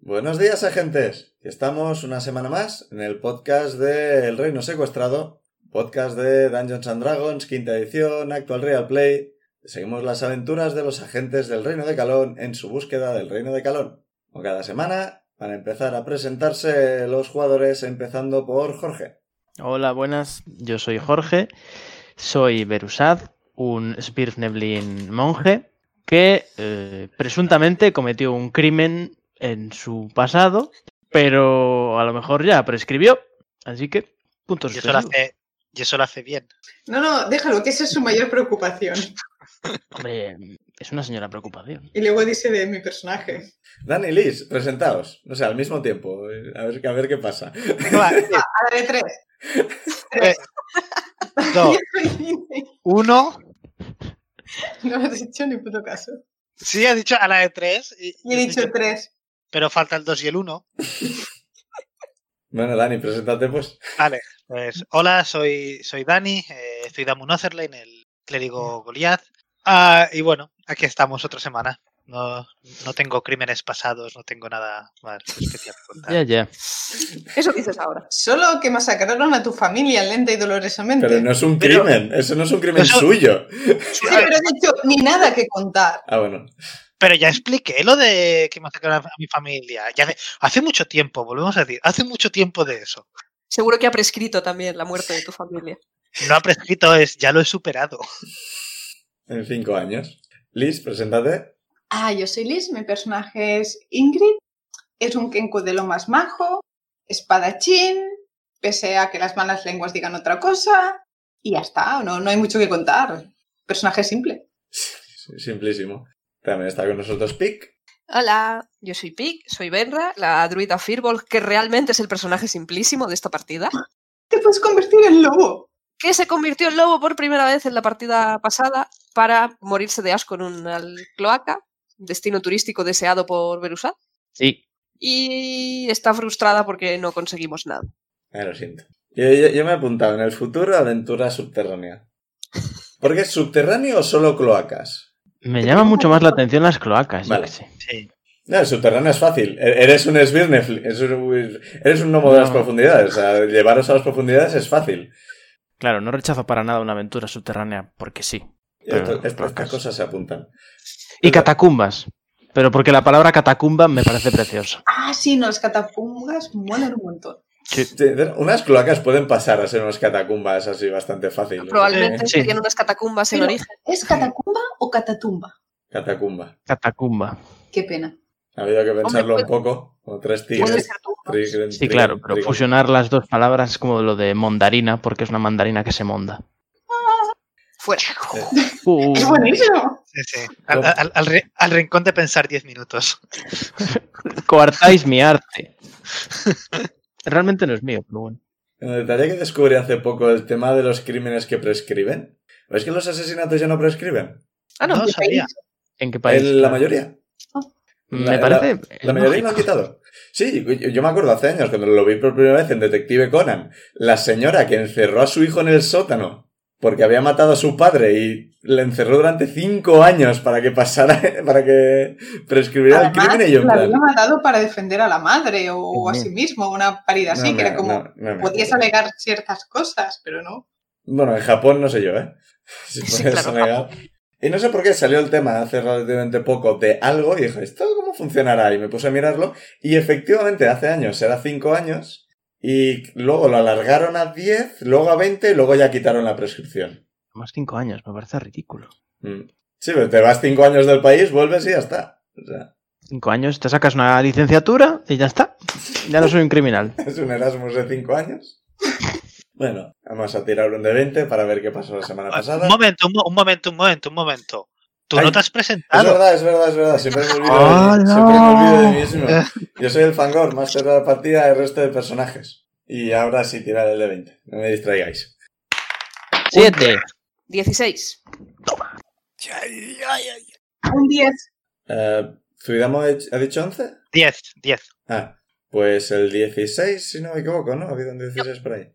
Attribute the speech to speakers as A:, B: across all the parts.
A: Buenos días, agentes. Estamos una semana más en el podcast de El Reino Secuestrado, podcast de Dungeons and Dragons, quinta edición, actual Real Play. Seguimos las aventuras de los agentes del Reino de Calón en su búsqueda del Reino de Calón. Como cada semana, van a empezar a presentarse los jugadores, empezando por Jorge.
B: Hola, buenas. Yo soy Jorge. Soy Berusad, un Spirfneblin monje que eh, presuntamente cometió un crimen en su pasado, pero a lo mejor ya prescribió. Así que, puntos
C: Y eso, lo hace, y eso lo hace bien.
D: No, no, déjalo, que esa es su mayor preocupación.
B: Hombre, es una señora preocupación.
D: Y luego dice de mi personaje.
A: Dan y Liz, presentaos. No sé, al mismo tiempo. eh, A ver, a ver qué pasa.
C: eh,
D: Va, a la de tres.
C: Tres, dos, uno.
D: No me has dicho ni puto caso.
C: Sí, has dicho a la de tres. y-
D: Y he dicho tres.
C: pero falta el dos y el uno.
A: Bueno, Dani, preséntate pues.
C: Vale, pues hola, soy, soy Dani, eh, soy Damun Otherlane, el clérigo Goliath. Ah, y bueno, aquí estamos otra semana. No, no tengo crímenes pasados, no tengo nada más especial que contar.
B: Ya, ya.
E: eso dices ahora
D: Solo que masacraron a tu familia lenta y dolorosamente.
A: Pero no es un
C: Pero-
A: crimen, eso no es un crimen
C: Eso-
A: suyo.
D: Sí, pero he dicho ni nada que contar.
A: Ah, bueno.
C: Pero ya expliqué lo de que masacraron a mi familia. Ya hace, hace mucho tiempo, volvemos a decir, hace mucho tiempo de eso.
E: seguro que ha prescrito también la muerte de tu familia
C: No ha prescrito, es, ya lo he superado.
A: En cinco años. Liz, preséntate.
D: Ah, yo soy Liz, mi personaje es Ingrid. Es un Kenku de lo más majo, espadachín, pese a que las malas lenguas digan otra cosa. Y ya está, no, no hay mucho que contar. Personaje simple.
A: Sí, Simplísimo. También está con nosotros Pic.
E: Hola, yo soy Pic, soy Benra, la druida Firbolg, que realmente es el personaje simplísimo de esta partida,
D: Te puedes convertir en lobo.
E: que se convirtió en lobo por primera vez en la partida pasada para morirse de asco en una cloaca, destino turístico deseado por Berusat,
B: Sí.
E: y está frustrada porque no conseguimos nada.
A: Ah, lo siento. Yo, yo- yo me he apuntado en el futuro aventura subterránea. ¿Por qué subterráneo o solo cloacas?
B: Me llama mucho más la atención las cloacas. yo
A: Vale.
B: qué sé.
C: Sí.
A: No, el subterráneo es fácil. E- Eres un Svirnefli, es un- eres un gnomo de las
B: No.
A: profundidades. O sea, llevaros a las profundidades es fácil.
B: Claro, no rechazo para nada una aventura subterránea porque sí. Pero
A: Esto-
B: no,
A: estas
B: cloacas.
A: cosas se apuntan.
B: Y catacumbas. Pero porque la palabra catacumba me parece preciosa.
D: Ah, sí, no, las catacumbas molan un montón.
B: Sí.
A: Sí, Unas cloacas pueden pasar a ser unas catacumbas así bastante fácil.
E: Probablemente
B: sí.
E: serían unas catacumbas en
D: Pero-
E: origen.
D: ¿Es catacumba o catatumba?
A: Eh, Catacumba.
B: Catacumba.
D: Qué pena.
A: Ha habido que pensarlo
E: Hombre,
A: un poco. Como tres
E: Puede
A: tigres.
E: ser tú.
A: Trigren,
B: Sí,
A: trigren,
B: claro, pero
A: trigren.
B: fusionar las dos palabras es como lo de mandarina, porque es una mandarina que se monda.
E: Fuera.
B: Uh,
D: Es buenísimo.
C: Sí, sí. Al, al- al ri- al rincón de pensar 10 minutos.
B: coartáis mi arte. Realmente no es mío, pero bueno.
A: Bueno, detalle que descubrí hace poco el tema de los crímenes que prescriben. ¿Ves que los asesinatos ya no prescriben?
E: Ah, no,
C: No
E: que
C: sabía.
B: ¿En qué país?
A: En la mayoría.
B: Me
A: la-
B: parece. eh,
A: La mayoría lo han quitado. Sí, yo- yo me acuerdo hace años cuando lo vi por primera vez en Detective Conan. La señora que encerró a su hijo en el sótano porque había matado a su padre y le encerró durante cinco años para que pasara, para que prescribiera el
D: Además,
A: crimen y yo en
D: la había
A: plan.
D: matado para defender a la madre o a sí mismo, una parida así,
A: no,
D: que era
A: no,
D: como,
A: no, no, no.
D: podías alegar ciertas cosas, pero no.
A: Bueno, en Japón no sé yo, ¿eh? Si
E: Sí,
A: puedes
E: claro,
A: negar. Y no sé por qué salió el tema hace relativamente poco de algo y dije, ¿esto cómo funcionará? Y me puse a mirarlo y efectivamente hace años, era 5 años, y luego lo alargaron a 10, luego a 20 y luego ya quitaron la prescripción.
B: Más cinco años, me parece ridículo.
A: Mm. Sí, pero te vas 5 años del país, vuelves y ya está. O sea,
B: Cinco años, te sacas una licenciatura y ya está. Ya no soy un criminal.
A: es un Erasmus de 5 años. Bueno, vamos a tirar un de 20 para ver qué pasó la semana
C: Un
A: pasada.
C: momento, un, mo- un momento, un momento, un momento. Tú
A: Ay,
C: no te has
A: Es
C: presentado.
A: verdad, es verdad, es verdad. Siempre me olvido,
B: Ah,
A: de, mí.
B: no.
A: Siempre me olvido de mí mismo. Yo soy el Fangor, máster de la partida, el resto de personajes. Y ahora sí tirar el de 20. No me distraigáis.
B: Siete.
E: 16.
D: Un 10.
A: Eh, ¿Zuidamo ha ha dicho 11?
C: 10, 10.
A: Ah, pues el 16, si no me equivoco, ¿no? Ha habido un 16 por ahí.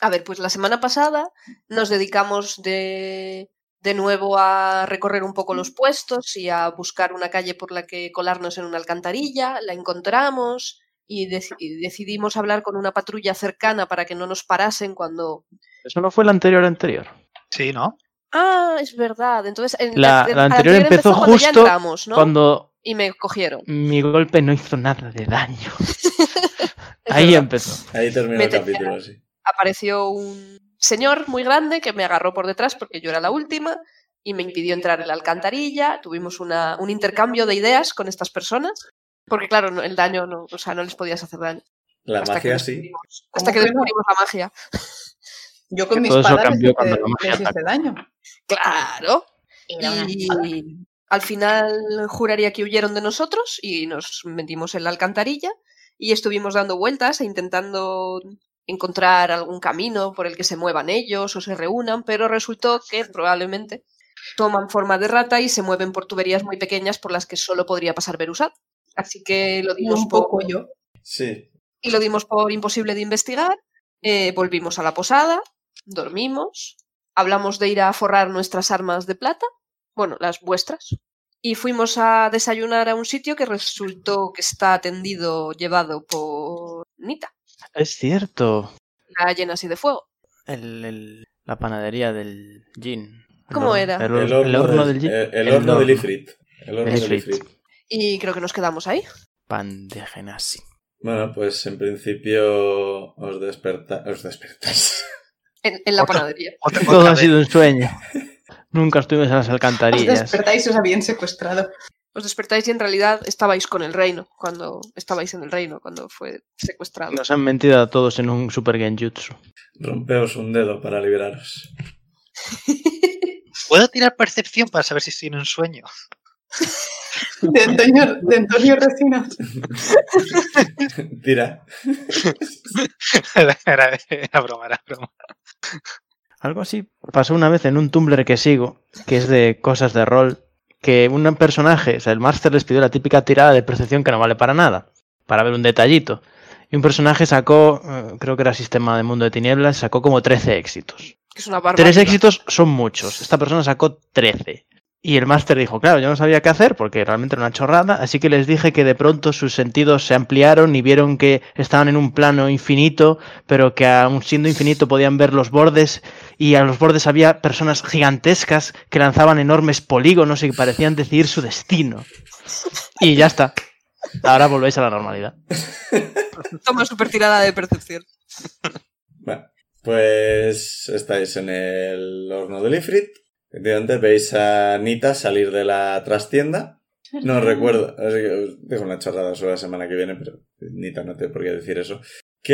E: A ver, pues la semana pasada nos dedicamos de, de nuevo a recorrer un poco los puestos y a buscar una calle por la que colarnos en una alcantarilla. La encontramos y, deci- y decidimos hablar con una patrulla cercana para que no nos parasen cuando...
B: Eso no fue la anterior anterior.
C: Sí, ¿no?
E: Ah, es verdad. Entonces, en
B: La-
E: ter-
B: la
E: a
B: anterior empezó
E: cuando ya
B: justo
E: entramos, ¿no?
B: Cuando
E: Y me cogieron.
B: mi golpe no hizo nada de daño.
E: Es
B: Ahí
E: verdad.
B: empezó.
A: Ahí termina el
E: Vete.
A: capítulo, sí.
E: apareció un señor muy grande que me agarró por detrás porque yo era la última y me impidió entrar en la alcantarilla. Tuvimos una- un intercambio de ideas con estas personas. Porque claro, no- el daño no, o sea, no les podías hacer daño.
A: La magia
E: que
A: sí.
E: descubrimos- Hasta que
D: ¿Cómo que
E: descubrimos la magia.
D: Yo con
B: Que
D: mis
B: todo eso
D: padres
B: cambió
D: les
B: cuando
D: hice-
B: la magia
D: les hice
B: atacó.
D: daño.
E: Claro.
D: Y-
E: Y al final juraría que huyeron de nosotros y nos metimos en la alcantarilla y estuvimos dando vueltas e intentando encontrar algún camino por el que se muevan ellos o se reúnan, pero resultó que probablemente toman forma de rata y se mueven por tuberías muy pequeñas por las que solo podría pasar Berusat. Así que lo dimos
D: un
E: por
D: poco yo.
A: Sí.
E: y lo dimos por imposible de investigar. eh, volvimos a la posada, dormimos, hablamos de ir a forrar nuestras armas de plata, bueno, las vuestras, y fuimos a desayunar a un sitio que resultó que está atendido, llevado por Nita,
B: Es cierto.
E: la llena así de fuego.
B: El- el- la panadería del gin. El
E: ¿Cómo
B: horno-
E: era?
B: El, hor- el horno del gin.
A: eh, El,
B: El
A: horno del
B: horno.
A: Ifrit. El horno
B: El
A: del
B: Ifrit.
A: Ifrit.
E: Y creo que nos quedamos ahí.
B: Pan de genasi.
A: Bueno, pues en principio os desperta... Os despertáis.
E: En, en la
C: Otra-
E: panadería.
C: Otra,
B: Todo
C: otra
B: ha
C: vez.
B: sido un sueño. Nunca estuvimos en las
D: Os
B: alcantarillas.
D: despertáis y os habían secuestrado.
E: Os despertáis y en realidad estabais con el reino, cuando estabais en el reino, cuando fue secuestrado.
B: Nos han mentido a todos en un Super Genjutsu.
A: Rompeos un dedo para liberaros.
C: ¿Puedo tirar percepción para saber si estoy en un sueño?
D: De Antonio, de Antonio Resina.
A: Tira.
C: era, era broma, era broma.
B: Algo así pasó una vez en un Tumblr que sigo, que es de cosas de rol, que un personaje, o sea, el máster les pidió la típica tirada de percepción que no vale para nada, para ver un detallito. Y un personaje sacó, eh, creo que era Sistema de Mundo de Tinieblas, sacó como 13 éxitos.
E: Que es una barbaridad.
B: Tres éxitos son muchos. Esta persona sacó 13. Y el máster dijo, claro, yo no sabía qué hacer porque realmente era una chorrada, así que les dije que de pronto sus sentidos se ampliaron y vieron que estaban en un plano infinito, pero que aun siendo infinito podían ver los bordes y a los bordes había personas gigantescas que lanzaban enormes polígonos y que parecían decidir su destino. Y ya está. Ahora volvéis a la normalidad.
E: Toma super tirada de percepción.
A: Bueno, pues estáis en el horno del Ifrit. Efectivamente, veis a Nita salir de la trastienda. No os recuerdo, así que os dejo una charrada sobre la semana que viene, pero Nita no tengo por qué decir eso.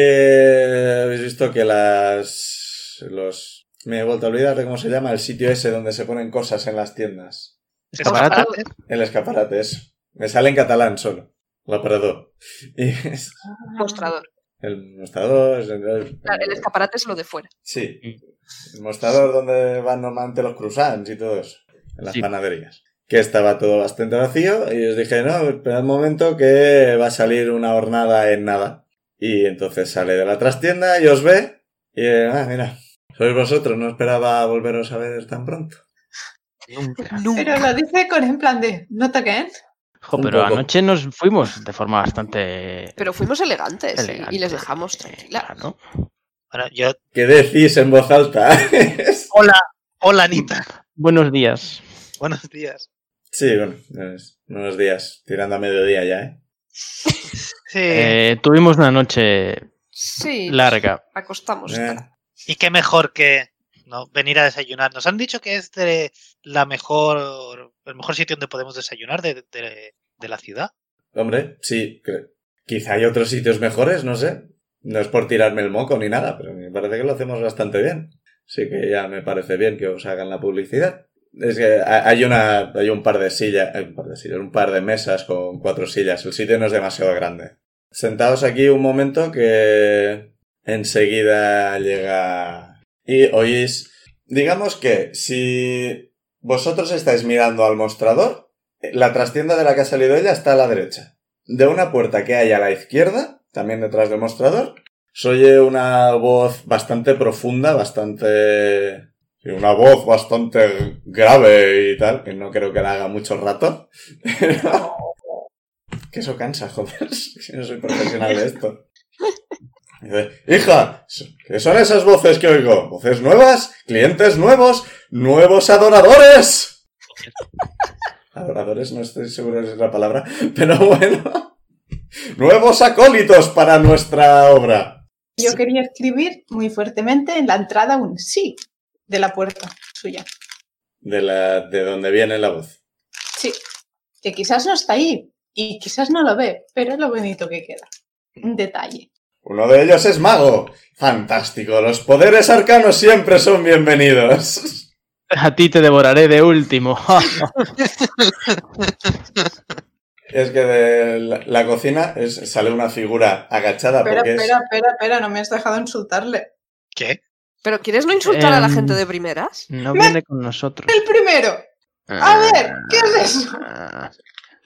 A: Que habéis visto que las. los. Me he vuelto a olvidar de cómo se llama el sitio ese donde se ponen cosas en las tiendas.
B: ¿Escaparate?
A: El escaparate, eso. Me sale en catalán solo. La parado. Y es
E: Mostrador.
A: el mostrador. es el-
E: Claro, El escaparate es lo de fuera.
A: Sí.
B: Mm.
A: El mostrador donde van normalmente los croissants y todo eso. En las
B: Sí.
A: panaderías. Que estaba todo bastante vacío y os dije, no, esperad un momento que va a salir una hornada en nada. Y entonces sale de la trastienda y os ve. Y, eh, ah, mira, sois vosotros, no esperaba volveros a ver tan pronto.
B: Nunca.
D: Pero lo dice con en plan de no toquen.
B: Jo,
A: Un
B: pero
A: poco.
B: anoche nos fuimos de forma bastante...
E: Pero fuimos elegantes y-
B: elegante.
E: y les dejamos
B: Eh,
E: tranquilas.
B: claro.
C: Bueno, yo.
A: ¿Qué decís en voz alta?
C: Hola, hola, Anita.
B: Buenos días.
C: Buenos días.
A: sí, bueno, es unos días, tirando a mediodía ya, ¿eh?
C: Sí.
B: Eh, tuvimos una noche
E: Sí,
B: larga.
E: acostamos.
A: Eh,
C: Y qué mejor que ¿no? venir a desayunar. Nos han dicho que es de la mejor, el mejor sitio donde podemos desayunar de, de- de la ciudad.
A: Hombre, sí, cre- quizá hay otros sitios mejores, no sé. No es por tirarme el moco ni nada, pero me parece que lo hacemos bastante bien. Así que ya me parece bien que os hagan la publicidad. Es que ha- hay una, hay un par de sillas, hay un par de sillas, un par de mesas con cuatro sillas. El sitio no es demasiado grande. Sentaos aquí un momento que enseguida llega y oís. Digamos que si vosotros estáis mirando al mostrador, la trastienda de la que ha salido ella está a la derecha. De una puerta que hay a la izquierda, también detrás del mostrador, se oye una voz bastante profunda, bastante y una voz bastante grave y tal, que no creo que la haga mucho rato. que eso cansa, joder. Si no soy profesional de esto. Dice, Hija, ¿qué son esas voces que oigo? ¿Voces nuevas? ¿Clientes nuevos? ¿Nuevos adoradores? Adoradores, no estoy seguro si es la palabra, pero bueno. Nuevos acólitos para nuestra obra.
D: Yo quería escribir muy fuertemente en la entrada un sí de la puerta suya.
A: De la, de donde viene la voz.
D: Sí. Que quizás no está ahí y quizás no lo ve, pero es lo bonito que queda. Un detalle.
A: Uno de ellos es mago. Fantástico, los poderes arcanos siempre son bienvenidos.
B: A ti te devoraré de último.
A: Es que de la, la cocina es- sale una figura agachada
D: Espera,
A: Ah, porque
D: espera, espera, espera, no me has dejado insultarle.
C: ¿Qué?
E: ¿Pero quieres no insultar a la
B: Em,
E: gente de primeras?
B: No viene con nosotros.
D: El primero. A ver, ¿qué es eso?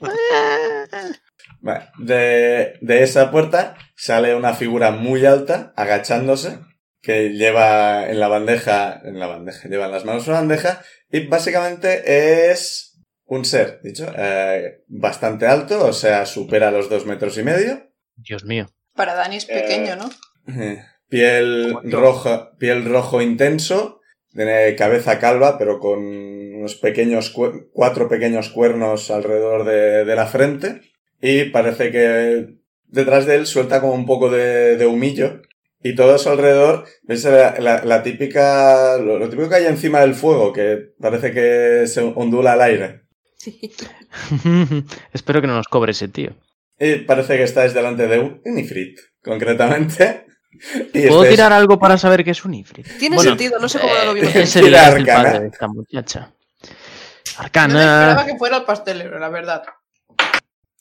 A: es... Vale, De, de esa puerta sale una figura muy alta, agachándose, que lleva en la bandeja, en la bandeja, lleva en las manos una bandeja y básicamente es un ser, dicho, eh, bastante alto, o sea, supera los dos metros y medio.
B: Dios mío.
D: Para Dani es pequeño, ¿no?
A: Eh, Piel
F: ¿Cuánto?
A: roja, piel rojo intenso, tiene cabeza calva, pero con unos pequeños cuer- cuatro pequeños cuernos alrededor de, de la frente. Y parece que detrás de él suelta como un poco de, de humillo. Y todo a su alrededor, ves la, la- la típica, lo, lo típico que hay encima del fuego, que parece que se ondula al aire.
B: Espero que no nos cobre ese tío.
A: Y parece que estáis delante de un Unifrit, concretamente. Y este
B: ¿Puedo
A: estáis-
B: tirar algo para saber qué es un ifrit?
E: Tiene
B: Bueno,
E: sentido, no sé cómo no lo vimos.
B: Eh, es el,
A: Tira
B: es el padre
A: arcana.
B: de esta muchacha.
D: No me esperaba
B: Arcana.
D: que fuera el pastelero, la verdad.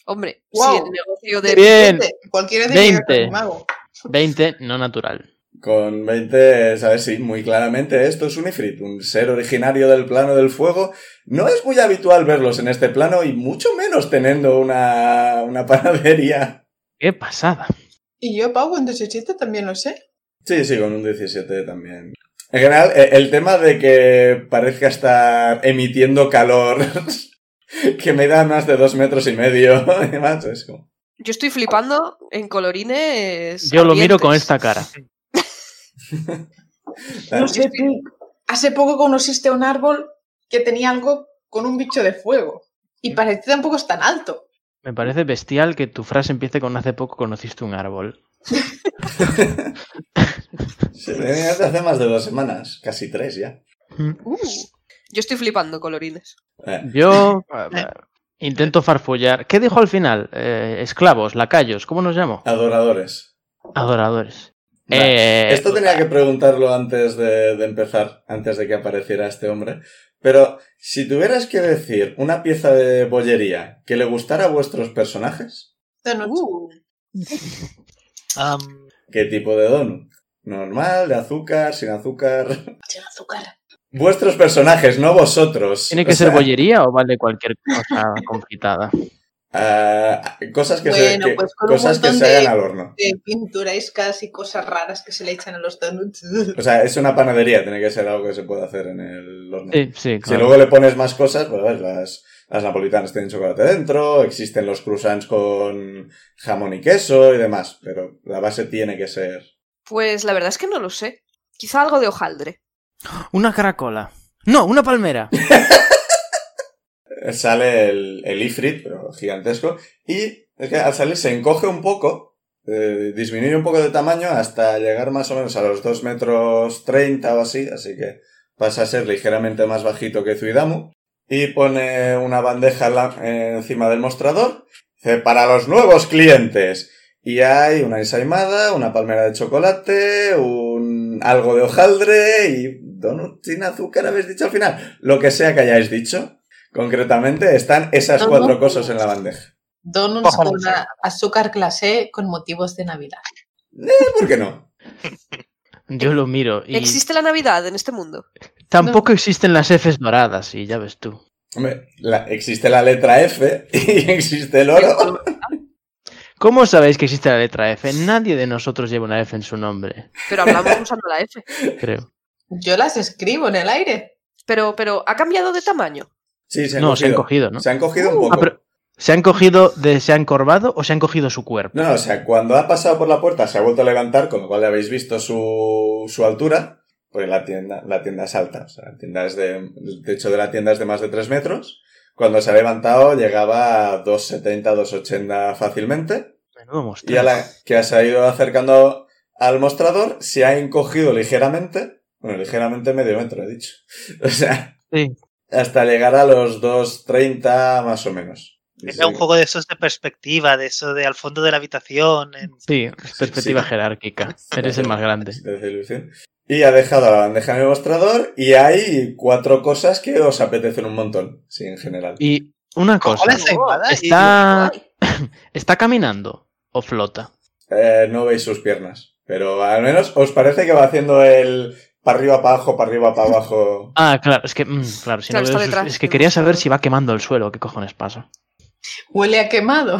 E: Hombre,
D: Wow.
E: si el negocio de...
B: Bien.
D: Cualquiera de ellos
B: Veinte.
D: es un mago.
B: 20, no natural.
A: Con 20, ¿sabes? Sí, muy claramente esto es un Ifrit, un ser originario del plano del fuego. No es muy habitual verlos en este plano y mucho menos teniendo una, una panadería.
B: Qué pasada.
D: Y yo, Pau, con 17 también lo sé.
A: Sí, sí, con un 17 también. En general, e- el tema de que parezca estar emitiendo calor, que me da más de dos metros y medio, y demás, es como-
E: Yo estoy flipando en colorines.
B: Yo lo miro
E: ardientes.
B: con esta cara.
D: No sé, tú. Hace poco conociste un árbol que tenía algo con un bicho de fuego. Y para ti tampoco es tan alto.
B: Me parece bestial que tu frase empiece con hace poco conociste un árbol.
A: Sí, desde hace más de dos semanas, casi tres ya.
D: Mm.
E: Uh, yo estoy flipando colorines.
A: Eh,
B: Yo eh, eh, intento farfullar. ¿Qué dijo al final? Eh, esclavos, lacayos, ¿cómo nos llamo?
A: adoradores.
B: Adoradores.
A: Vale.
B: Eh,
A: Esto tenía que preguntarlo antes de, de empezar, antes de que apareciera este hombre. Pero si tuvieras que decir una pieza de bollería que le gustara a vuestros personajes,
D: De noche.
E: Uh,
A: Ah,
C: Am,
A: ¿qué tipo de donut? ¿Normal, de azúcar, sin azúcar?
D: Tiene azúcar.
A: Vuestros personajes, no vosotros.
B: ¿Tiene
A: O
B: que ser
A: sea,
B: bollería o vale cualquier cosa confitada?
A: ah, cosas que,
D: Bueno,
A: se, que-
D: pues con un
A: cosas que
D: montón
A: se
D: de-
A: hagan al horno.
D: de pintorescas y cosas raras que se le echan a los donuts.
A: O sea, es una panadería, tiene que ser algo que se pueda hacer en el horno.
B: Sí, sí,
A: Si
B: claro.
A: luego le pones más cosas, pues ves, las, las napolitanas tienen chocolate dentro, existen los croissants con jamón y queso y demás, pero la base tiene que ser...
E: pues la verdad es que no lo sé. Quizá algo de hojaldre.
B: Una caracola. No, una palmera.
A: Eh, Sale el, el ifrit, pero gigantesco, y es que al salir se encoge un poco, eh, disminuye un poco de tamaño hasta llegar más o menos a los 2 metros 30 o así, así que pasa a ser ligeramente más bajito que Zuidamu, y pone una bandeja en la- eh, encima del mostrador, dice, para los nuevos clientes, y hay una ensaimada, una palmera de chocolate, un algo de hojaldre y donut sin azúcar habéis dicho al final. Lo que sea que hayáis dicho, concretamente están esas
F: Donut.
A: cuatro cosas en la bandeja.
F: Donuts
C: Cojones.
F: con a- azúcar clase con motivos de Navidad.
A: Eh, ¿Por qué no?
B: Yo lo miro y
E: ¿Existe la Navidad en este mundo?
B: tampoco existen las Fs doradas y ya ves tú.
A: Hombre, la- existe la letra F y existe el oro.
B: ¿Cómo sabéis que existe la letra F? Nadie de nosotros lleva una F en su nombre,
E: Pero hablamos usando la F.
B: creo.
F: Yo las escribo en el aire.
E: Pero, pero, ¿ha cambiado de tamaño?
A: Sí, se han
B: No,
A: cogido.
B: se han cogido, ¿no?
A: Se han cogido un poco.
B: Ah, pero- ¿Se han cogido de se han corvado o se han cogido su cuerpo?
A: No, no, o sea, cuando ha pasado por la puerta se ha vuelto a levantar, con lo cual ya habéis visto su, su altura, porque la tienda, la tienda es alta, o sea, la tienda es de, el techo de la tienda es de más de 3 metros. Cuando se ha levantado llegaba a 2,70, 2,80 fácilmente.
B: Menudo
A: Y a
B: mostrón.
A: la que se ha ido acercando al mostrador, se ha encogido ligeramente, bueno, ligeramente medio metro, he dicho. O sea,
B: Sí.
A: hasta llegar a los 2,30 más o menos. Y
C: Era un
A: sí.
C: juego de esos de perspectiva, de eso de al fondo de la habitación. en-
B: Sí, es perspectiva
A: sí.
B: jerárquica. Eres el más grande.
A: de desilusión. Y ha dejado la bandeja en el mostrador y hay cuatro cosas que os apetecen un montón, sí, en general.
B: Y una cosa,
C: Cojones, Aimada, y-
B: está está caminando o flota.
A: Eh, no veis sus piernas, pero al menos os parece que va haciendo el para arriba, para abajo, para arriba, para abajo.
B: Ah, claro, es que mm, claro, si
E: Claro, está
B: no veo sus-
E: detrás
B: es que
E: del
B: quería saber
E: mostrador.
B: si va quemando el suelo, qué cojones pasa.
F: Huele a quemado.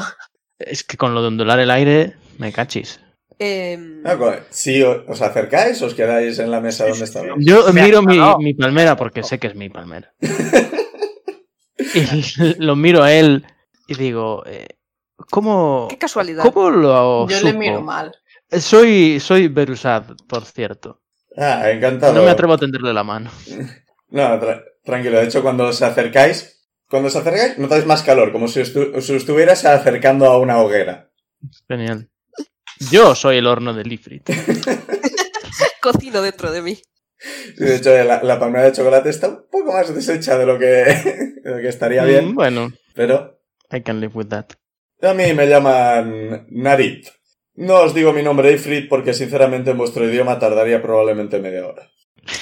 B: Es que con lo de ondular el aire me cachis.
E: Em,
A: Ah, co- si o- os acercáis, os quedáis en la mesa donde está. Blanca.
B: Yo
C: Me ha
B: miro mi,
C: cagao.
B: mi palmera porque sé que es mi palmera. y lo miro a él y digo, eh, ¿cómo,
E: Qué casualidad.
B: ¿cómo lo
F: Yo le
B: Oh, supo?
F: miro mal.
B: Eh, Soy, soy Berusad, por cierto.
A: Ah, encantado.
B: No me atrevo a tenderle la mano.
A: No, tra- tranquilo. De hecho, cuando os acercáis, cuando os acercáis, notáis más calor, como si os, tu- os estuvieras acercando a una hoguera.
B: Genial. Yo soy el horno de Ifrit.
E: Cocino dentro de mí.
A: Sí, De hecho, la, la palmera de chocolate está un poco más deshecha de lo que, de lo que estaría bien.
B: Mm, Bueno,
A: Pero
B: I can live with that.
A: a mí me llaman Narit. No os digo mi nombre, Ifrit, porque sinceramente en vuestro idioma tardaría probablemente media hora.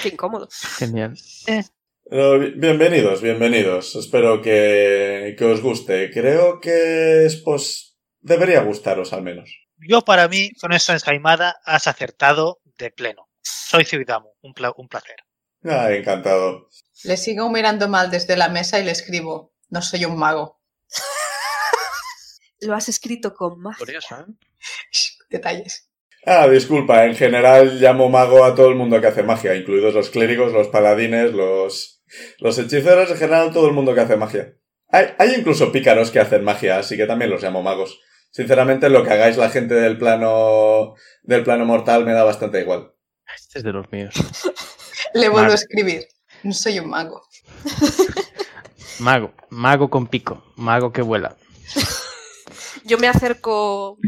E: Qué incómodo.
B: Genial.
A: Pero bi- bienvenidos, bienvenidos. Espero que, que os guste. Creo que es pos- debería gustaros al menos.
C: Yo, para mí, con esta ensaimada has acertado de pleno. Soy Ciudadamo, un, pla- un placer.
A: Ah, encantado.
F: Le sigo mirando mal desde la mesa y le escribo, no soy un mago.
E: Lo has escrito con más.
F: Shh, Detalles.
A: Ah, disculpa, en general llamo mago a todo el mundo que hace magia, incluidos los clérigos, los paladines, los, los hechiceros, en general todo el mundo que hace magia. Hay, hay incluso pícaros que hacen magia, así que también los llamo magos. Sinceramente, lo que hagáis la gente del plano, del plano mortal me da bastante igual.
B: Este es de los míos.
F: Le vuelvo
B: Vale.
F: a escribir, no soy un mago.
B: Mago, mago con pico, mago que vuela.
E: Yo me acerco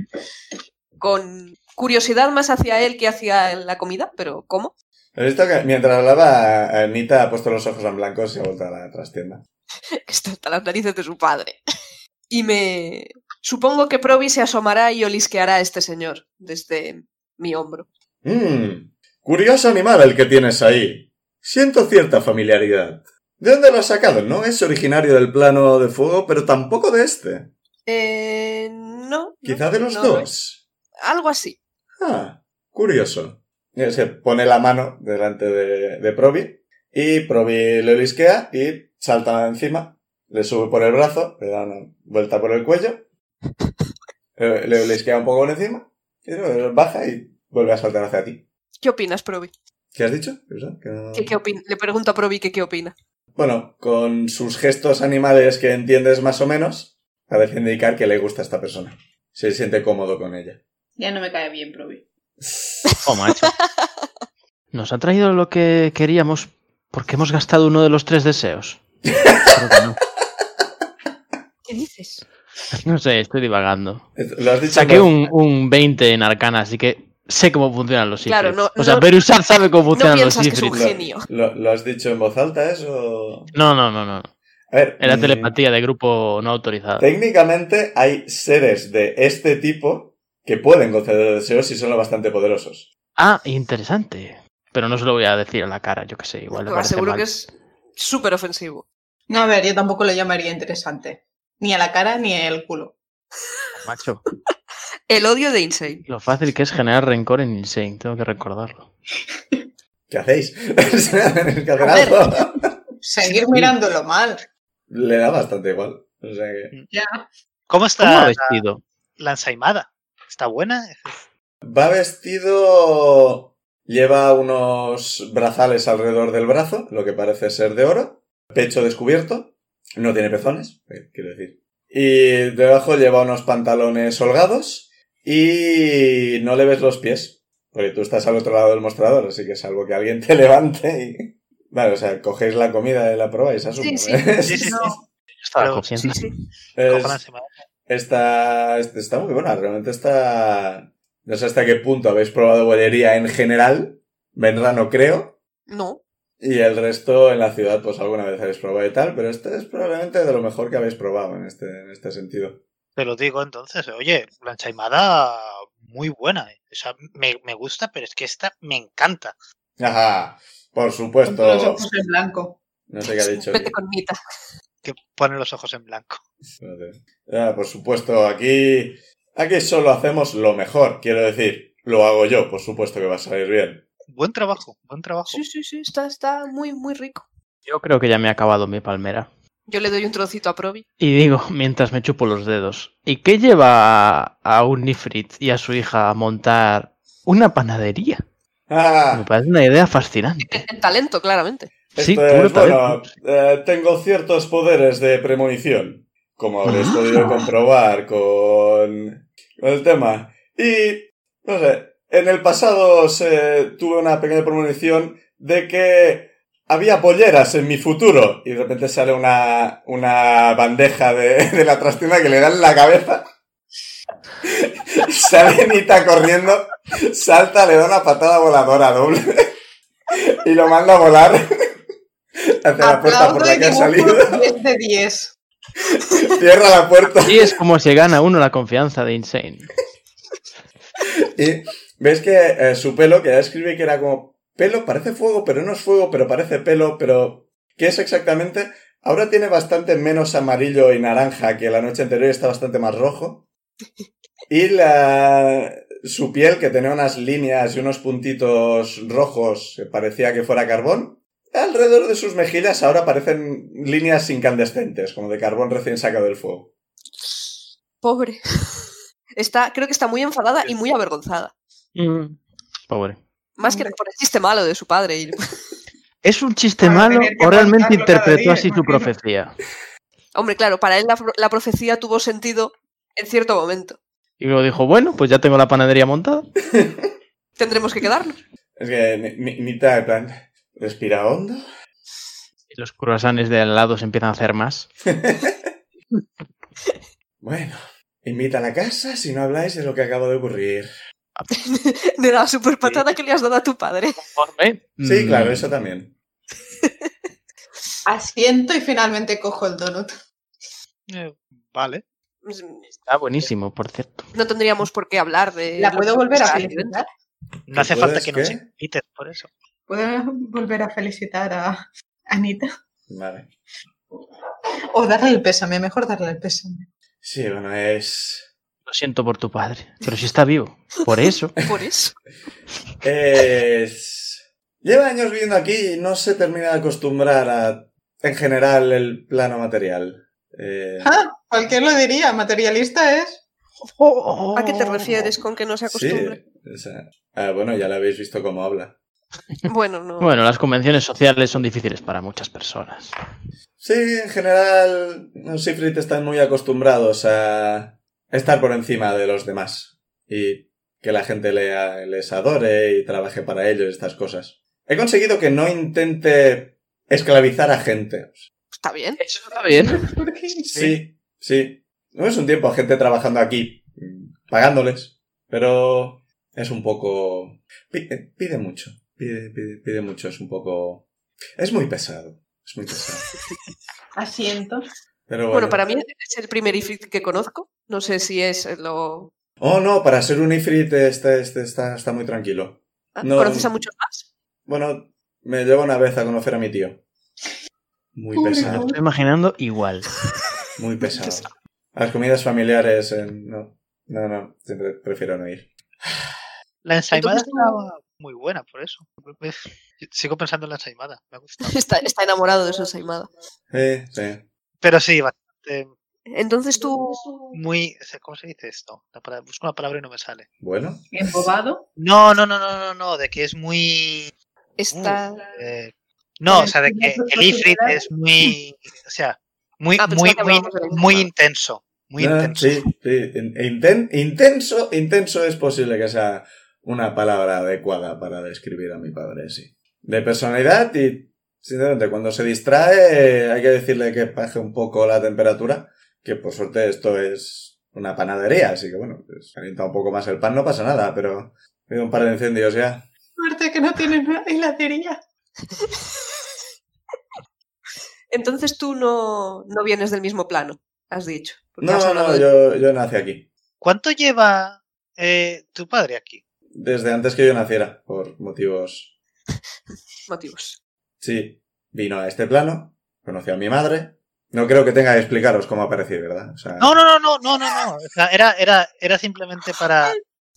E: con curiosidad más hacia él que hacia la comida, pero ¿cómo?
A: ¿Has visto que mientras hablaba, Anita ha puesto los ojos en blanco y se ha vuelto a la trastienda?
E: Que está hasta las narices de su padre. Y me... Supongo que Provi se asomará y olisqueará a este señor desde mi hombro.
A: Mmm, curioso animal el que tienes ahí. Siento cierta familiaridad. ¿De dónde lo has sacado? No es originario del plano de fuego, pero tampoco de este.
E: Eh, no. no,
A: Quizá de los
E: no, no es.
A: dos.
E: Algo así.
A: Ah, curioso. Y Se pone la mano delante de, de Provi y Provi le lisquea y salta encima, le sube por el brazo, le da una vuelta por el cuello, le, le lisquea un poco por encima, y luego baja y vuelve a saltar hacia ti.
E: ¿Qué opinas, Provi?
A: ¿Qué has dicho? Eso, que no-
E: ¿Qué- qué opin- Le pregunto a Provi que qué opina.
A: Bueno, con sus gestos animales que entiendes más o menos, parece indicar que le gusta a esta persona. Se siente cómodo con ella.
D: Ya no me cae bien, Provi.
B: Oh, macho. Nos ha traído lo que queríamos porque hemos gastado uno de los tres deseos. Creo que no.
E: ¿Qué dices?
B: No sé, estoy divagando.
A: Lo has dicho
B: Saqué
A: en voz-
B: un, un 20 en arcana, así que sé cómo funcionan los
E: Claro,
B: ifrits.
E: no-
B: o sea,
E: no-
B: Berusar sabe cómo funcionan los
E: piensas que es un
B: ifrits.
A: Lo-
E: genio.
A: Lo, lo has dicho en voz alta eso?
B: No, no, no, no.
A: A ver.
B: Era
A: mm,
B: telepatía de grupo no autorizado.
A: Técnicamente hay seres de este tipo que pueden conceder deseos si son lo bastante poderosos.
B: Ah, interesante. Pero no se lo voy a decir a la cara, yo qué sé, igual le
E: Lo
B: parece
E: aseguro
B: mal.
E: que es súper ofensivo.
F: No, a ver, yo tampoco lo llamaría interesante. Ni a la cara ni al culo.
B: Macho,
E: El odio de Insane.
B: lo fácil que es generar rencor en Insane, tengo que recordarlo.
A: ¿Qué hacéis? Tenéis que hacer
F: A ver.
A: algo.
F: Seguir mirándolo mal.
A: Le da bastante igual. O sea que...
C: ¿Cómo
B: ¿Cómo ha
C: está
B: vestido?
C: la ensaimada? ¿Está buena?
A: Va vestido. Lleva unos brazales alrededor del brazo, lo que parece ser de oro. Pecho descubierto. No tiene pezones, eh, quiero decir. Y debajo lleva unos pantalones holgados. Y no le ves los pies. Porque tú estás al otro lado del mostrador, así que salvo que alguien te levante y. Vale, o sea, cogéis la comida y la probáis, asumo.
E: Sí, sí.
A: ¿eh?
C: Sí, sí, sí.
F: No.
B: Estaba
C: Pero-
E: Sí,
B: cosiendo.
E: sí.
A: Es-
C: Cojo la ensaimada.
A: Está, está muy buena, realmente está... No sé hasta qué punto habéis probado bollería en general, vendrá no creo,
E: No.
A: y el resto en la ciudad pues alguna vez habéis probado y tal, pero este es probablemente de lo mejor que habéis probado en este, en este sentido.
C: Te lo digo entonces. Oye, la ensaimada muy buena. eh. O sea, me, me gusta, pero es que esta me encanta.
A: Ajá, por
F: Con todos los
A: supuesto.
F: ojos en blanco.
A: No sé qué ha dicho.
E: Vete con Mita.
C: Que pone los ojos en blanco.
A: Espérate. Ah, por supuesto, aquí, aquí solo hacemos lo mejor, quiero decir, lo hago yo, por supuesto que va a salir bien.
C: Buen trabajo, buen trabajo.
E: Sí, sí, sí. Está, está muy, muy rico.
B: Yo creo que ya me ha acabado mi palmera.
E: Yo le doy un trocito a Probi.
B: Y digo, mientras me chupo los dedos, ¿y qué lleva a, a un Nifrit y a su hija a montar una panadería? Me
A: Ah,
B: parece una idea fascinante.
E: El talento, claramente.
B: Sí,
A: Esto Este
B: puro
A: es, bueno,
B: talento.
A: eh, tengo ciertos poderes de premonición, como habréis
B: Ah.
A: podido comprobar con, con el tema. Y, no sé, en el pasado se, tuve una pequeña premonición de que había polleras en mi futuro. Y de repente sale una, una bandeja de, de la trastienda que le dan en la cabeza. Sale Nita corriendo, salta, le da una patada voladora doble y lo manda a volar hacia la puerta por
F: Aplaudo
A: la
F: y
A: que ha
F: dibujo
A: salido.
F: 10 de 10.
A: Cierra la puerta
B: Y es como se gana uno la confianza de Insane.
A: y ves que eh, su pelo, que ya escribe que era como pelo, parece fuego, pero no es fuego, pero parece pelo, pero ¿qué es exactamente? Ahora tiene bastante menos amarillo y naranja que la noche anterior está bastante más rojo. Y la su piel, que tenía unas líneas y unos puntitos rojos que parecía que fuera carbón, alrededor de sus mejillas ahora parecen líneas incandescentes, como de carbón recién sacado del fuego.
E: Pobre. Está, creo que está muy enfadada y muy avergonzada.
B: Mm, Pobre.
E: Más que por el chiste malo de su padre. y-
B: ¿Es un chiste
F: Van a
B: malo
F: tener que
B: o realmente
F: contarlo cada
B: interpretó
F: día,
B: así su
F: imagino.
B: profecía?
E: Hombre, claro, para él la, pro- la profecía tuvo sentido en cierto momento.
B: Y luego dijo, bueno, pues ya tengo la panadería montada.
E: Tendremos que quedarnos.
A: Es que ni- ni- Nita, en plan, respira hondo.
B: Y los croissants de al lado se empiezan a hacer más.
A: Bueno, invita a la casa, si no habláis es lo que acaba de ocurrir.
E: De la super patada que le has dado a tu padre.
B: Conforme.
A: Sí,
B: mm,
A: claro, eso también.
F: Asiento y finalmente cojo el donut.
C: Eh, vale.
B: Está buenísimo, por cierto.
E: No Pues, tendríamos por qué hablar de.
F: ¿La puedo volver a
E: Ah,
F: felicitar?
C: No hace falta
A: puedes
C: que nos
A: qué?
C: invites por eso.
F: ¿Puedo volver a felicitar a Anita?
A: Vale.
F: O darle el pésame, mejor darle el pésame.
A: Sí, bueno, es...
B: Lo siento por tu padre. Pero si está vivo. Por eso.
E: Por eso.
A: Es... Lleva años viviendo aquí y no se termina de acostumbrar a, en general, el plano material. Eh,
F: Ah, cualquier lo diría, materialista es.
B: Oh,
E: ¿A qué te
F: Oh.
E: refieres con que no se
A: sí,
E: acostumbra?
A: o sea, ah, bueno, ya la habéis visto cómo habla.
E: Bueno, no.
B: Bueno, las convenciones sociales son difíciles para muchas personas.
A: Sí, en general, los Sifrit están muy acostumbrados a estar por encima de los demás y que la gente le- les adore y trabaje para ellos y estas cosas. He conseguido que no intente esclavizar a gente.
E: Está bien.
B: Eso está bien.
F: ¿Por qué?
A: Sí, sí. No es un tiempo a gente trabajando aquí, mm, pagándoles, pero es un poco... pi- eh, Pide, mucho, pide, pide, pide mucho, es un poco... Es muy pesado, es muy pesado.
F: Asiento.
A: Pero
E: Bueno, para mí es el primer Ifrit que conozco. No sé si es lo.
A: Oh, no, para ser un Ifrit este, este está, está muy tranquilo.
E: ¿Ah?
A: No.
E: ¿Conoces a muchos más?
A: Bueno, me llevo una vez a conocer a mi tío. Muy
D: Pobre
B: Me lo
A: pesado,
B: estoy imaginando igual.
A: muy pesado. Las comidas familiares, eh, no. No, no, siempre prefiero no ir.
C: La ensaimada
E: Entonces, ¿cómo?
C: estaba muy buena, por eso. Uf, Sigo pensando en la ensaimada, me ha gustado.
E: Está, está enamorado de su ensaimada.
A: Sí, Eh, sí.
C: Pero sí, bastante.
E: Entonces tú...
C: Muy. o sea, ¿Cómo se dice esto? La palabra- busco una palabra y no me sale.
A: Bueno,
F: Embobado.
C: No, no, no, no, no, no, de que es muy.
E: Está...
C: Eh, no,
F: Pero
C: o sea, de que
F: es que
C: el Ifrit
F: no
C: es muy, o sea, muy,
E: Ah, pensaba
C: muy,
E: que
C: muy,
E: hablábamos de la misma.
C: muy intenso, muy
A: Ah,
C: intenso.
A: Sí, sí. In- inten- intenso, intenso es posible que sea una palabra adecuada para describir a mi padre, sí. De personalidad y, sinceramente, cuando se distrae eh, hay que decirle que baje un poco la temperatura, que por suerte esto es una panadería, así que bueno, pues, calienta un poco más el pan, no pasa nada, pero ha habido un par de incendios ya.
F: Suerte que no tiene una heladería.
E: Entonces tú no, no vienes del mismo plano, has dicho. porque has
A: No,
E: hablado
A: no,
E: de-
A: yo, yo nací aquí.
C: ¿Cuánto lleva eh, tu padre aquí?
A: Desde antes que yo naciera, por motivos
E: motivos.
A: Sí, vino a este plano, conoció a mi madre. No creo que tenga que explicaros cómo aparecí, ¿verdad? O sea,
C: No, no, no, no, no, no, no. O sea, era, era, era simplemente para,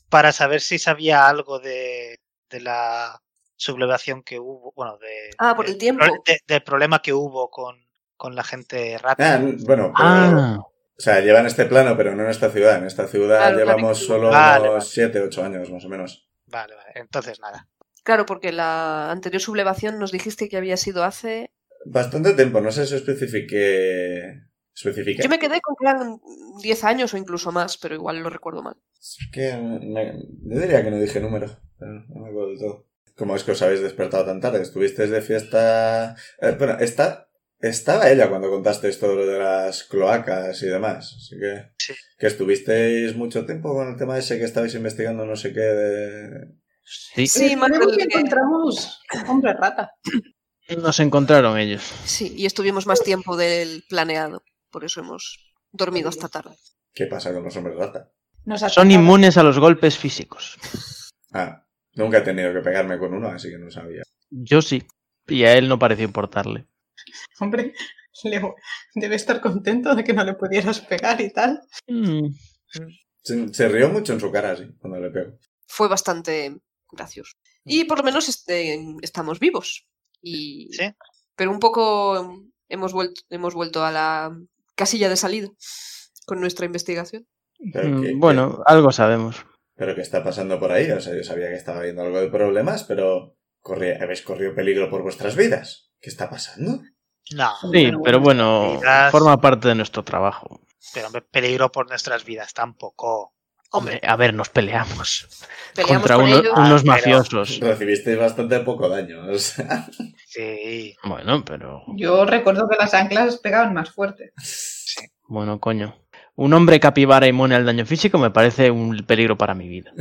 C: para saber si sabía algo de, de la sublevación que hubo, bueno, de,
E: Ah, por
C: de-
E: el tiempo.
C: de- del problema que hubo con, con la gente
A: Ah,
C: rápida.
A: n- bueno, pero-
B: Ah,
A: o sea, lleva en este plano, pero no en esta ciudad. En esta ciudad
E: Claro, claro,
A: llevamos
E: claro.
A: solo
C: Vale, vale.
A: unos 7, 8 años, más o menos.
C: Vale, vale. Entonces nada.
E: Claro, porque la anterior sublevación nos dijiste que había sido hace...
A: Bastante tiempo, no sé si especifique... especifique.
E: Yo me quedé con que eran 10 años o incluso más, pero igual lo recuerdo mal.
A: Es que me- yo diría que no dije número, pero no me acuerdo del todo. ¿Cómo es que os habéis despertado tan tarde? ¿Estuvisteis de fiesta...? Eh, bueno, está, estaba ella cuando contasteis todo lo de las cloacas y demás, así que...
C: Sí.
A: Que estuvisteis mucho tiempo con el tema ese que estabais investigando no sé qué de...
B: sí.
E: Sí,
F: Pero
E: más
F: luego
E: del
F: que
E: que-
F: encontramos hombre rata.
B: Nos encontraron ellos.
E: Sí, y estuvimos más tiempo del planeado, por eso hemos dormido hasta tarde.
A: ¿Qué pasa con los hombres rata?
F: Nos
B: Son
F: atacaron.
B: inmunes a los golpes físicos.
A: Ah, nunca he tenido que pegarme con uno, así que no sabía.
B: Yo sí. Y a él no pareció importarle.
F: Hombre, Leo, debe estar contento de que no le pudieras pegar y tal.
B: Mm,
A: Se, se rió mucho en su cara, sí, cuando le pego.
E: Fue bastante gracioso.
B: Mm.
E: Y por lo menos este, estamos vivos. Y...
C: Sí.
E: Pero un poco hemos vuelto, hemos vuelto a la casilla de salida con nuestra investigación.
A: Pero que-
B: mm, Bueno, algo sabemos.
A: pero que está pasando por ahí. O sea, yo sabía que estaba habiendo algo de problemas, pero corría- habéis corrido peligro por vuestras vidas. ¿Qué está pasando?
C: No,
B: Sí, pero bueno,
C: Quizás-
B: forma parte de nuestro trabajo.
C: pero hombre, peligro por nuestras vidas tampoco.
B: Hombre, Eh, a ver, nos peleamos
E: Peleamos
B: contra
E: con
B: uno-
E: ellos.
B: unos
C: Ah, pero-
B: mafiosos.
A: Recibisteis bastante poco daño. o sea.
C: Sí,
B: Bueno, pero
F: Yo recuerdo que las anclas pegaban más fuerte.
B: bueno, coño. Un hombre capibara inmune al daño físico me parece un peligro para mi vida.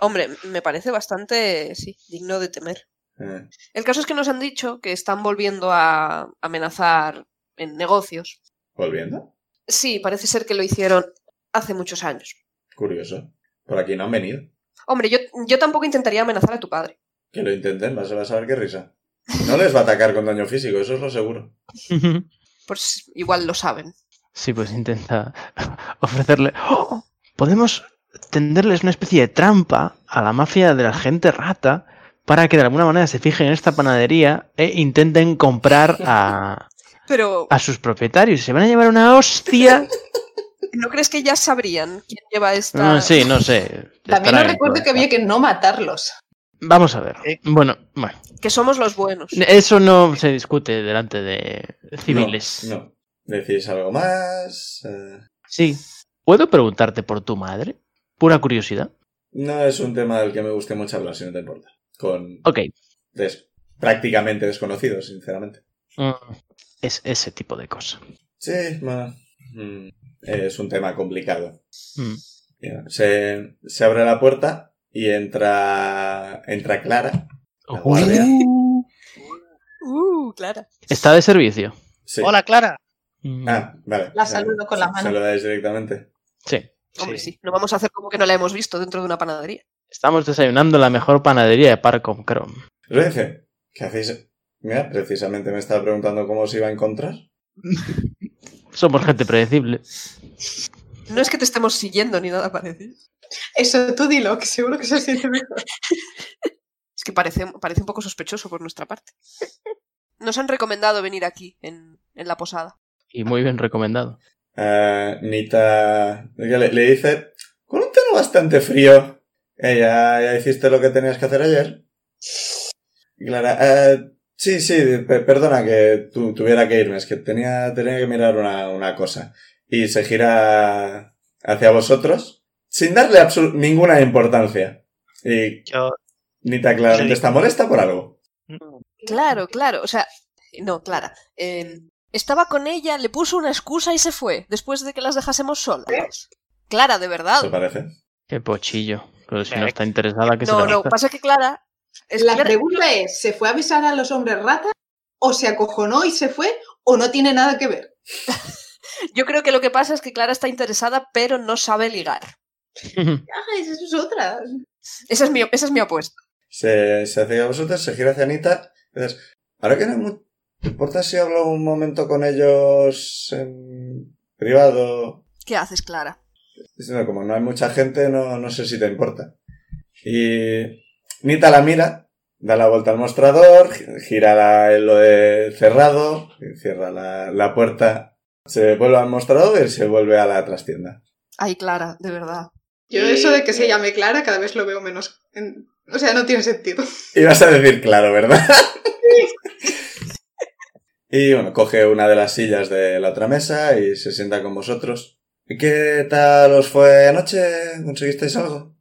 E: Hombre, me parece bastante, sí, digno de temer.
A: Eh,
E: El caso es que nos han dicho que están volviendo a amenazar en negocios.
A: ¿Volviendo?
E: Sí, parece ser que lo hicieron hace muchos años.
A: Curioso. Por aquí no han venido.
E: Hombre, yo, yo tampoco intentaría amenazar a tu padre.
A: Que lo intenten, vas a, vas a ver qué risa. No les va a atacar con daño físico, eso es lo seguro.
E: Pues igual lo saben.
B: Sí, pues intenta ofrecerle. ¡Oh! Podemos tenderles una especie de trampa a la mafia de la gente rata para que de alguna manera se fijen en esta panadería e intenten comprar a,
E: Pero,
B: a sus propietarios. Se van a llevar una hostia.
E: ¿no crees que ya sabrían quién lleva esta...?
B: No, Ah, sí, no sé.
F: También
B: Estará
F: no
B: en
F: recuerdo
B: todas
F: que había que no matarlos.
B: Vamos a ver.
A: Eh.
C: Sí.
B: Bueno, bueno,
E: Que somos los buenos.
B: eso no se discute delante de civiles.
A: No, no. ¿Decís algo más? Eh,
B: Sí. ¿Puedo preguntarte por tu madre? Pura curiosidad.
A: no es un tema del que me guste mucho hablar, si no te importa. Con...
B: Ok.
A: des- prácticamente desconocidos, sinceramente.
B: Mm, Es ese tipo de cosa.
A: Sí, bueno, mm, es un tema complicado.
B: Mm.
A: Ya, Se, se abre la puerta y entra, entra Clara. La guardia.
E: Uh, claro.
B: Está de servicio.
A: Sí.
C: Hola, Clara.
B: Mm,
A: Ah, vale.
F: La saludo con la mano.
A: Saludáis directamente.
B: Sí.
E: Hombre, sí.
C: Sí.
E: No vamos a hacer como que no la hemos visto dentro de una panadería.
B: Estamos desayunando en la mejor panadería de Parcom Chrome.
A: Pero dice, ¿qué hacéis? Mira, precisamente me estaba preguntando cómo os iba a encontrar.
B: Somos gente predecible.
E: No es que te estemos siguiendo ni nada parecido.
F: Eso tú dilo, que seguro que se siente mejor.
E: Es que parece, parece un poco sospechoso por nuestra parte. Nos han recomendado venir aquí, en, en la posada.
B: Y muy bien recomendado.
A: Ah, Nita le, le dice, con un tono bastante frío. "Eh, ya, ya hiciste lo que tenías que hacer ayer. Y Clara, "Eh, sí, sí, pe- perdona que tu- tuviera que irme, es que tenía, tenía que mirar una, una cosa. Y se gira hacia vosotros sin darle absolu- ninguna importancia. Y
C: Yo,
A: Nita claramente está molesta por algo.
E: Mm. Claro, claro. O sea, no, Clara. eh, estaba con ella, le puso una excusa y se fue, después de que las dejásemos
B: ¿Eh?
E: solas. Clara, de verdad.
A: ¿Te parece?
B: Qué pochillo. Pero si no
C: Venga.
B: está interesada, que se
E: No,
B: la
E: no,
B: meta.
E: pasa que Clara. Es
F: La
E: Clara-
F: pregunta es, ¿se fue a avisar a los hombres ratas? ¿O se acojonó y se fue? ¿O no tiene nada que ver?
E: Yo creo que lo que pasa es que Clara está interesada, pero no sabe ligar.
F: Ah, esa es otra.
E: Esa es mi, esa es mi apuesta.
A: Se, se acerca a vosotros, se gira hacia Anita. y dices, ahora que no mu- ¿te importa si hablo un momento con ellos en privado?
E: ¿Qué haces, Clara?
A: Diciendo, como no hay mucha gente, no, no sé si te importa. Y Nita la mira, da la vuelta al mostrador, gi- gira la- lo de cerrado, cierra la, la puerta, se vuelve al mostrador y se vuelve a la trastienda.
E: Ay, Clara, de verdad.
D: Yo eso de que se llame Clara cada vez lo veo menos... en- O sea, no tiene sentido.
A: Y vas a decir claro, ¿verdad? y bueno, coge una de las sillas de la otra mesa y se sienta con vosotros. ¿Y qué tal os fue anoche? ¿Conseguisteis algo?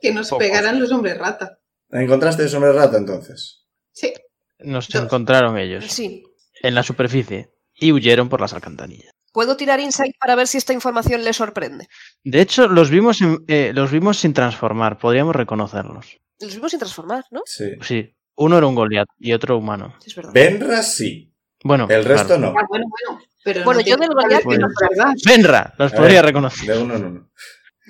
F: Que nos
B: Poco.
F: pegaran los hombres rata.
A: ¿Encontrasteis hombre rata entonces?
F: Sí.
B: Nos
F: Dos.
B: encontraron ellos
E: Sí.
B: en la superficie y huyeron por las alcantarillas.
E: Puedo tirar insight para ver si esta información le sorprende.
B: De hecho, los vimos, en- eh, los vimos sin transformar. Podríamos reconocerlos.
E: Los vimos sin transformar, ¿no?
A: Sí.
B: Sí, uno era un Goliath y otro humano.
E: Sí, Es verdad.
A: Benra sí,
B: Bueno,
A: el resto
B: claro.
A: no.
F: Ah, bueno, bueno. Pero
E: Bueno,
F: no
E: yo
F: tiene
E: del
F: nada que
E: Goliat
F: ver,
B: vi
E: los
F: ¿verdad?
B: Benra, los
A: A
B: podría
A: ver.
B: reconocer.
A: De uno en uno.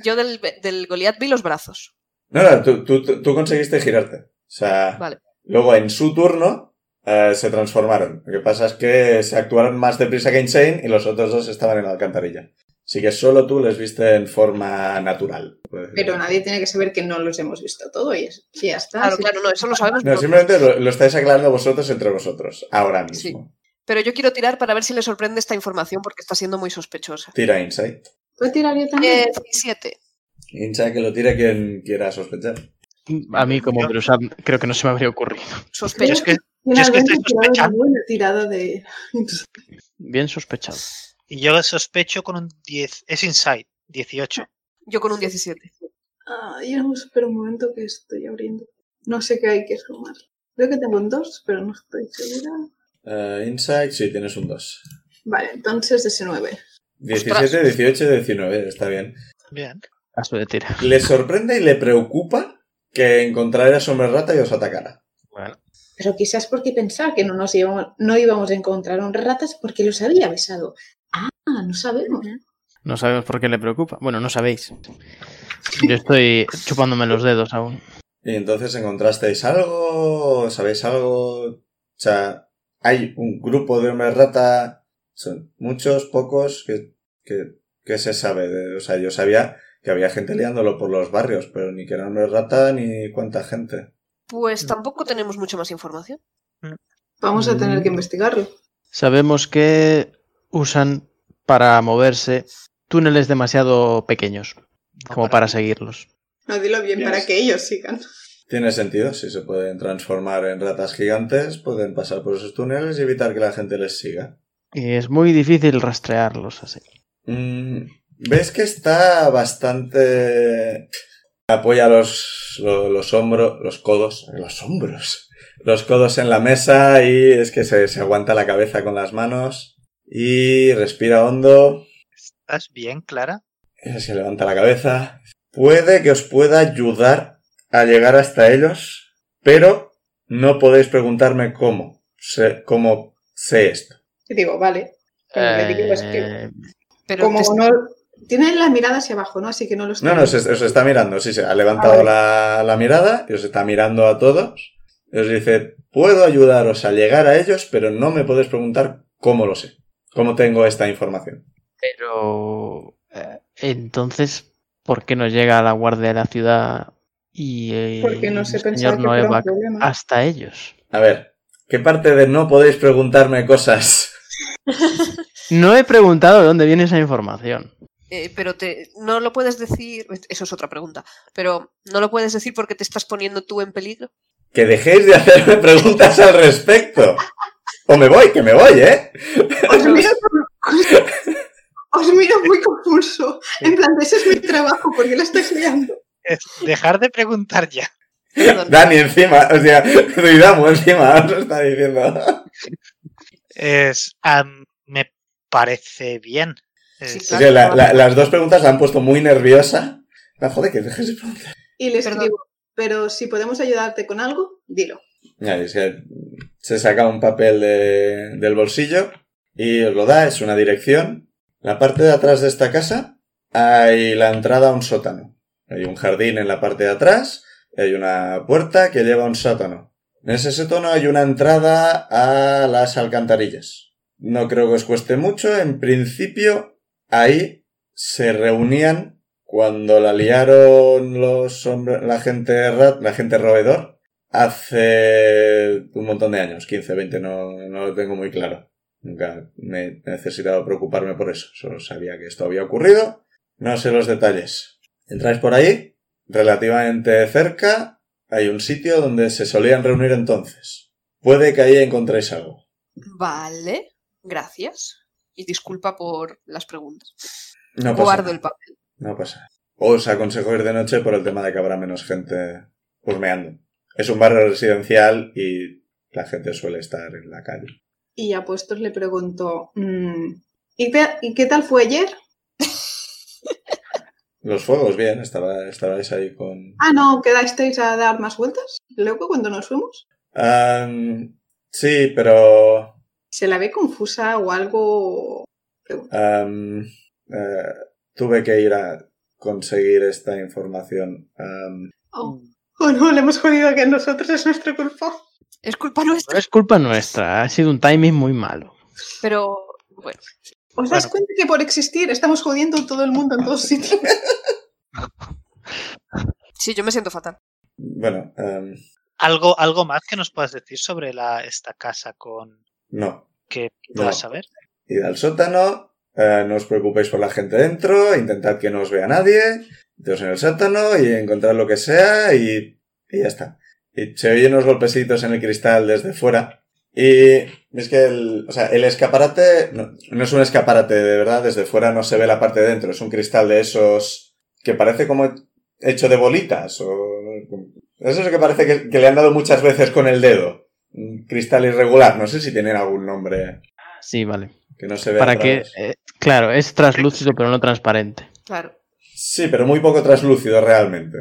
E: Yo del, del Goliath vi los brazos.
A: No, no, tú, tú, tú- tú conseguiste girarte. O sea,
E: Vale.
A: luego en su turno eh, se transformaron. Lo que pasa es que se actuaron más deprisa que Insane y los otros dos estaban en la alcantarilla. Así que solo tú les viste en forma natural. Pues, eh, por decirlo.
F: Pero nadie tiene que saber que no los hemos visto todo y es- y ya está.
E: Claro,
F: Sí.
E: claro, no, eso lo sabemos.
A: No,
E: todos.
A: simplemente lo, lo estáis aclarando vosotros entre vosotros, ahora mismo.
E: Pero yo quiero tirar para ver si le sorprende esta información porque está siendo muy sospechosa.
A: Tira Insight.
F: ¿Puedo tirar yo también?
E: Eh, 17.
A: Insight que lo tira quien quiera sospechar.
B: A mí, como Berusad, creo que no se me habría ocurrido.
C: yo
E: Sospecho.
C: es que,
F: Yo
C: es que estoy sospechando.
F: Una tirada de...
B: Bien sospechado.
C: y yo sospecho con un 10. Es inside, 18.
E: Yo con un 17.
F: Ah, yo no espero un momento que estoy abriendo. No sé qué hay que sumar. Creo que tengo un 2, pero no estoy segura.
A: Eh, insight, sí, tienes un 2.
F: Vale, entonces 19.
A: 17, 18, 19, está bien.
C: Bien.
B: Caso de tira.
A: Le sorprende y le preocupa que encontrara a Sombra Rata y os atacara.
B: Bueno,
F: Pero quizás porque pensaba que no nos íbamos, no íbamos a encontrar un ratas porque los había besado. Ah, no sabemos.
B: no sabemos por qué le preocupa. Bueno, no sabéis. Yo estoy chupándome los dedos aún.
A: Y entonces encontrasteis algo, sabéis algo. O sea, hay un grupo de hombres rata, son muchos, pocos, que, que, que se sabe. de- o sea, yo sabía que había gente liándolo por los barrios, pero ni que era hombre rata ni cuánta gente.
E: Pues tampoco tenemos mucha más información.
D: Vamos a tener que
B: Mm.
D: investigarlo.
B: Sabemos que usan para moverse túneles demasiado pequeños, como para seguirlos.
D: No, dilo bien
A: Yes.
D: para que ellos sigan.
A: Tiene sentido, si se pueden transformar en ratas gigantes, pueden pasar por esos túneles y evitar que la gente les siga.
B: Y es muy difícil rastrearlos así.
A: Mm, ¿Ves que está bastante... Apoya los, lo- los, hombros, los codos, los hombros, los codos en la mesa y es que se, se aguanta la cabeza con las manos y respira hondo,
C: ¿Estás bien, Clara?
A: y se levanta la cabeza. Puede que os pueda ayudar a llegar hasta ellos, pero no podéis preguntarme cómo, sé, cómo sé esto.
D: Y digo, vale. Pero me digo, pues, que-
B: Eh,
E: Pero
D: Como
E: te-
D: no,
F: Tienen la mirada hacia abajo, ¿no? Así que no los
A: No, no, os, os está mirando, sí, se ha levantado la, la mirada y os está mirando a todos. Y os dice, puedo ayudaros a llegar a ellos, pero no me podéis preguntar cómo lo sé, cómo tengo esta información.
B: Pero eh, entonces, ¿por qué no llega la guardia de la ciudad y eh,
F: Porque no
B: el
F: se pensaba
B: señor
F: que fuera un
B: Noevac
F: problema.
B: hasta ellos?
A: A ver, ¿qué parte de no podéis preguntarme cosas?
B: No he preguntado de dónde viene esa información.
E: Eh, pero te, no lo puedes decir, eso es otra pregunta, pero no lo puedes decir porque te estás poniendo tú en peligro.
A: Que dejéis de hacerme preguntas al respecto. O me voy, que me voy, ¿eh?
F: Os miro, os miro muy confuso. En plan, ese es mi trabajo, ¿por qué lo estáis liando?
C: Es dejar de preguntar ya.
E: Perdón.
A: Dani encima, o sea, Zuidamu encima os está diciendo.
C: Es, am, me parece bien.
E: Sí,
C: Es-
A: O
E: claro.
A: sea, la- la- las dos preguntas la han puesto muy nerviosa. La joder, que dejes de preguntar.
F: Y les
E: Perdón.
F: escribo, pero si podemos ayudarte con algo, dilo.
A: Ya, es que se saca un papel de- del bolsillo y os lo da, es una dirección. La parte de atrás de esta casa hay la entrada a un sótano. Hay un jardín en la parte de atrás y hay una puerta que lleva a un sótano. En ese sótano hay una entrada a las alcantarillas. No creo que os cueste mucho. En principio, ahí se reunían cuando la liaron los hombres, la gente, ra- la gente roedor hace un montón de años, 15, 20, no, no lo tengo muy claro. Nunca me he necesitado preocuparme por eso. Solo sabía que esto había ocurrido. No sé los detalles. Entráis por ahí, relativamente cerca, hay un sitio donde se solían reunir entonces. Puede que ahí encontréis algo.
E: Vale, gracias. Y disculpa por las preguntas.
A: No pasa.
E: Guardo
A: nada.
E: el papel.
A: No pasa. Os aconsejo ir de noche por el tema de que habrá menos gente hurmeando. Es un barrio residencial y la gente suele estar en la calle.
F: Y a puestos le pregunto, mm, ¿y, te- y qué tal fue ayer?
A: Los fuegos, bien, estaba, estabais ahí con...
F: Ah, no, ¿quedasteis a dar más vueltas? Luego, cuando nos fuimos,
A: Am, sí, pero...
F: se la ve confusa o algo.
A: am, eh, tuve que ir a conseguir esta información. Am,
F: Oh, oh, no, le hemos jodido que a nosotros es nuestra culpa.
E: Es culpa nuestra,
B: No es culpa nuestra, ha sido un timing muy malo.
E: pero bueno.
F: ¿Os das
C: Bueno.
F: cuenta que por existir estamos jodiendo a todo el mundo en todos sitios?
E: Sí, yo me siento fatal.
A: bueno, am,
C: ¿Algo, ¿Algo más que nos puedas decir sobre la, esta casa con
A: no.
C: que
A: No.
C: puedas saber?
A: Id al sótano, eh, no os preocupéis por la gente dentro, intentad que no os vea nadie, meteos en el sótano y encontrad lo que sea y, y ya está. Y se oyen unos golpecitos en el cristal desde fuera. Y es que el, o sea, el escaparate no, no es un escaparate, de verdad, desde fuera no se ve la parte de dentro, es un cristal de esos que parece como hecho de bolitas o... Eso es lo que parece que, que le han dado muchas veces con el dedo. Un cristal irregular, no sé si tienen algún nombre
B: Sí, vale.
A: que no se vea.
B: Para
A: atrás.
B: que, eh, claro, es traslúcido pero no transparente.
E: Claro.
A: Sí, pero muy poco traslúcido realmente.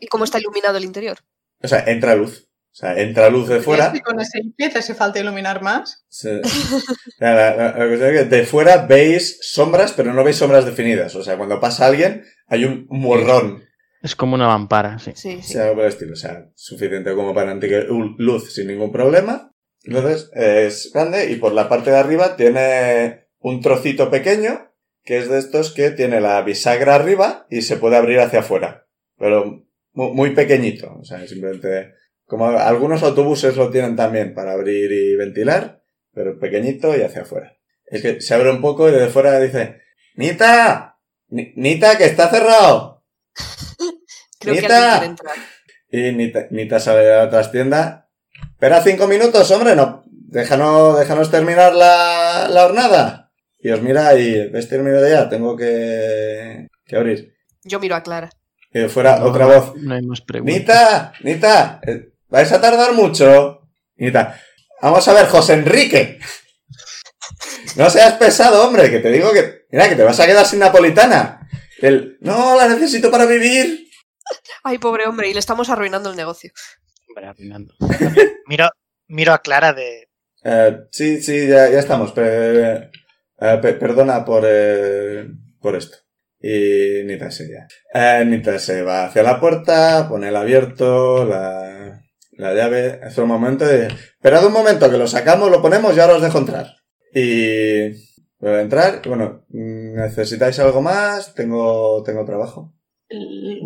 E: ¿Y cómo está iluminado el interior?
A: O sea, entra luz. O sea, entra luz de fuera.
F: Y Con esa limpieza hace falta iluminar más.
A: Se- La- la- la- la cuestión es que de fuera veis sombras, pero no veis sombras definidas. O sea, cuando pasa alguien, hay un morrón.
B: Es como una vampara, sí.
E: Sí,
A: O
E: sí.
A: sea, algo por el estilo. O sea, suficiente como para antique luz sin ningún problema. Entonces, es grande y por la parte de arriba tiene un trocito pequeño, que es de estos que tiene la bisagra arriba y se puede abrir hacia afuera. Pero mu- muy, pequeñito. O sea, simplemente, como algunos autobuses lo tienen también para abrir y ventilar, pero pequeñito y hacia afuera. Es que se abre un poco y desde fuera dice, Nita, Ni- Nita, que está cerrado.
E: Creo que
A: ¡Nita!
E: alguien quiere entrar.
A: Y Nita, Nita sale de la trastienda. Espera cinco minutos, hombre, no. Déjanos, déjanos terminar la, la hornada. Y os mira y ves terminado ya, tengo que, que abrir.
E: Yo miro a Clara.
A: Y de fuera
B: No,
A: Ah, otra voz.
B: No hay más preguntas.
A: Nita, Nita, eh, vais a tardar mucho. Nita, vamos a ver, José Enrique. No seas pesado, hombre, que te digo que. Mira, que te vas a quedar sin napolitana. El, no, la necesito para vivir.
E: Ay, pobre hombre, y le estamos arruinando el negocio.
B: Hombre, arruinando.
C: Miro, miro a Clara de...
A: Eh, sí, sí, ya, ya estamos. Pe- eh, pe- perdona por, eh, por esto. Y mientras ella. Eh, mientras se va hacia la puerta, pone el abierto, la, la llave, hace un momento y... Esperad un momento, que lo sacamos, lo ponemos y ahora os dejo entrar. Y... Voy a entrar, bueno, mm, ¿necesitáis algo más? Tengo, tengo trabajo.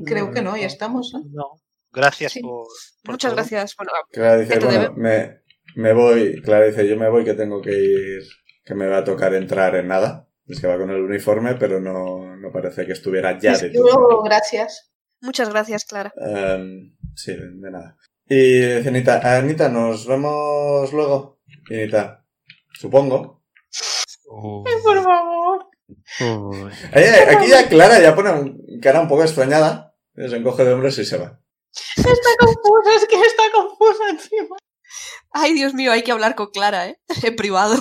D: Creo que
A: Mm.
D: no, ya estamos, ¿no?
C: No. Gracias
E: Ah. Sí.
C: por, por
E: Muchas
C: todo.
E: gracias. Bueno, ah,
A: Clara dice,
E: ¿Qué te
A: bueno, me, me voy. Clara dice, yo me voy que tengo que ir, que me va a tocar entrar en nada. Es que va con el uniforme, pero no, no parece que estuviera ya de turno.
D: Escribo oh, gracias.
E: muchas gracias, Clara.
A: Em, sí, de nada. Y dice Anita, "Ah, Anita, nos vemos luego. Y Anita, supongo.
D: Por favor.
B: Uy.
A: Ahí- aquí ya Clara ya pone un- cara un poco extrañada, se encoge de hombros y se va.
D: Está confusa, es que está confusa encima.
E: Ay, Dios mío, hay que hablar con Clara, ¿eh? En privado.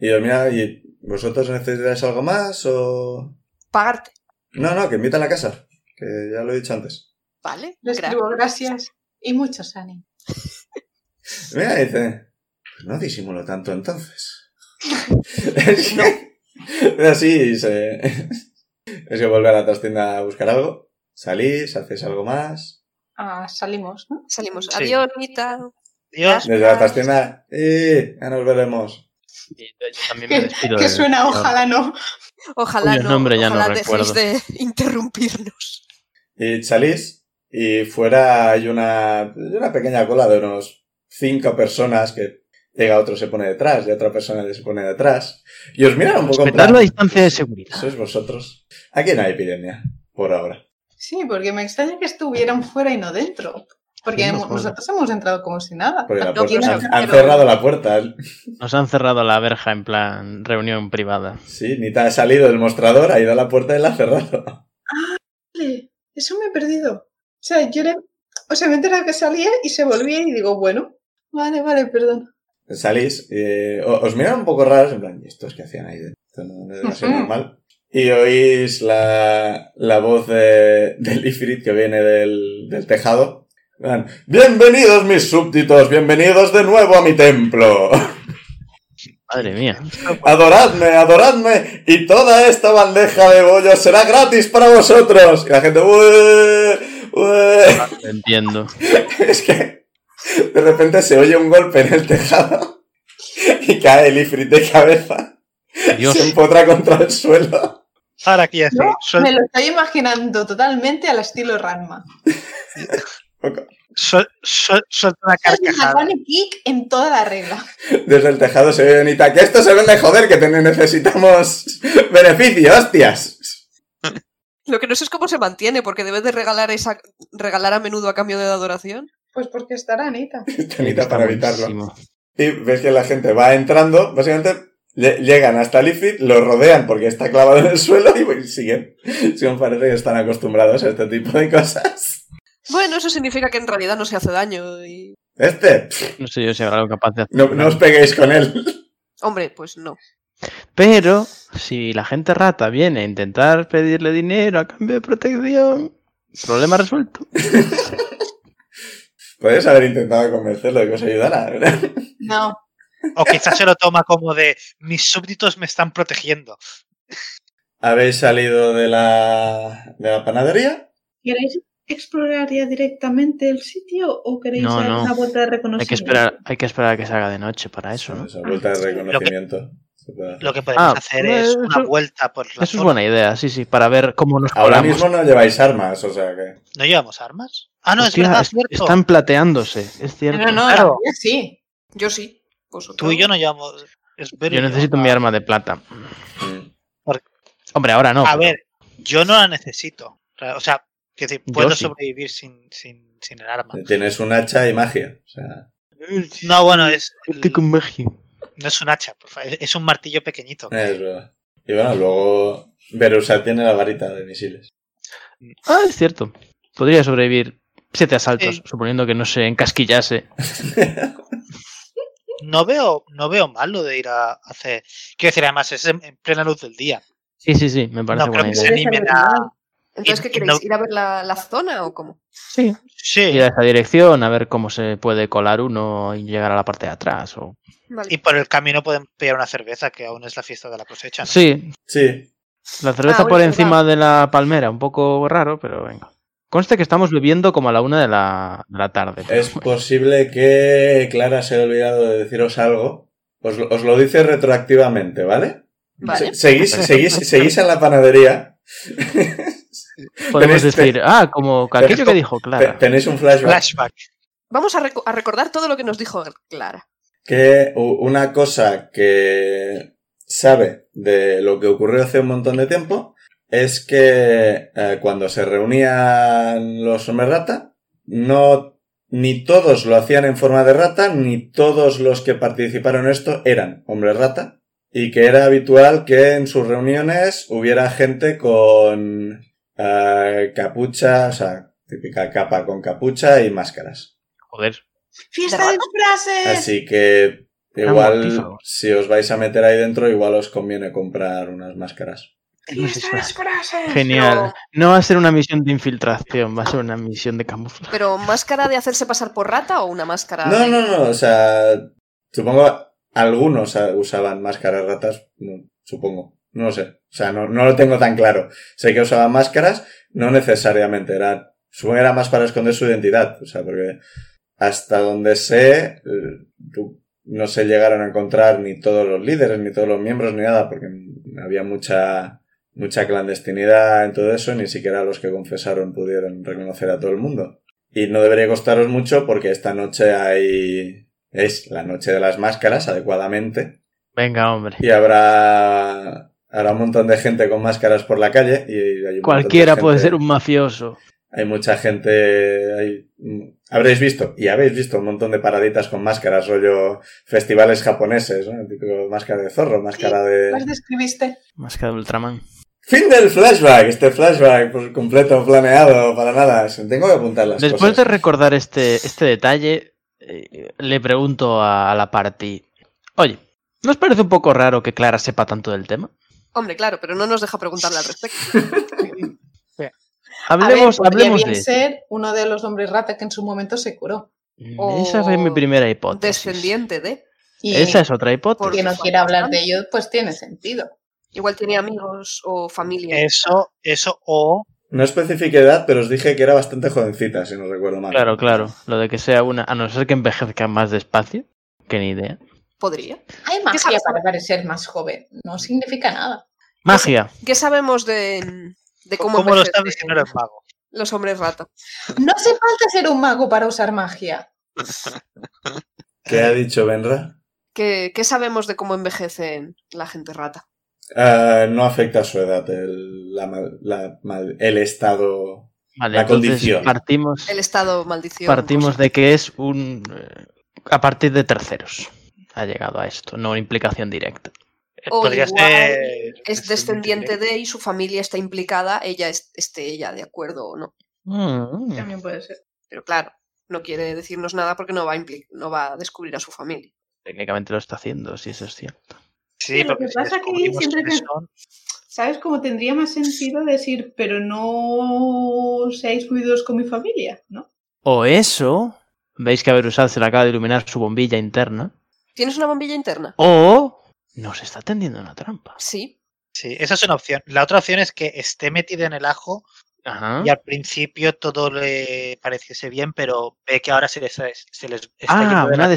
A: Y yo, mira, ¿y vosotros necesitáis algo más o...?
E: Pagarte.
A: No, no, que invita a la casa, que ya lo he dicho antes.
E: Vale,
D: Le
E: gra-
D: escribo gracias y muchos ánimos.
A: Mira, dice, "Pues no disimulo tanto entonces. es que, es así, y se, es que vuelve a la trastienda a buscar algo. Salís, hacéis algo más.
D: Ah, salimos, ¿no?
E: Salimos.
C: Sí.
E: Adiós, Anita.
C: Dios,
A: Desde la trastienda, ¡eh! Ya nos veremos.
B: Y yo también me
D: Que,
B: despido
D: que
B: de-
D: suena, ojalá no.
E: Ojalá
B: Cuyo
E: no,
B: nombre ya no
E: ojalá
B: recuerdo.
E: dejéis de interrumpirnos.
A: Y salís, y fuera hay una, hay una pequeña cola de unos cinco personas que llega otro se pone detrás y otra persona se pone detrás. Y os miran un poco en
B: Respetar la
A: plan,
B: distancia de seguridad.
A: Sois vosotros. Aquí no hay epidemia, por ahora.
D: Sí, porque me extraña que estuvieran fuera y no dentro. Porque
B: No
D: hemos-
B: jodas.
D: nosotros hemos entrado como si nada.
A: Porque la
E: No,
A: puerta-
E: quién
A: han,
E: sabe,
A: han
E: pero-
A: cerrado la puerta.
B: Nos han cerrado la verja en plan reunión privada.
A: Sí, Nita ha salido del mostrador, ha ido a la puerta y la ha cerrado.
F: Vale.
D: Eso me he perdido. O sea, yo le... O sea, me he enterado que salía y se volvía y digo, bueno,
F: Vale, vale, perdón.
A: Salís, eh, o- os miran un poco raros, en plan, ¿y estos qué hacían ahí dentro? Esto no, no es demasiado
D: Ujú.
A: normal. Y oís la, la voz de, del Ifrit que viene del, del tejado. En plan, Bienvenidos mis súbditos, bienvenidos de nuevo a mi templo.
B: Madre mía.
A: Adoradme, adoradme y toda esta bandeja de bollos será gratis para vosotros. Y la gente... "Ué, ué".
B: Lo Entiendo.
A: Es que de repente se oye un golpe en el tejado y cae el ifrit de cabeza.
B: Dios.
A: Se empotra contra el suelo.
C: ahora aquí así.
D: No,
C: Sol-
D: me lo estoy imaginando totalmente al estilo Ranma.
C: sol- sol- Suelta una
D: Es una
C: carcajada.
D: Bunny Kick en toda la regla.
A: Desde el tejado se oye Anita, que esto se vende joder, que te- necesitamos beneficio, hostias.
E: Lo que no sé es cómo se mantiene, porque debes de regalar esa regalar a menudo a cambio de adoración.
D: Pues porque estará Anita.
A: Anita para
B: Está
A: evitarlo.
B: buenísimo.
A: Y ves que la gente va entrando, básicamente lle- llegan hasta el ifrit, lo rodean porque está clavado en el suelo y pues, siguen. Según parece que están acostumbrados a este tipo de cosas.
E: Bueno, eso significa que en realidad no se hace daño y...
A: Este, pff,
B: No sé yo si habrá algo capaz de hacer.
A: no- no os peguéis con él.
E: Hombre, pues no.
B: Pero si la gente rata viene a intentar pedirle dinero a cambio de protección, problema resuelto.
A: Podrías haber intentado convencerlo de que os ayudara, ¿verdad?
D: No,
C: O quizás se lo toma como de mis súbditos me están protegiendo.
A: Habéis salido de la, de la panadería.
F: ¿Queréis explorar ya directamente el sitio o queréis
B: No,
F: dar
B: no.
F: una vuelta de reconocimiento?
B: Hay que esperar, hay que esperar a que se haga de noche para eso, ¿no?
A: Esa vuelta de reconocimiento. Se puede hacer.
C: Lo que podemos
B: Ah,
C: hacer
B: pues,
C: es una
B: eso-
C: vuelta por la
B: Eso es
C: zona.
B: buena idea, sí, sí, para ver cómo nos
A: Ahora
B: colamos.
A: mismo no lleváis armas, o sea que...
C: ¿No llevamos armas? Ah, no,
B: Hostia,
C: es verdad,
B: es-
C: cierto.
B: Están plateándose, es cierto.
D: no, no,
C: Claro.
D: la- sí.
E: Yo sí. Vosotros.
C: Tú y yo no llevamos. es
B: Yo
C: verdad.
B: necesito mi arma de plata.
A: mm.
B: Hombre, ahora no.
C: A ver, yo no la necesito. O sea, que decir,
B: Yo
C: puedo
B: sí.
C: sobrevivir sin, sin, sin el arma.
A: Tienes un hacha y magia. O sea,
C: No, bueno, es.
B: Vete con magia.
C: No es un hacha, por favor, es un martillo pequeñito.
A: es verdad. Y bueno, luego Verusa tiene la varita de misiles.
B: Ah, es cierto. Podría sobrevivir siete asaltos,
C: Sí.
B: suponiendo que no se encasquillase.
C: No veo, no veo mal lo de ir a hacer. Quiero decir, además, es en, en plena luz del día.
B: Sí, sí, sí, me parece
C: no creo
B: buena
C: que
B: idea.
C: se animen a.
E: Entonces,
C: y-
E: ¿qué
C: y
E: queréis?
C: no-
E: ¿Ir a ver la, la zona o cómo?
B: Sí.
C: Sí,
B: Ir a esa dirección, a ver cómo se puede colar uno y llegar a la parte de atrás. O...
E: Vale.
C: y por el camino pueden pillar una cerveza, que aún es la fiesta de la cosecha. ¿no?
B: Sí,
A: Sí.
B: La cerveza
E: bueno,
B: por
E: es
B: encima de la palmera, un poco raro, pero venga. Conste que estamos bebiendo como a la una de la, de la tarde. pero
A: Es posible que Clara se haya olvidado de deciros algo. Os, lo- os lo dice retroactivamente, ¿vale?
E: Vale.
A: Se- seguís, seguís, seguís en la panadería. tenéis-
B: Podemos decir, ah, como aquello que dijo
A: Te-
B: Clara.
A: Tenéis un flashback
C: Flashback.
E: Vamos a, reco- a recordar todo lo que nos dijo Clara.
A: que u- una cosa que sabe de lo que ocurrió hace un montón de tiempo es que eh, cuando se reunían los hombres rata, no ni todos lo hacían en forma de rata, ni todos los que participaron en esto eran hombres rata, y que era habitual que en sus reuniones hubiera gente con eh, capucha, o sea, típica capa con capucha y máscaras.
B: Joder.
D: ¡Fiesta de frases!
A: Así que
B: Gran
A: igual,
B: mortífago.
A: si os vais a meter ahí dentro, igual os conviene comprar unas máscaras.
D: ¡Fiesta de frases!
B: Genial. No va a ser una misión de infiltración, va a ser una misión de camuflaje.
E: Pero máscara de hacerse pasar por rata o una máscara.
A: No,
E: de-
A: no, no, o sea, supongo algunos ah, usaban máscaras ratas, no, supongo, no lo sé, o sea, no, no lo tengo tan claro. Sé que usaban máscaras, no necesariamente, era, supongo que era más para esconder su identidad, o sea, porque hasta donde sé, eh, tú- no se llegaron a encontrar ni todos los líderes, ni todos los miembros, ni nada, porque había mucha, mucha clandestinidad en todo eso, ni siquiera los que confesaron pudieron reconocer a todo el mundo. Y no debería costaros mucho porque esta noche hay... Es la noche de las máscaras, adecuadamente.
B: Venga, hombre.
A: Y habrá... Habrá un montón de gente con máscaras por la calle y hay un montón de
B: Cualquiera puede
A: gente-
B: ser un mafioso.
A: Hay mucha gente... hay- mm, habréis visto, y habéis visto un montón de paraditas con máscaras, rollo festivales japoneses, ¿no? El típico máscara de zorro, máscara de...
D: Las describiste.
B: Más que de Ultraman.
A: Fin del flashback, este flashback por completo planeado, para nada. Tengo que apuntar las
B: Después de
A: cosas.
B: recordar este, este detalle, eh, le pregunto a, a la party. Oye, ¿no os parece un poco raro que Clara sepa tanto del tema?
E: Hombre, claro, pero no nos deja preguntarle al respecto.
B: Hablemos,
D: a ver, podría
B: hablemos
D: bien
B: de eso.
D: ser uno de los hombres rata que en su momento se curó.
B: Mm, Esa fue mi
E: o
B: primera hipótesis.
E: Descendiente de.
D: Y
B: Esa es otra
E: Por-
B: hipótesis.
D: que no quiera hablar de ello, pues tiene sentido.
E: Igual tiene amigos o familia.
C: Eh, Eso, eso o
A: No especifique edad, pero os dije que era bastante jovencita, si no recuerdo mal.
B: Claro, claro. Lo de que sea una, a no ser que envejezca más despacio, que ni idea.
E: Podría.
D: Hay magia
E: sabes?
D: para parecer más joven.
B: Mm.
D: No significa nada.
B: Magia.
E: ¿Qué sabemos de, de
C: cómo,
E: cómo,
C: lo
E: envejecen
C: sabes si no eres mago.
E: los hombres rata?
D: No hace falta ser un mago para usar magia.
A: ¿Qué ha dicho Benra?
E: ¿Qué, qué sabemos de cómo envejecen la gente rata?
A: Ah, no afecta a su edad el, la mal- la mal- el estado.
B: Vale,
A: La
B: entonces
A: condición.
B: Partimos,
E: El estado
D: pues,
E: maldición.
B: partimos
E: cosa.
B: de que es un. eh, A partir de terceros ha llegado a esto, no implicación directa.
E: O
C: Podría
E: igual
C: ser.
E: Es descendiente de y su familia está implicada, ella es- esté ella de acuerdo o no.
B: Mm.
F: También puede ser.
E: Pero claro, no quiere decirnos nada porque no va a, impli- no va a descubrir a su familia.
B: Técnicamente lo está haciendo, si eso es cierto.
C: Sí,
F: Lo
C: porque
F: que
C: si
F: pasa que
C: descubrimos
F: siempre
C: quiénes
F: te-
C: son,
F: ¿Sabes cómo tendría más sentido decir, pero no seáis ruidos con mi familia? ¿No?
B: O eso. Veis que a Berusad se le acaba de iluminar su bombilla interna.
E: ¿Tienes una bombilla interna?
B: O nos está tendiendo una trampa.
E: Sí.
C: sí, esa es una opción. La otra opción es que esté metida en el ajo
B: Ajá.
C: y al principio todo le pareciese bien, pero ve que ahora se les, se les está
B: Ah,
C: yendo de
B: una
C: las manos y no-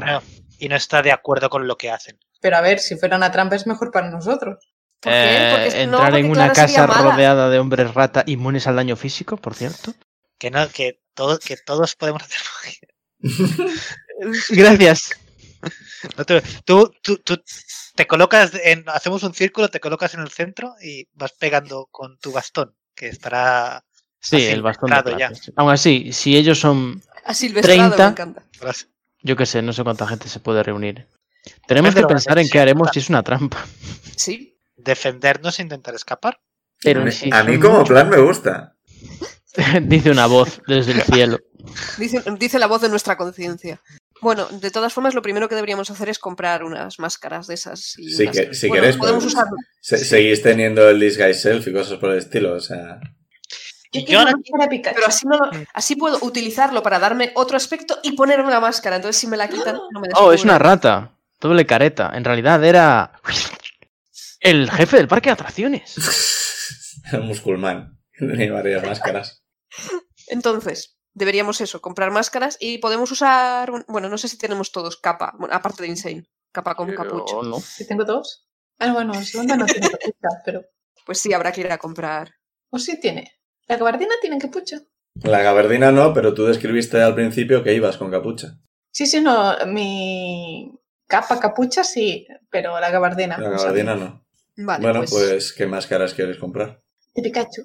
B: desertora.
C: y no está de acuerdo con lo que hacen.
D: Pero a ver, si fuera una trampa es mejor para nosotros.
E: ¿Por qué?
B: Eh,
E: Porque si no,
B: entrar en
E: porque
B: una
E: Clara sería
B: casa
E: mala.
B: rodeada de hombres rata inmunes al daño físico, por cierto.
C: Que no, que todo, que todos podemos hacer magia.
B: Gracias.
C: No te- tú, tú- tú te colocas en, hacemos un círculo, te colocas en el centro y vas pegando con tu bastón, que estará
B: Sí,
C: Así,
B: el bastón de
C: claro, ya.
B: plata. Aún así, si ellos son,
E: Asilvestrado,
B: 30.
E: me encanta.
C: tras-
B: yo qué sé, no sé cuánta gente se puede reunir. Tenemos
C: Depende de
B: que
C: lo
B: pensar
C: grande
B: en
C: que
B: qué
C: sea.
B: haremos si es una trampa.
E: Sí.
C: defendernos e intentar escapar.
B: Pero
A: a mí,
B: si
A: a mí
B: son
A: como
B: muchos-
A: plan me gusta.
B: dice una voz desde el cielo.
E: Dice, dice la voz de nuestra conciencia. Bueno, de todas formas, lo primero que deberíamos hacer es comprar unas máscaras de esas. Y
A: Sí
E: unas-
A: que- si
E: bueno,
A: queréis,
E: Podemos
A: pues.
E: usar
A: Se- Seguís teniendo el disguise self y cosas por el estilo, o sea.
C: Y yo
D: quiero
C: ahora-
D: máscara Pikachu.
E: Pero así, no lo- así puedo utilizarlo para darme otro aspecto y poner una máscara. Entonces, si me la quitan, no me
B: Oh,
E: descubren.
B: es una rata. Doble careta. En realidad era. El jefe del parque de atracciones.
A: El musculmán. Tiene varias máscaras.
E: Entonces, deberíamos eso, comprar máscaras y podemos usar, un- bueno, no sé si tenemos todos capa, bueno, aparte de Insane, capa con capucha.
B: Yo no.
F: ¿Sí tengo dos? Ah, bueno, el segundo no tiene capucha, pero...
E: Pues sí, habrá que ir a comprar.
F: O sí tiene. La gabardina tiene capucha.
A: La gabardina no, pero tú describiste al principio que ibas con capucha.
F: Sí, sí, no, mi capa capucha sí, pero la
E: Ah,
F: gabardina.
A: La
F: o sea,
A: gabardina no.
E: pues Vale,
A: bueno,
E: pues,
A: pues, ¿qué máscaras quieres comprar?
F: De Pikachu.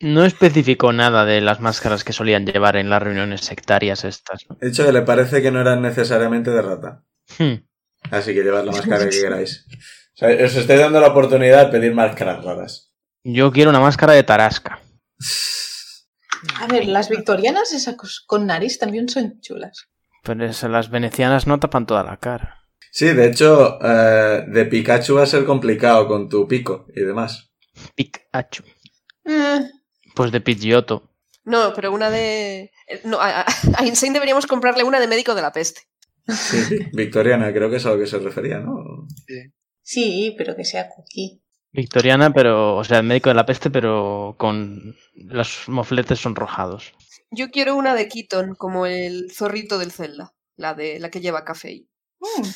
B: No especificó nada de las máscaras que solían llevar en las reuniones sectarias estas. ¿no?
A: De hecho, que le parece que no eran necesariamente de rata.
B: Hmm.
A: Así que llevad la máscara que queráis. O sea, os estoy dando la oportunidad de pedir máscaras raras.
B: Yo quiero una máscara de tarasca.
F: A ver, las victorianas esas cos- con nariz también son chulas.
B: Pero es- las venecianas no tapan toda la cara.
A: Sí, de hecho, eh, de Pikachu va a ser complicado con tu pico y demás.
B: Pikachu.
F: Eh,
B: Pues de Pidgeotto.
E: No, pero una de... eh, No, a, a- a Insane deberíamos comprarle una de médico de la peste.
A: Sí, Vic- Victoriana, creo que es a lo que se refería, ¿no?
F: sí, pero que sea cookie.
B: Victoriana, pero, o sea, el médico de la peste, pero con los mofletes sonrojados.
E: Yo quiero una de Keaton, como el zorrito del Zelda, la de la que lleva café.
F: Mm,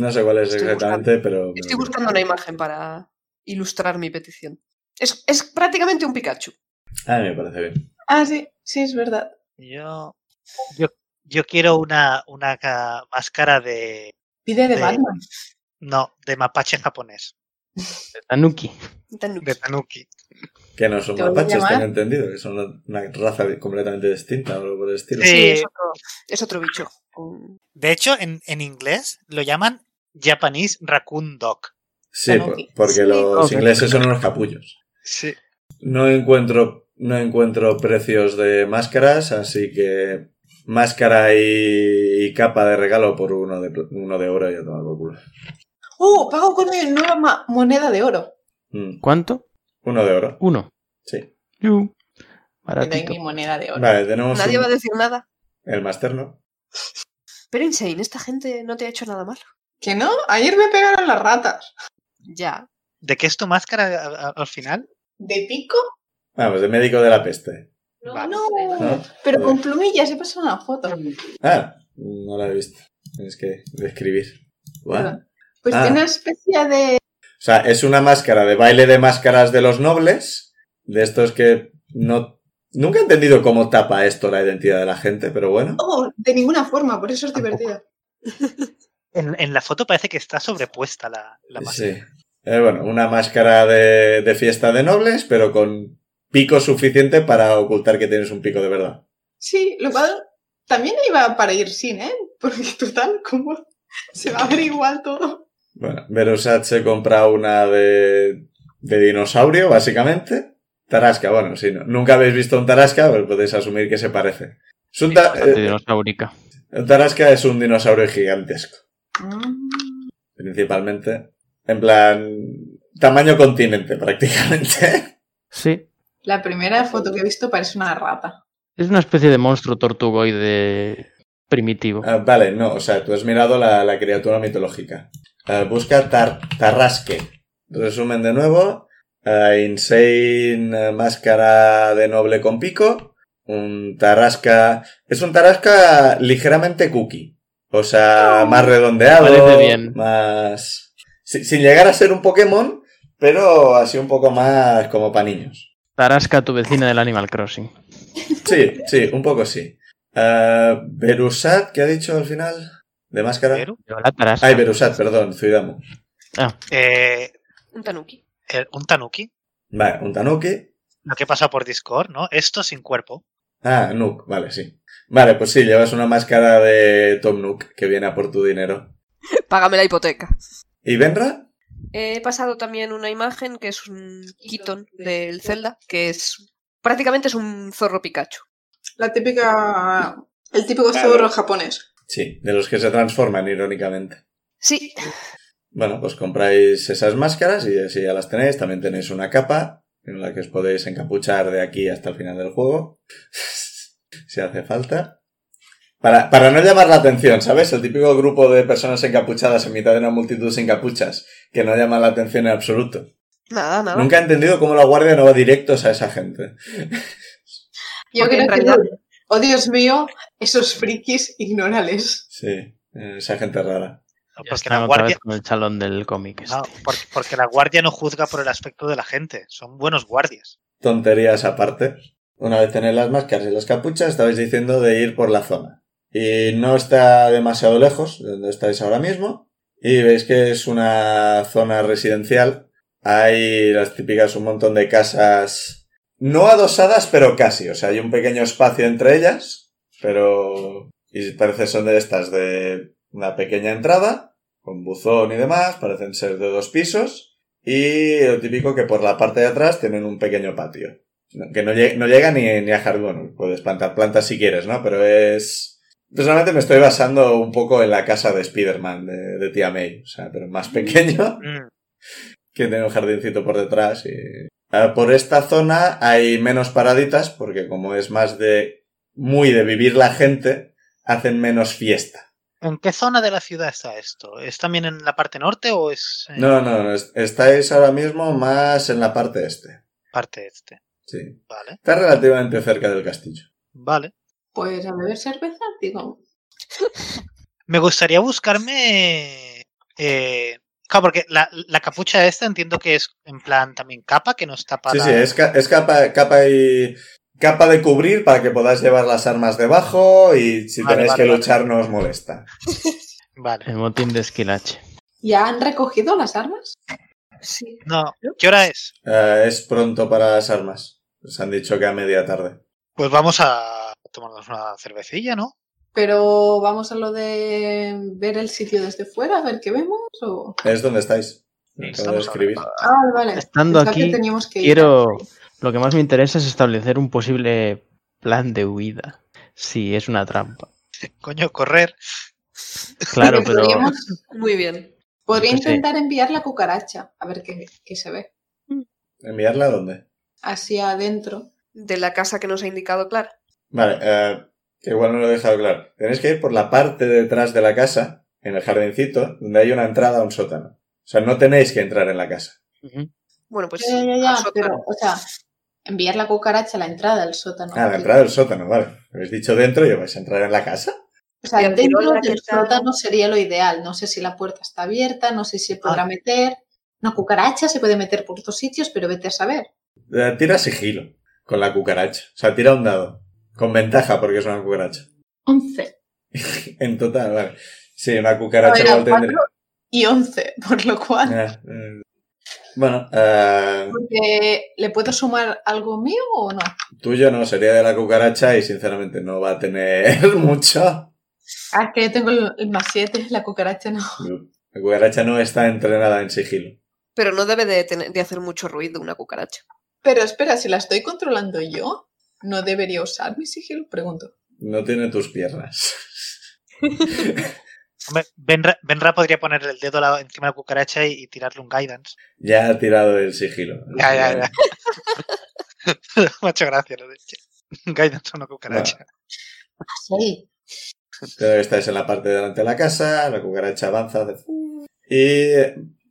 A: No sé cuál es
E: Estoy
A: exactamente, pero...
E: Estoy buscando una imagen para ilustrar mi petición. Es, es prácticamente un Pikachu.
A: A mí me parece bien.
F: Ah, sí, sí, es verdad.
C: Yo, yo, yo quiero una, una ca- máscara de.
F: Pide de
C: Sí.
F: Batman.
C: No, de mapache japonés.
B: De Tanuki.
E: Tan
C: De Tanuki.
A: Que no son
F: Te voy a
A: mapaches,
F: llamar.
A: tengo entendido, que son una, una raza di- completamente distinta o algo por el estilo.
C: Sí.
E: Sí, es otro, es otro bicho. con-
C: De hecho, en, en inglés lo llaman Japanese Raccoon Dog.
A: Sí,
F: Tanuki.
A: por- porque
E: Sí.
A: los
B: Ok.
A: ingleses son unos capullos.
C: Sí.
A: No encuentro, no encuentro precios de máscaras, así que máscara y, y capa de regalo por uno de, pl- uno de oro y a tomar por culo.
F: ¡Oh! Pago con mi nueva ma- moneda de oro.
A: Mm,
B: ¿Cuánto?
A: uno de oro,
B: Uno.
A: sí.
B: Yu.
F: Te doy
B: Baratito.
F: mi moneda de oro.
A: Vale, tenemos
E: Nadie
A: un-
E: va a decir nada.
A: el masterno.
E: Pero Insane, esta gente no te ha hecho nada malo.
F: ¿Que no? Ayer me pegaron las ratas.
E: Ya.
C: ¿De qué es tu máscara a- a- al final?
F: ¿De pico?
A: Vamos, Ah, pues de médico de la peste.
C: Vale.
F: No,
A: ¿no?
F: pero
A: Vale.
F: con plumillas he pasado una foto.
A: Ah, no la he visto. Tienes que describir. Guau.
F: Pues
A: Ah.
F: tiene una especie de.
A: O sea, es una máscara de baile de máscaras de los nobles, de estos que no... Nunca he entendido cómo tapa esto la identidad de la gente, pero bueno.
F: Oh, de ninguna forma, por eso es
B: Tampoco.
F: divertido.
C: En, en la foto parece que está sobrepuesta la, la máscara.
A: Sí. Eh, bueno, una máscara de, de fiesta de nobles, pero con pico suficiente para ocultar que tienes un pico de verdad.
F: Sí, lo cual también iba para ir sin, ¿eh? Porque total, ¿cómo se va a ver igual todo?
A: Bueno, Verusat se compra una de, de dinosaurio, básicamente. Tarasca, bueno, si no- nunca habéis visto un Tarasca, pues podéis asumir que se parece. Es un ta-
B: Bastante
A: eh,
B: dinosaurica.
A: un Tarasca es un dinosaurio gigantesco.
F: Mm,
A: principalmente. En plan, tamaño continente prácticamente.
B: Sí.
F: La primera foto que he visto parece una rata.
B: Es una especie de monstruo tortugoide primitivo.
A: Ah, vale, no, o sea, tú has mirado la, la criatura mitológica. Ah, busca tar- Tarrasque. Resumen de nuevo. ah, insane eh, máscara de noble con pico. Un tarrasca... Es un tarrasca ligeramente cookie. O sea, más redondeado.
B: Oh. Parece bien.
A: Más... si- sin llegar a ser un Pokémon, pero así un poco más como para niños.
B: Tarasca, tu vecina del Animal Crossing.
A: Sí, sí, un poco sí. Eh, Berusat, ¿qué ha dicho al final? ¿De máscara?
C: Pero,
B: Yo la tarasca.
A: Ay, Berusat, perdón, Zuidamu.
C: eh,
E: Un tanuki.
C: el- un tanuki,
A: Vale, un tanuki.
C: lo que pasa por Discord, ¿no? Esto sin cuerpo.
A: Ah, Nuk, vale, sí. Vale, pues sí, llevas una máscara de Tom Nook que viene a por tu dinero.
E: Págame la hipoteca.
A: ¿Y Benra?
E: He pasado también una imagen que es un Keaton del Zelda, que es prácticamente es un zorro Pikachu.
F: La típica. El típico
A: Claro.
F: zorro japonés.
A: Sí, de los que se transforman, irónicamente.
E: Sí,
A: Bueno, pues compráis esas máscaras y si ya las tenéis, también tenéis una capa en la que os podéis encapuchar de aquí hasta el final del juego. si hace falta. Para, para no llamar la atención, ¿sabes? El típico grupo de personas encapuchadas en mitad de una multitud sin capuchas, que no llama la atención en absoluto.
E: Nada, nada.
A: Nunca he entendido cómo la guardia no va directos a esa gente.
D: Yo
E: Porque en
D: creo que,
E: realidad-
D: oh Dios mío, esos frikis ignorales.
A: Sí, esa gente rara.
C: No,
B: Ya
C: porque,
B: están
C: Pues la
B: otra vez
C: guardia,
B: con el chalón del cómic. este.
C: no, porque- porque la guardia no juzga por el aspecto de la gente. Son buenos guardias.
A: tonterías aparte. Una vez tenéis las máscaras y las capuchas, estabais diciendo de ir por la zona. Y no está demasiado lejos de donde estáis ahora mismo. Y veis que es una zona residencial. Hay las típicas un montón de casas no adosadas, pero casi. O sea, hay un pequeño espacio entre ellas. Pero... Y parece son de estas, de una pequeña entrada, con buzón y demás. Parecen ser de dos pisos. Y lo típico que por la parte de atrás tienen un pequeño patio. No- Que no, lle- no llega ni, ni a jardín. Bueno, puedes plantar plantas si quieres, ¿no? Pero es... Personalmente me estoy basando un poco en la casa de Spider-Man, de, de tía May. O sea, pero más pequeño,
C: Mm,
A: que tiene un jardincito por detrás. Y... Ah, Por esta zona hay menos paraditas, porque como es más de... Muy de vivir la gente, hacen menos fiesta.
C: ¿En qué zona de la ciudad está esto? ¿Es también en la parte norte o es en
A: No, no, no, es- estáis ahora mismo más en la parte este.
C: parte este?
A: Sí.
C: Vale,
A: Está relativamente cerca del castillo.
C: vale.
D: Pues a beber cerveza, digo.
C: Me gustaría buscarme. eh, claro, porque la, la capucha esta entiendo que es en plan también capa que nos tapa.
A: Sí,
C: la-
A: sí, es, ca- es capa, capa y capa de cubrir para que podáis llevar las armas debajo y si
C: Vale,
A: tenéis
C: vale,
A: que
C: vale.
A: luchar no os molesta.
C: Vale.
B: El motín de esquilache.
D: ¿Ya han recogido las armas?
E: Sí.
C: No, ¿qué hora es?
A: Eh, es pronto para las armas. Os han dicho que a media tarde.
C: Pues vamos a tomarnos una cervecilla, ¿no?
D: Pero vamos a lo de ver el sitio desde fuera, a ver qué vemos. O...
A: Es donde estáis. Me acabo de
C: Estamos
A: escribir.
C: ahora-
D: Ah, vale.
B: Estando
D: Pensaba que
B: aquí,
D: teníamos que ir.
B: quiero. Lo que más me interesa es establecer un posible plan de huida. Si es una trampa.
C: Coño, correr.
B: Claro,
D: Porque
B: pero.
D: podríamos-
E: Muy bien.
D: podría
B: Pues sí.
E: eh,
D: intentar enviar la cucaracha, a ver qué, qué se ve.
A: ¿Enviarla a dónde?
D: Hacia adentro.
E: De la casa que nos ha indicado Clara.
A: Vale, eh, que igual no lo he dejado claro. Tenéis que ir por la parte de detrás de la casa, en el jardincito, donde hay una entrada a un sótano. O sea, no tenéis que entrar en la casa.
B: Ujú.
E: Bueno, pues.
D: Ya, ya, ya,
E: al sótano.
D: pero, o sea, enviar la cucaracha a la entrada del sótano.
A: Ah, la entrada del sótano, vale. Habéis dicho dentro y vais a entrar en la casa.
D: O sea,
E: Y al tirón
D: dentro
E: la que
D: del
E: está-
D: sótano sería lo ideal. No sé si la puerta está abierta, no sé si se
E: Ah.
D: podrá meter. Una cucaracha se puede meter por otros sitios, pero vete a saber.
A: Eh, Tira sigilo con la cucaracha. O sea, tira un dado. Con ventaja porque es una cucaracha.
D: 11.
A: En total, vale. Sí, una cucaracha igual tendría.
D: y 11, por lo cual.
A: Ah, mm. Bueno, eh,
D: Porque, ¿Le puedo sumar algo mío o no?
A: tuyo no, sería de la cucaracha y sinceramente no va a tener mucho.
D: Ah, es que yo tengo el, el más 7, la cucaracha no.
A: La cucaracha no está entrenada en sigilo.
E: Pero no debe de, tener- de hacer mucho ruido una cucaracha.
D: Pero espera, si la estoy controlando yo, ¿no debería usar mi sigilo? Pregunto.
A: No tiene tus piernas.
C: Hombre, Benra, Benra podría poner el dedo a la- encima de la cucaracha y, y tirarle un guidance.
A: Ya ha tirado el sigilo.
C: Ya, ya, ya. Me ha hecho gracia lo de che, guidance a una cucaracha.
D: Sí.
A: Creo que estáis en la parte de delante de la casa, la cucaracha avanza de- y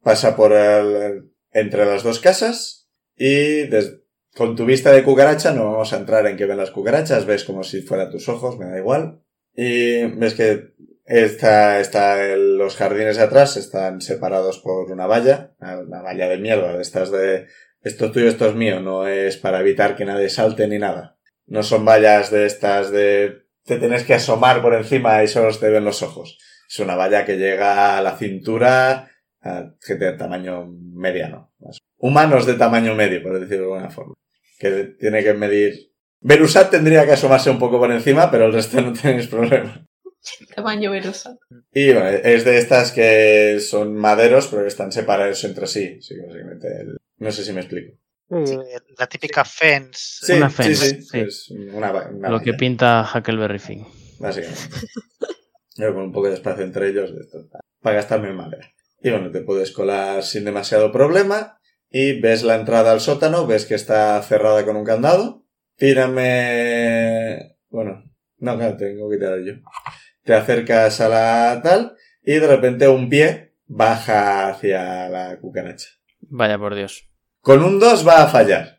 A: pasa por el- entre las dos casas y des- con tu vista de cucaracha, no vamos a entrar en que ven las cucarachas, ves como si fuera tus ojos, me da igual. Y ves que está, está el- los jardines de atrás están separados por una valla, una una valla de mierda, de estas de esto es tuyo, esto es mío, no es para evitar que nadie salte ni nada. No son vallas de estas de te tenés que asomar por encima y solo te ven los ojos. Es una valla que llega a la cintura, a gente de tamaño mediano. más- Humanos de tamaño medio, por decirlo de alguna forma. Que tiene que medir. Berusat tendría que asomarse un poco por encima, pero el resto no tenéis problema.
D: Tamaño velosa.
A: Y bueno, es de estas que son maderos, pero que están separados entre sí. sí, básicamente el- No sé si me explico.
C: Eh, La típica fence.
A: Sí,
B: Una
A: sí,
B: fence,
A: sí,
B: sí.
A: es una va- una
B: Lo que
A: valla.
B: pinta Huckleberry Finn.
A: básicamente. Pero con un poco de espacio entre ellos, de esto, para gastarme en madera. Y bueno, te puedes colar sin demasiado problema. Y ves la entrada al sótano, ves que está cerrada con un candado. Tírame. Bueno, No, claro, tengo que tirar yo. Te acercas a la tal y de repente un pie baja hacia la cucaracha.
B: Vaya por Dios.
A: Con un 2 va a fallar.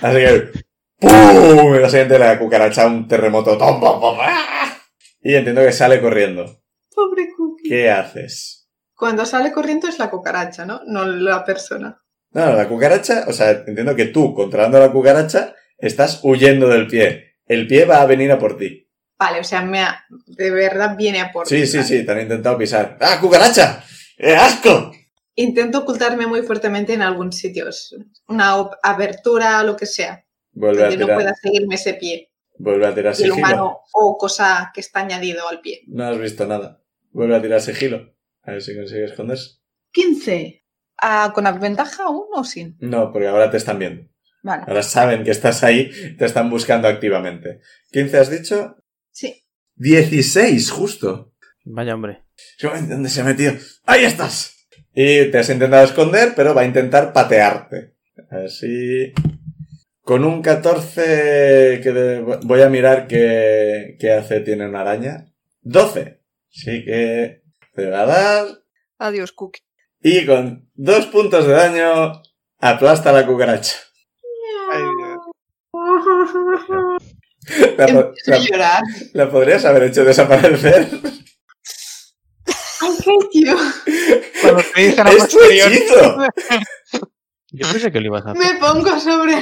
A: Así que. ¡Pum! Y La siguiente la cucaracha, un terremoto. ¡Tom, pom, pom! ¡Ah! Y entiendo que sale corriendo.
D: Pobre Cookie.
A: ¿Qué haces?
D: Cuando sale corriendo es la cucaracha, ¿no? No la persona.
A: No, no, la cucaracha, o sea, entiendo que tú, controlando a la cucaracha, estás huyendo del pie. El pie va a venir a por ti.
D: Vale, o sea, me ha- de verdad viene a por mí,
A: Sí, sí,
D: vale.
A: sí, te han intentado pisar. ¡Ah, cucaracha! ¡Eh, asco!
D: Intento ocultarme muy fuertemente en algún sitio. es Una op- abertura, lo que sea.
A: Vuelve a
D: Donde no
A: tirar,
D: pueda seguirme ese pie.
A: vuelve a tirar
D: Y el
A: sigilo.
D: humano o cosa que está añadido al pie.
A: No has visto nada. Vuelve a tirar sigilo. A ver si consigue esconderse.
D: 15. Ah, ¿Con ventaja aún o sin?
A: No, porque ahora te están viendo.
D: Vale.
A: Ahora saben que estás ahí, te están buscando activamente. ¿15 has dicho?
D: Sí.
A: 16, justo.
B: Vaya hombre.
A: ¿Dónde se ha metido? ¡Ahí estás! Y te has intentado esconder, pero va a intentar patearte. Así. Con un 14 que de- voy a mirar qué, qué hace tiene una araña. 12. Así que te va a dar.
E: Adiós, Cookie.
A: Y con dos puntos de daño aplasta la cucaracha.
C: Ay, Dios.
A: La, po-
D: Empiezo a
A: la-
D: llorar.
A: la podrías haber hecho desaparecer.
D: Ay, qué tío.
C: Cuando te dicen a
A: ¡Es tu
C: posteriori-
A: hechizo!
B: Yo pensé que lo ibas a hacer.
D: Me pongo sobre,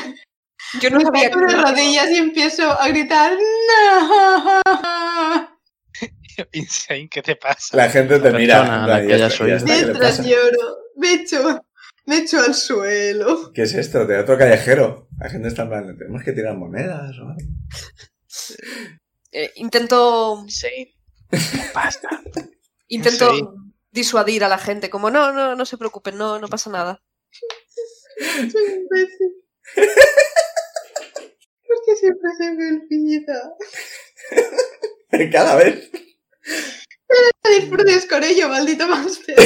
E: Yo no
D: me
E: sabía que...
D: pongo de rodillas y empiezo a gritar. ¡No!
C: Insane, ¿qué te pasa?
A: La gente te
B: La
A: mira.
B: persona a
A: en
B: la
A: plan,
B: que
A: "Ya
B: ya
A: está,
B: soy".
A: ya está, ¿qué le
D: Mientras
A: pasa?".
D: lloro, me echo, me echo al suelo.
A: ¿Qué es esto? Teatro callejero. La gente está hablando. Tenemos que tirar monedas. o algo".
E: eh, intento
B: Insane. Basta.
E: intento
C: Sí.
E: disuadir a la gente, como no, no, no se preocupen, no, no pasa nada.
D: Soy un imbécil. Porque siempre se me olvida.
A: Cada vez.
D: No disfrutes con ello, maldito máster.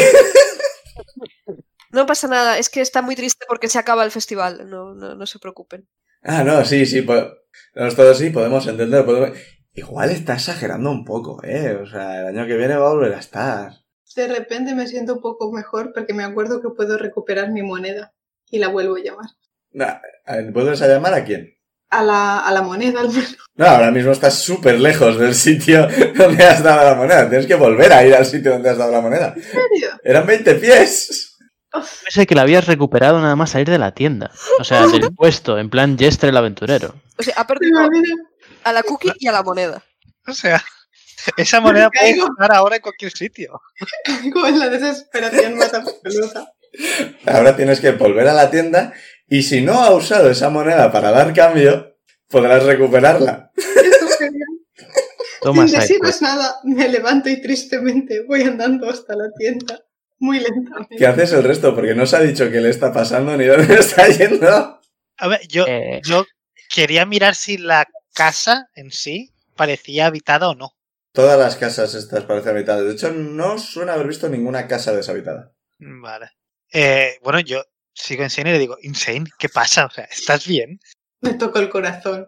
E: No pasa nada, es que está muy triste porque se acaba el festival, no, no, no se preocupen.
A: Ah, no, sí, sí. po- Nosotros sí, podemos entender. podemos- Igual está exagerando un poco, ¿eh? O sea, el año que viene va a volver a estar.
D: De repente me siento un poco mejor porque me acuerdo que puedo recuperar mi moneda. Y la vuelvo a llamar.
A: Nah, a ver, ¿Vuelves a llamar a quién?
D: A la, a la moneda, al menos.
A: No, ahora mismo estás súper lejos del sitio donde has dado la moneda. Tienes que volver a ir al sitio donde has dado la moneda.
D: ¿En serio?
A: Eran 20 pies.
B: Pensé que la habías recuperado nada más salir de la tienda. O sea, del puesto, en plan Jester el aventurero.
E: O sea, ha
D: De
E: perdido
D: manera-
E: a la cookie y a la moneda.
C: O sea, esa moneda
D: Me
C: puede
D: caigo.
C: estar ahora en cualquier sitio.
D: Caigo en la desesperación más absoluta.
A: Ahora tienes que volver a la tienda y si no ha usado esa moneda para dar cambio, podrás recuperarla.
D: Esto es genial.
B: Toma
D: Sin
B: side
D: deciros nada, me levanto y tristemente voy andando hasta la tienda. Muy lentamente.
A: ¿Qué haces el resto? Porque no se ha dicho qué le está pasando ni dónde está yendo.
C: A ver, yo,
B: quest. Eh,
C: yo quería mirar si la casa en sí parecía habitada o no.
A: Todas las casas estas parecen habitadas. De hecho, no suena haber visto ninguna casa deshabitada.
C: Mm, Vale. Eh, bueno, yo sigo Insane y le digo, Insane, ¿qué pasa? O sea, ¿estás bien?
D: Me toco el corazón.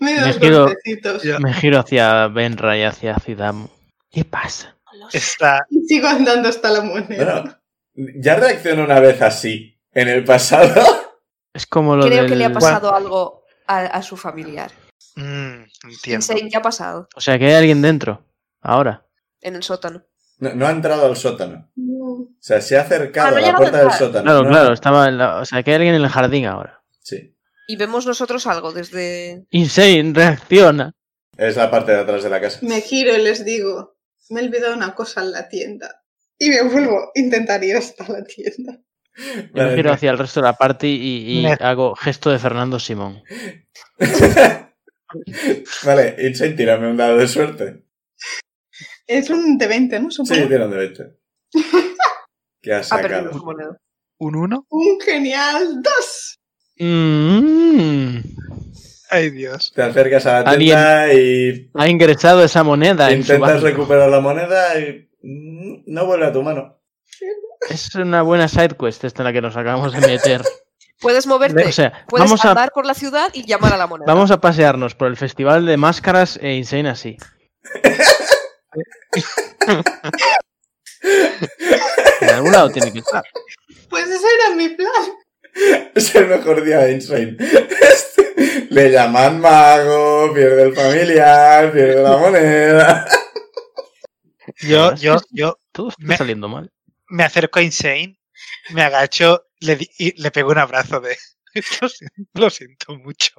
D: Me da
B: Me
D: los
B: giro.
D: golpecitos.
B: me giro hacia Benra y hacia Zidam. ¿Qué pasa?
C: Está...
D: Y sigo andando hasta la moneda.
A: Bueno, ya reaccionó una vez así en el pasado.
B: Es como lo
E: Creo
B: del-
E: que le ha pasado algo a, a su familiar.
C: Mm, entiendo.
E: Insane, ¿qué ha pasado?
B: O sea, que hay alguien dentro. Ahora.
E: En el sótano.
A: No, no ha entrado al sótano.
D: No.
A: O sea, se ha
E: Ah,
A: acercado
E: no ha
A: a la
E: llegado
A: puerta
E: a
A: del
E: entrar.
A: sótano.
B: Claro,
A: No,
B: claro. Estaba en la- O sea, que hay alguien en el jardín ahora.
A: Sí.
E: Y vemos nosotros algo desde...
B: Insane, reacciona.
A: Es la parte de atrás de la casa.
D: Me giro y les digo, me he olvidado una cosa en la tienda. Y me vuelvo a intentar ir hasta la tienda.
B: Yo me
A: Vale.
B: giro hacia el resto de la party y, y
C: Me-
B: hago gesto de Fernando Simón.
A: Vale, Insane, tírame un dado de suerte.
D: Es un de 20, ¿no?
A: Sí,
D: Supongo.
A: tiene un de 20. ¿Qué has
E: Ha perdido su
A: sacado?
E: moneda.
C: ¿Un 1?
D: Un genial 2.
B: Mm.
C: Ay, Dios.
A: Te acercas a la tienda y
B: ha ingresado esa moneda. en su
A: intentas
B: banco.
A: recuperar la moneda y mm, no vuelve a tu mano.
B: Es una buena side quest esta en la que nos acabamos de meter.
E: Puedes moverte,
B: O sea,
E: puedes
B: vamos a,
E: andar por la ciudad y llamar a la moneda.
B: vamos a pasearnos por el festival de máscaras e Insane así. en algún lado tiene que estar.
D: Pues ese era mi plan.
A: Es el mejor día de Insane. Este, Le llaman mago, pierde el familiar, pierde la moneda.
C: Yo, yo, yo
B: Todo está
C: Me-
B: saliendo mal.
C: me acerco a Insane, me agacho le di- y le pego un abrazo de... Lo siento, lo siento mucho.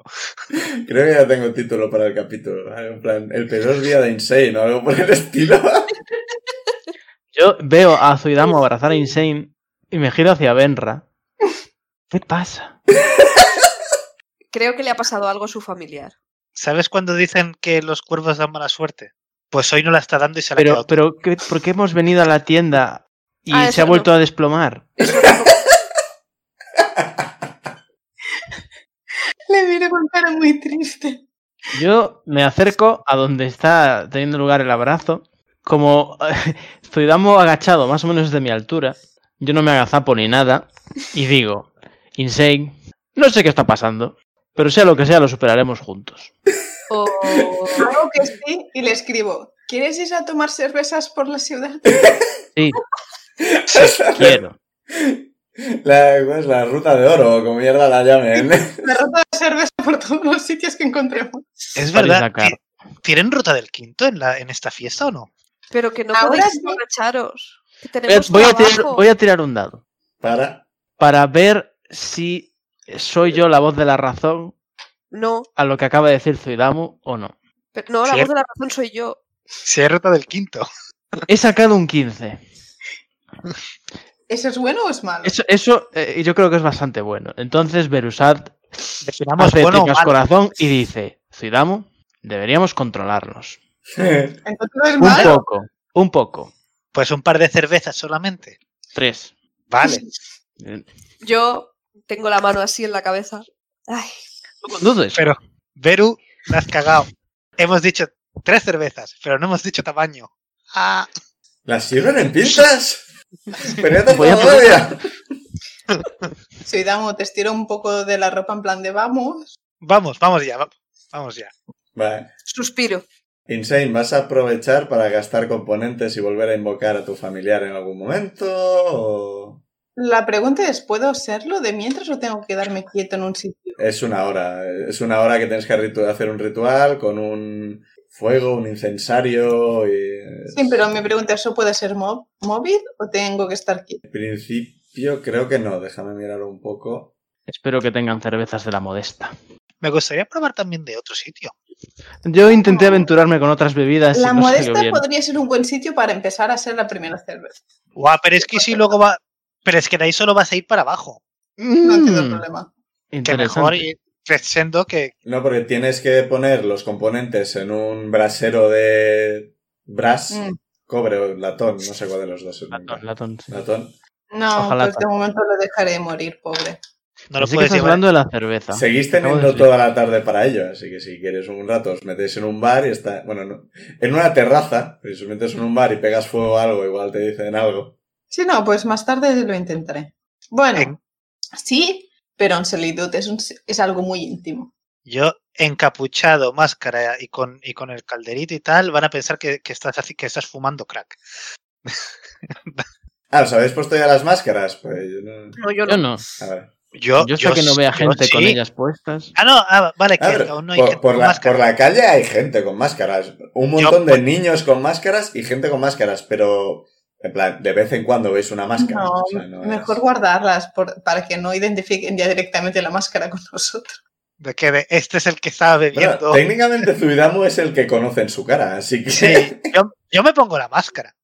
A: Creo que ya tengo título para el capítulo. ¿no? En plan, el peor día de Insane o algo por el estilo.
B: Yo veo a Zuidamo abrazar a Insane y me giro hacia Benra. ¿Qué pasa?
E: Creo que le ha pasado algo a su familiar.
C: ¿Sabes cuando dicen que los cuervos dan mala suerte? Pues hoy no la está dando y se la ha
B: Pero,
C: quedado tú.
B: pero ¿qué- ¿por qué hemos venido a la tienda y
E: Ah,
B: se
E: eso
B: ha
E: no.
B: vuelto a desplomar?
D: Le miro con cara muy triste.
B: Yo me acerco a donde está teniendo lugar el abrazo. Como Zuidamo agachado, más o menos de mi altura, yo no me agazapo ni nada. Y digo, Insane, no sé qué está pasando, pero sea lo que sea, lo superaremos juntos.
E: O...
D: Hago que sí y le escribo. ¿Quieres ir a tomar cervezas por la ciudad?
B: Sí, quiero.
A: La, ¿cómo es? la ruta de oro, como mierda la llamen.
D: Me roto de cerveza por todos los sitios que encontremos.
C: Es
B: Para
C: verdad.
B: sacar.
C: ¿ti- ¿Tienen ruta del quinto en, la, en esta fiesta o no?
E: Pero que no
D: Ahora
E: podéis
D: sí.
E: emborracharos. Que
B: Voy a,
E: tenemos
B: Eh, voy a tirar,
E: trabajo.
B: voy a tirar un dado
A: Para.
B: para ver si soy yo la voz de la razón
E: No,
B: a lo que acaba de decir Zuidamo o no.
E: pero no, la
C: Sí.
E: voz de la razón soy yo.
C: Si hay ruta del quinto.
B: He sacado un 15.
D: ¿Eso es bueno o es malo?
B: Eso, eso eh, yo creo que es bastante bueno. Entonces Berusat
C: Definamos
B: hace
C: bueno o
B: tecas
C: malo.
B: corazón y dice, Zuidamo, deberíamos controlarnos.
D: Entonces es
B: Un
D: malo.
B: poco, un poco.
C: Pues un par de cervezas solamente.
B: Tres.
C: Vale.
E: Yo tengo la mano así en la cabeza. Ay,
B: ¿Tú conduces?
C: Pero- Beru, la has cagado. Hemos dicho tres cervezas, pero no hemos dicho tamaño. Ah,
A: ¿Las sirven en pinzas? ¡Espérate
B: Voy a
A: todavía!
D: Soy Damo, te estiro un poco de la ropa en plan de vamos.
C: vamos, vamos ya, va- vamos ya.
A: Vale.
E: suspiro.
A: Insane, ¿vas a aprovechar para gastar componentes y volver a invocar a tu familiar en algún momento? o
D: La pregunta es, ¿puedo hacerlo de mientras o tengo que quedarme quieto en un sitio?
A: Es una hora. Es una hora que tienes que ritu- hacer un ritual con un fuego, un incensario y...
D: Sí, pero me pregunta, ¿eso puede ser mó- móvil o tengo que estar quieto?
A: En principio creo que no. Déjame mirar un poco.
B: Espero que tengan cervezas de la modesta.
C: Me gustaría probar también de otro sitio.
B: Yo intenté aventurarme con otras bebidas
D: La
B: y no salió
D: modesta
B: bien.
D: podría ser un buen sitio para empezar a hacer la primera cerveza.
C: Guau, pero es que si luego va. Pero es que de ahí solo vas a ir para abajo.
D: No entiendo el
B: Mm,
D: problema.
C: Que mejor
B: interesante.
C: ir creciendo que.
A: No, porque tienes que poner los componentes en un brasero de brass,
D: Mm,
A: cobre o latón, no sé cuál de los dos es.
B: Latón, latón, sí.
A: Latón.
D: No,
B: Ojalá
D: pues de momento lo dejaré morir, pobre.
C: No lo
B: Pensé que
C: puedes
B: estás
C: llevar.
B: hablando de la cerveza.
A: Seguís
B: Acabo de
A: teniendo
B: flipar.
A: toda la tarde para ello, así que si quieres un rato os metéis en un bar y está... Bueno, no, en una terraza, pero si os metes en un bar y pegas fuego a algo, igual te dicen algo.
D: Sí, no, pues más tarde lo intentaré. Bueno,
C: En-
D: sí, pero en solidud es, un- es algo muy íntimo.
C: Yo, encapuchado, máscara y con, y con el calderito y tal, van a pensar que, que estás, haci- que estás fumando crack.
A: Ah, ¿os habéis puesto ya las máscaras? Pues yo no...
E: No, yo no.
B: Yo no.
A: A ver.
C: Yo,
B: Yo sé que no
C: s-
B: vea
C: yo
B: gente con
C: sí.
B: ellas puestas.
C: Ah, no, ah, vale, que
A: Ah, pero
C: aún no hay
A: por,
C: gente
A: por
C: con
A: la,
C: máscara.
A: por la calle hay gente con máscaras. Un
C: Yo-
A: montón de niños con máscaras y gente con máscaras, pero en plan, de vez en cuando veis una máscara.
D: No,
A: o sea, no es-
D: mejor guardarlas por- para que no identifiquen ya directamente la máscara con nosotros.
C: De que de- este es el que estaba
A: Bueno,
C: bebiendo.
A: técnicamente Zuidamu es el que conoce en su cara, así que...
C: Sí, yo, yo me pongo la máscara.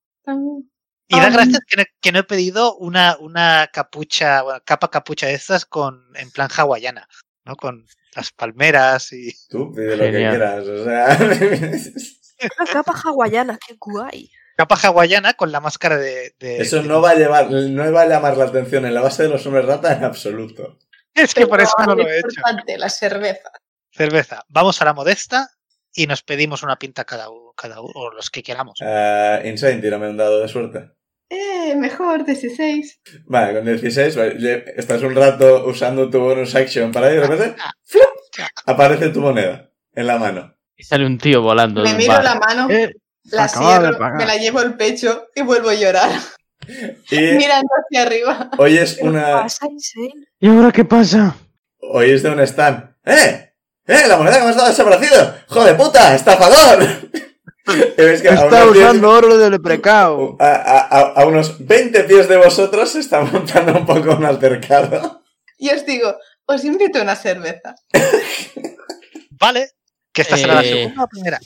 C: Y da
D: Am.
C: gracias que no, que no he pedido una, una capucha, bueno, capa capucha de estas con, en plan hawaiana, ¿no? Con las palmeras y...
A: Tú pide lo que
B: Genial.
A: quieras, o sea...
E: Una capa hawaiana, qué guay.
C: Capa hawaiana con la máscara de... de-
A: Eso
C: de-
A: no va a llevar, no va a llamar la atención en la base de los hombres rata en absoluto.
C: Es que por eso
D: Pero
C: no lo
D: lo
C: he hecho.
D: importante, la cerveza.
C: Cerveza. Vamos a la modesta y nos pedimos una pinta cada uno, cada uno o los que queramos.
A: Eh, Ah, Insane, tírame un dado de suerte.
F: Eh, mejor, 16.
A: Vale, con 16, vale, lle- estás un rato usando tu bonus action para ir, de repente ¡flup! aparece tu moneda en la mano.
B: Y sale un tío volando.
D: Me
B: de un
D: miro
B: bar.
D: la mano,
B: Eh,
D: la
B: acababa de
D: cierro,
B: pagar.
D: me la llevo al pecho y vuelvo a llorar,
A: Y
D: mirando hacia arriba.
A: oyes
E: ¿Qué
A: una.
E: pasa, Insane?
B: ¿Y ahora qué pasa?
A: Oyes de un stand. ¡Eh! ¡Eh! ¡La moneda que me has dado desaparecido! ¡Joder puta! ¡Estafador! Y ves que a
G: Está
A: unos diez-
G: usando oro del precao.
A: A, a- a- a unos 20 pies de vosotros se está montando un poco un altercado.
D: Y os digo, os invito a una cerveza.
C: Vale, que esta será la
B: Eh,
C: segunda o primera.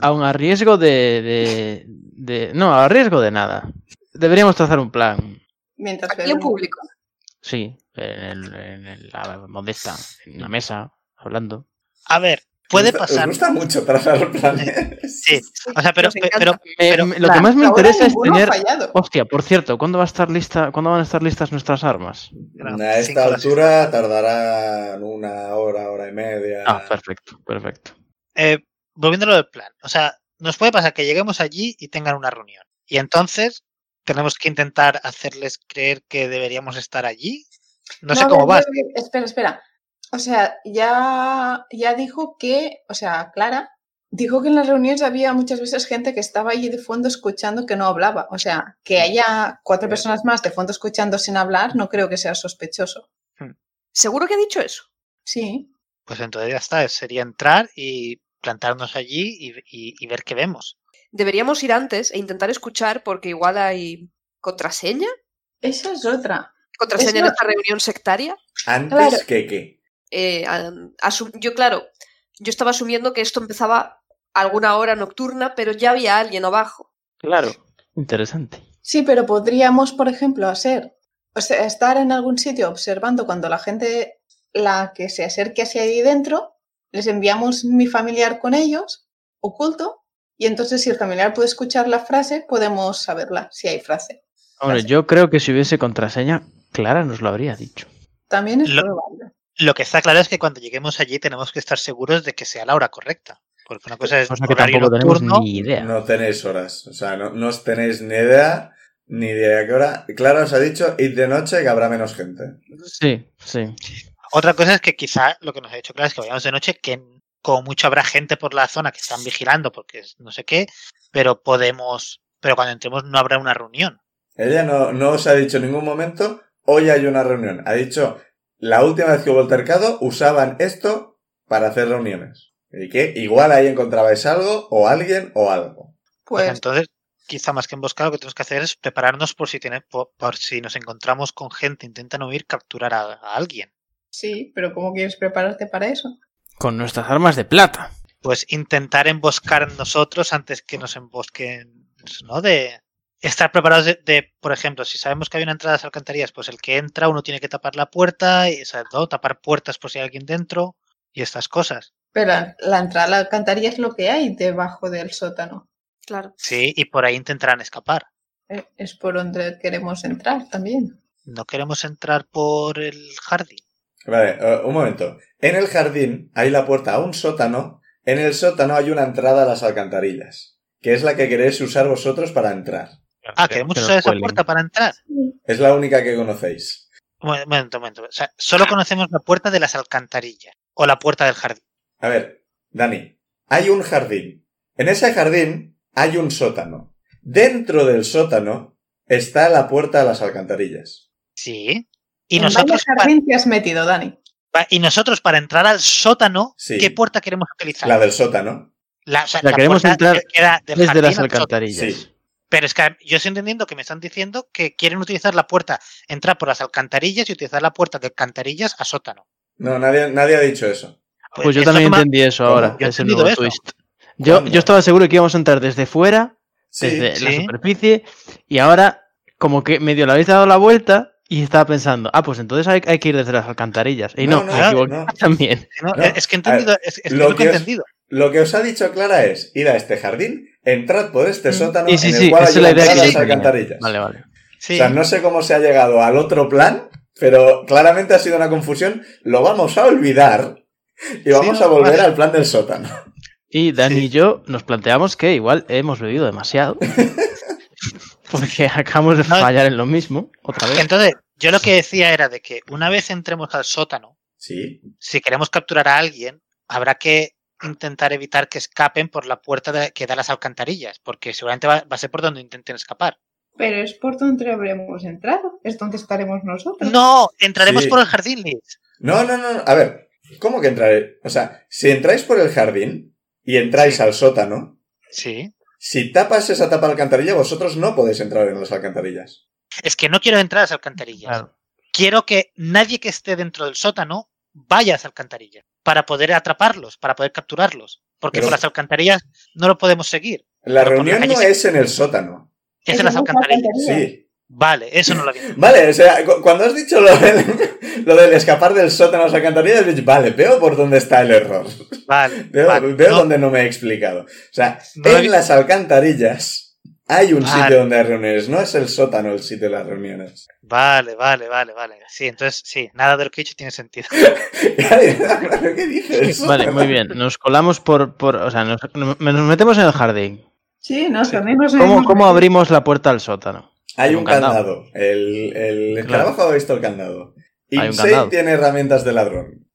B: Aún a riesgo de, de- de- No, a riesgo de nada. Deberíamos trazar un plan.
D: Mientras
F: Aquí en
D: bebemos.
F: público.
B: Sí, en, el- en el- la modesta, en la mesa, hablando.
C: A ver, puede
A: Os gusta-
C: pasar. Eh,
A: Os gusta mucho trazar planes.
C: Sí, o sea, pero,
E: Nos encanta.
C: pero
B: Me-
C: Pero,
B: me- lo
D: Hasta
B: que más me
D: ahora
B: interesa es
D: ninguno
B: tener.
D: ha fallado.
B: Hostia, por cierto, ¿cuándo va a estar lista? ¿Cuándo van a estar listas nuestras armas?
A: A esta altura tardará una hora, hora y media.
B: Ah, perfecto, perfecto.
C: Eh, volviendo a lo del plan, o sea, nos puede pasar que lleguemos allí y tengan una reunión. Y entonces tenemos que intentar hacerles creer que deberíamos estar allí. No, sé
D: a
C: cómo
D: ver,
C: va.
D: no, no, Espera, espera. O sea, ya, ya dijo que, o sea, Clara dijo que en las reuniones había muchas veces gente que estaba allí de fondo escuchando que no hablaba. O sea, que haya cuatro personas más de fondo escuchando sin hablar no creo que sea sospechoso.
E: ¿Seguro que ha dicho eso?
D: Sí.
C: Pues entonces ya está, sería entrar y plantarnos allí y, y- y ver qué vemos.
E: Deberíamos ir antes e intentar escuchar porque igual hay contraseña.
D: Esa es otra.
E: Contraseña en
D: Eso-
E: esta reunión sectaria.
A: Antes
D: Claro.
A: que qué.
E: Eh, am- asum- yo, claro, yo estaba asumiendo que esto empezaba a alguna hora nocturna, pero ya había alguien abajo.
B: Claro. Interesante.
D: Sí, pero podríamos, por ejemplo, hacer, o sea, estar en algún sitio observando cuando la gente, la que se acerque hacia ahí dentro, les enviamos mi familiar con ellos, oculto, y entonces si el familiar puede escuchar la frase, podemos saberla, si hay frase.
B: Hombre, yo creo que si hubiese contraseña, Clara nos lo habría dicho.
D: También es
C: Lo-
D: probable.
C: Lo que está claro es que cuando lleguemos allí tenemos que estar seguros de que sea la hora correcta. Porque una cosa es
B: Cosa que
C: horario
B: tampoco tenemos
C: nocturno,
B: ni idea.
A: No tenéis horas. O sea, no, no os tenéis ni idea ni idea de qué hora. Claro, os ha dicho id de noche que habrá menos gente.
B: Sí, sí.
C: Otra cosa es que quizá lo que nos ha dicho claro es que vayamos de noche, que como mucho habrá gente por la zona que están vigilando porque es no sé qué, pero podemos, pero cuando entremos no habrá una reunión.
A: Ella no, no os ha dicho en ningún momento hoy hay una reunión. Ha dicho la última vez que hubo altercado usaban esto para hacer reuniones. Y que igual ahí encontrabais algo o alguien o algo.
C: Pues
D: Pues
C: entonces, quizá más que emboscar, lo que tenemos que hacer es prepararnos por si tiene, por, por si nos encontramos con gente, intentan huir, capturar a, a alguien.
D: sí, pero ¿cómo quieres prepararte para eso?
B: Con nuestras armas de plata.
C: Pues intentar emboscar nosotros antes que nos embosquen, ¿no? De estar preparados de, de, por ejemplo, si sabemos que hay una entrada a las alcantarillas, pues el que entra uno tiene que tapar la puerta, y, o sea, ¿no? tapar puertas por si hay alguien dentro y estas cosas.
D: Pero la, la entrada a la alcantarilla es lo que hay debajo del sótano.
E: Claro.
C: Sí, y por ahí intentarán escapar.
D: Eh, Es por donde queremos entrar también.
C: No queremos entrar por el jardín.
A: Vale, eh, un momento. En el jardín hay la puerta a un sótano. En el sótano hay una entrada a las alcantarillas, que es la que queréis usar vosotros para entrar.
C: Ah, queremos
B: nos
C: usar esa
B: cuelen.
C: puerta para entrar.
A: Es la única que conocéis.
C: Un mo- Momento, un momento. O sea,
B: Ah.
C: solo conocemos la puerta de las alcantarillas o la puerta del jardín.
A: A ver, Dani, hay un jardín. En ese jardín hay un sótano. Dentro del sótano está la puerta a las alcantarillas.
C: Sí. Y
D: ¿En
C: nosotros,
D: vaya
C: pa-
D: jardín te has metido, Dani?
C: pa- y nosotros para entrar al sótano,
A: Sí.
C: ¿qué puerta queremos utilizar?
A: La del sótano.
C: La- o sea,
B: La
C: la
B: queremos
C: puerta
B: entrar
C: que da del
B: Desde
C: jardín
B: las
C: al sótano.
B: alcantarillas.
A: Sí.
C: Pero es que yo estoy entendiendo que me están diciendo que quieren utilizar la puerta, entrar por las alcantarillas y utilizar la puerta de alcantarillas a sótano.
A: No, nadie, nadie ha dicho eso.
B: Pues, yo
C: es lo
B: también
C: que me ha-
B: entendí eso
A: ¿Cómo?
B: ahora.
C: Yo he
B: ese
C: entendido
B: nuevo
C: eso.
B: twist. Yo,
A: ¿Cuándo?
B: yo estaba seguro que íbamos a entrar desde fuera,
A: Sí.
B: desde la
C: Sí.
B: superficie, y ahora como que medio le habéis dado la vuelta y estaba pensando, ah, pues entonces hay, hay que ir desde las alcantarillas. Y no,
A: No, no,
B: me
C: no,
B: equivoqué
A: no.
B: también.
C: No,
A: No,
C: es que he
A: a ver,
C: entendido, es, es que
A: lo
C: es lo que he
A: que os-
C: entendido.
A: Lo que os ha dicho Clara es ir a este jardín, entrad por este
C: Mm.
A: sótano
B: Sí, sí,
A: en el
B: sí,
A: cual hay
B: esa es la
A: una
B: idea
A: entrada
B: que
A: a
C: sí.
A: las
B: yo tenía.
A: alcantarillas.
B: Vale, vale.
C: Sí.
A: O sea, no sé cómo se ha llegado al otro plan, pero claramente ha sido una confusión. Lo vamos a olvidar y vamos
C: no,
A: a volver
C: vale.
A: al plan del sótano.
B: Y Dani
C: Sí.
B: y yo nos planteamos que igual hemos bebido demasiado Porque acabamos de
C: No.
B: fallar en lo mismo, otra vez.
C: Entonces, yo lo que decía era de que una vez entremos al sótano,
A: Sí,
C: si queremos capturar a alguien, habrá que intentar evitar que escapen por la puerta de- que da a las alcantarillas, porque seguramente va, va a ser por donde intenten escapar.
D: Pero es por donde habremos entrado, es donde estaremos nosotros.
C: No, entraremos
A: Sí.
C: por el jardín, Liz.
A: No, no, no. A ver, ¿cómo que entraré? O sea, si entráis por el jardín y entráis
C: Sí.
A: al sótano,
C: Sí.
A: si tapas esa tapa de alcantarilla, vosotros no podéis entrar en las alcantarillas.
C: Es que no quiero entrar a las alcantarillas.
B: Claro.
C: Quiero que nadie que esté dentro del sótano vaya a las alcantarillas para poder atraparlos, para poder capturarlos, porque
A: Pero-
C: por las alcantarillas no lo podemos seguir.
A: La
C: Pero por la
A: reunión
C: calle
A: no
C: sí.
A: es en el sótano.
C: Es
D: Eso
C: en las
D: no es una
C: alcantarillas.
D: alcantarilla.
A: Sí.
C: Vale, eso no lo había.
A: Vale, o sea, cu- cuando has dicho lo, del- lo del escapar del sótano a las alcantarillas, has dicho, vale, veo por dónde está el error.
C: Vale,
A: Veo,
C: vale,
A: veo
C: no,
A: dónde no me he explicado. O sea,
C: No
A: en
C: había-
A: las alcantarillas hay un
C: Vale.
A: sitio donde hay reuniones, no es el sótano el sitio de las reuniones.
C: vale, vale, vale, vale. Sí, entonces sí, nada de lo que he dicho tiene sentido.
A: ¿Qué dices?
B: Vale, muy bien. Nos colamos por. por o sea, nos, nos metemos en el jardín.
D: Sí, nos reunimos en
B: ¿Cómo,
D: un-
B: cómo abrimos la puerta al sótano?
A: Hay
B: Hay
A: un,
B: un
A: candado. El, el escarabajo ha visto el candado.
B: Hay un
A: Insane
B: candado.
A: tiene herramientas de ladrón.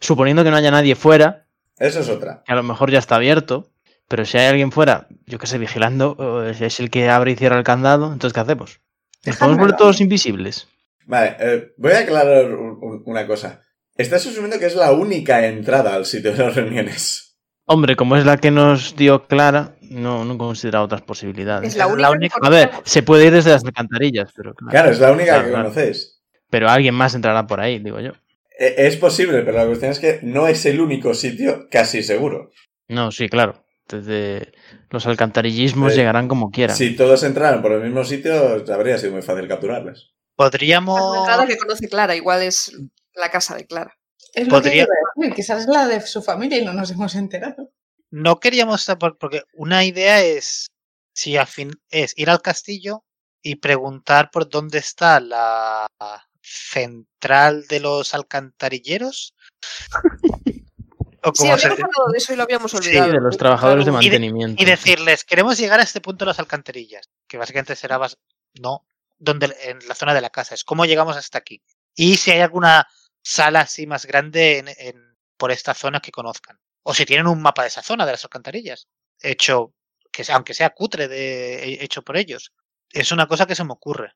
B: Suponiendo que no haya nadie fuera,
A: Eso es otra.
B: que a lo mejor ya está abierto, pero si hay alguien fuera, yo qué sé, vigilando, eh, es el que abre y cierra el candado, entonces ¿qué hacemos? Nos podemos volver todos invisibles.
A: Vale, eh, voy a aclarar un- un- una cosa. Estás asumiendo que es la única entrada al sitio de las reuniones.
B: Hombre, como es la que nos dio Clara, no, no he considerado otras
D: Es
B: posibilidades.
D: la
C: La
D: única.
C: única-
D: que
B: A ver, se puede ir desde las alcantarillas, pero claro,
A: Claro, es la única
B: Claro,
A: que
B: claro.
A: conocéis.
B: Pero alguien más entrará por ahí, digo yo.
A: E- Es posible, pero la cuestión es que no es el único sitio casi seguro.
B: No, sí, claro. Desde los alcantarillismos
A: Eh,
B: llegarán como quieran.
A: Si todos entraran por el mismo sitio, habría sido muy fácil capturarles.
D: Pues
E: La
C: Podríamos.
E: entrada que conoce Clara, igual es la casa de Clara.
D: Es lo que
C: Podría-
D: yo iba a decir, Quizás es la de su familia y no nos hemos enterado.
C: No queríamos. por- Porque una idea es. Si al fin. Es ir al castillo y preguntar por dónde está la central de los alcantarilleros. O
E: Sí,
C: como
E: habíamos
C: se dice.
E: hablado de eso y lo habíamos
C: Sí,
E: olvidado.
B: de los trabajadores de
E: Claro.
C: Y de-
B: mantenimiento.
C: Y decirles, queremos llegar a este punto de las alcantarillas, que básicamente será bas- no, donde en la zona de la casa, es cómo llegamos hasta aquí. Y si hay alguna sala así más grande en, en- por esta zona que conozcan. O si tienen un mapa de esa zona, de las alcantarillas, hecho, que sea- aunque sea cutre, de, he- hecho por ellos. Es una cosa que se me ocurre.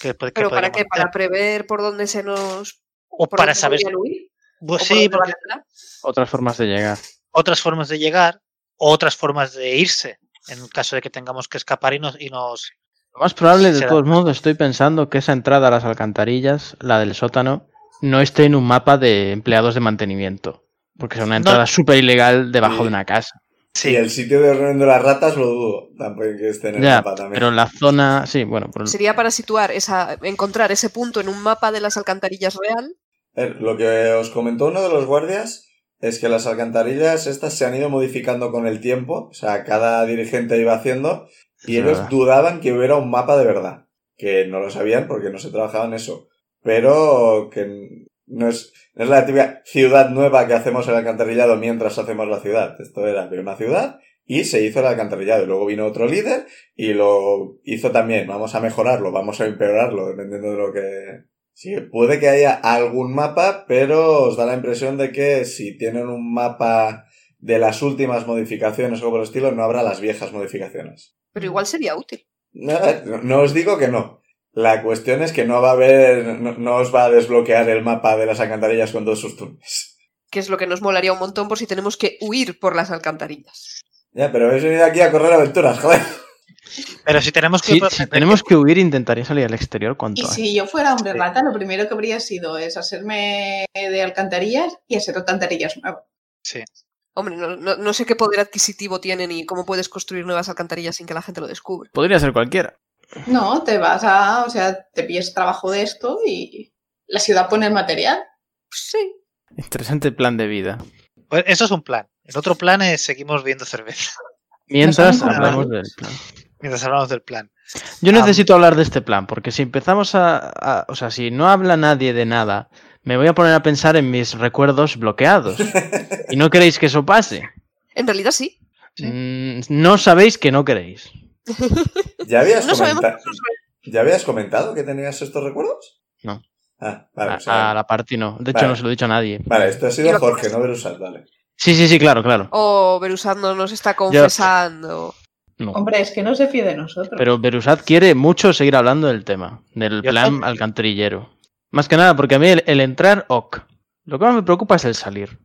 C: que pod- que
E: ¿Pero para
C: podríamos
E: qué? ¿Para
C: hacer.
E: prever por dónde se nos...
C: O
E: por
C: para
E: dónde
C: saber...
E: podrían huir?
C: Pues
E: ¿O
C: sí,
E: por dónde van
C: porque
E: a entrar?
B: Otras formas de llegar.
C: otras formas de llegar, otras formas de irse, en caso de que tengamos que escapar y nos, y nos
B: Lo más probable, de
C: Será.
B: todos modos, estoy pensando que esa entrada a las alcantarillas, la del sótano, no esté en un mapa de empleados de mantenimiento. Porque es una
C: No.
B: entrada súper ilegal debajo
A: Sí.
B: de una casa.
A: Y el sitio de reunión de las ratas lo dudo. Tampoco que esté en el
B: Ya,
A: mapa también.
B: pero la zona. Sí, bueno, por-
E: Sería para situar, esa, encontrar ese punto en un mapa de las alcantarillas real.
A: Eh, Lo que os comentó uno de los guardias es que las alcantarillas estas se han ido modificando con el tiempo, o sea, cada dirigente iba haciendo, y
B: Es
A: ellos
B: verdad.
A: dudaban que hubiera un mapa de verdad, que no lo sabían porque no se trabajaba en eso, pero que no es, no es la típica ciudad nueva que hacemos el alcantarillado mientras hacemos la ciudad, esto era había una ciudad y se hizo el alcantarillado, y luego vino otro líder y lo hizo también, vamos a mejorarlo, vamos a empeorarlo, dependiendo de lo que, Sí, puede que haya algún mapa, pero os da la impresión de que si tienen un mapa de las últimas modificaciones o algo por el estilo, no habrá las viejas modificaciones.
E: Pero
C: Mm.
E: igual sería útil.
A: No, no os digo que no. La cuestión es que no va a haber, no, no os va a desbloquear el mapa de las alcantarillas con todos sus túneles.
E: Que es lo que nos molaría un montón por si tenemos que huir por las alcantarillas.
A: Ya, pero habéis venido aquí a correr aventuras, joder.
C: Pero si tenemos que...
B: Sí, si tenemos que huir, intentaría salir al exterior cuanto
D: Y
B: antes.
D: si yo fuera hombre rata, lo primero que habría sido es hacerme de alcantarillas y hacer alcantarillas nuevas.
E: Hombre, no, no- no sé qué poder adquisitivo tienen y cómo puedes construir nuevas alcantarillas sin que la gente lo descubre.
G: Podría ser cualquiera.
D: No, te vas a, o sea, te pillas trabajo de esto y la ciudad pone el material.
E: Pues sí.
G: Interesante plan de vida.
C: Pues eso es un plan. El otro plan es seguimos viendo cerveza.
B: Mientras
D: No sabemos
B: hablamos del plan.
C: Mientras hablamos del plan.
B: Yo
C: Am-
B: necesito hablar de este plan, porque si empezamos a, a- O sea, si no habla nadie de nada, me voy a poner a pensar en mis recuerdos bloqueados. y no queréis que eso pase.
E: En realidad sí.
C: Sí.
B: Mm, no sabéis que no queréis.
A: ¿Ya habías,
E: No sabemos
A: comenta- ¿Ya habías comentado que tenías estos recuerdos?
B: No.
A: Ah, vale.
B: A-
A: o sea,
B: a, la party no. De hecho,
A: Vale.
B: no se lo he dicho a nadie.
A: Vale, esto ha
E: Yo
A: sido
E: lo
A: Jorge,
E: conozco.
A: no Berusat, vale.
B: Sí, sí, sí, claro, claro.
E: Oh, Berusando nos está confesando.
B: No.
D: Hombre, es que no se fíe de nosotros.
B: Pero Berusat quiere mucho seguir hablando del tema, del
C: Yo
B: plan
C: también.
B: alcantarillero. Más que nada, porque a mí el, el entrar, ok. Lo que más me preocupa es el salir.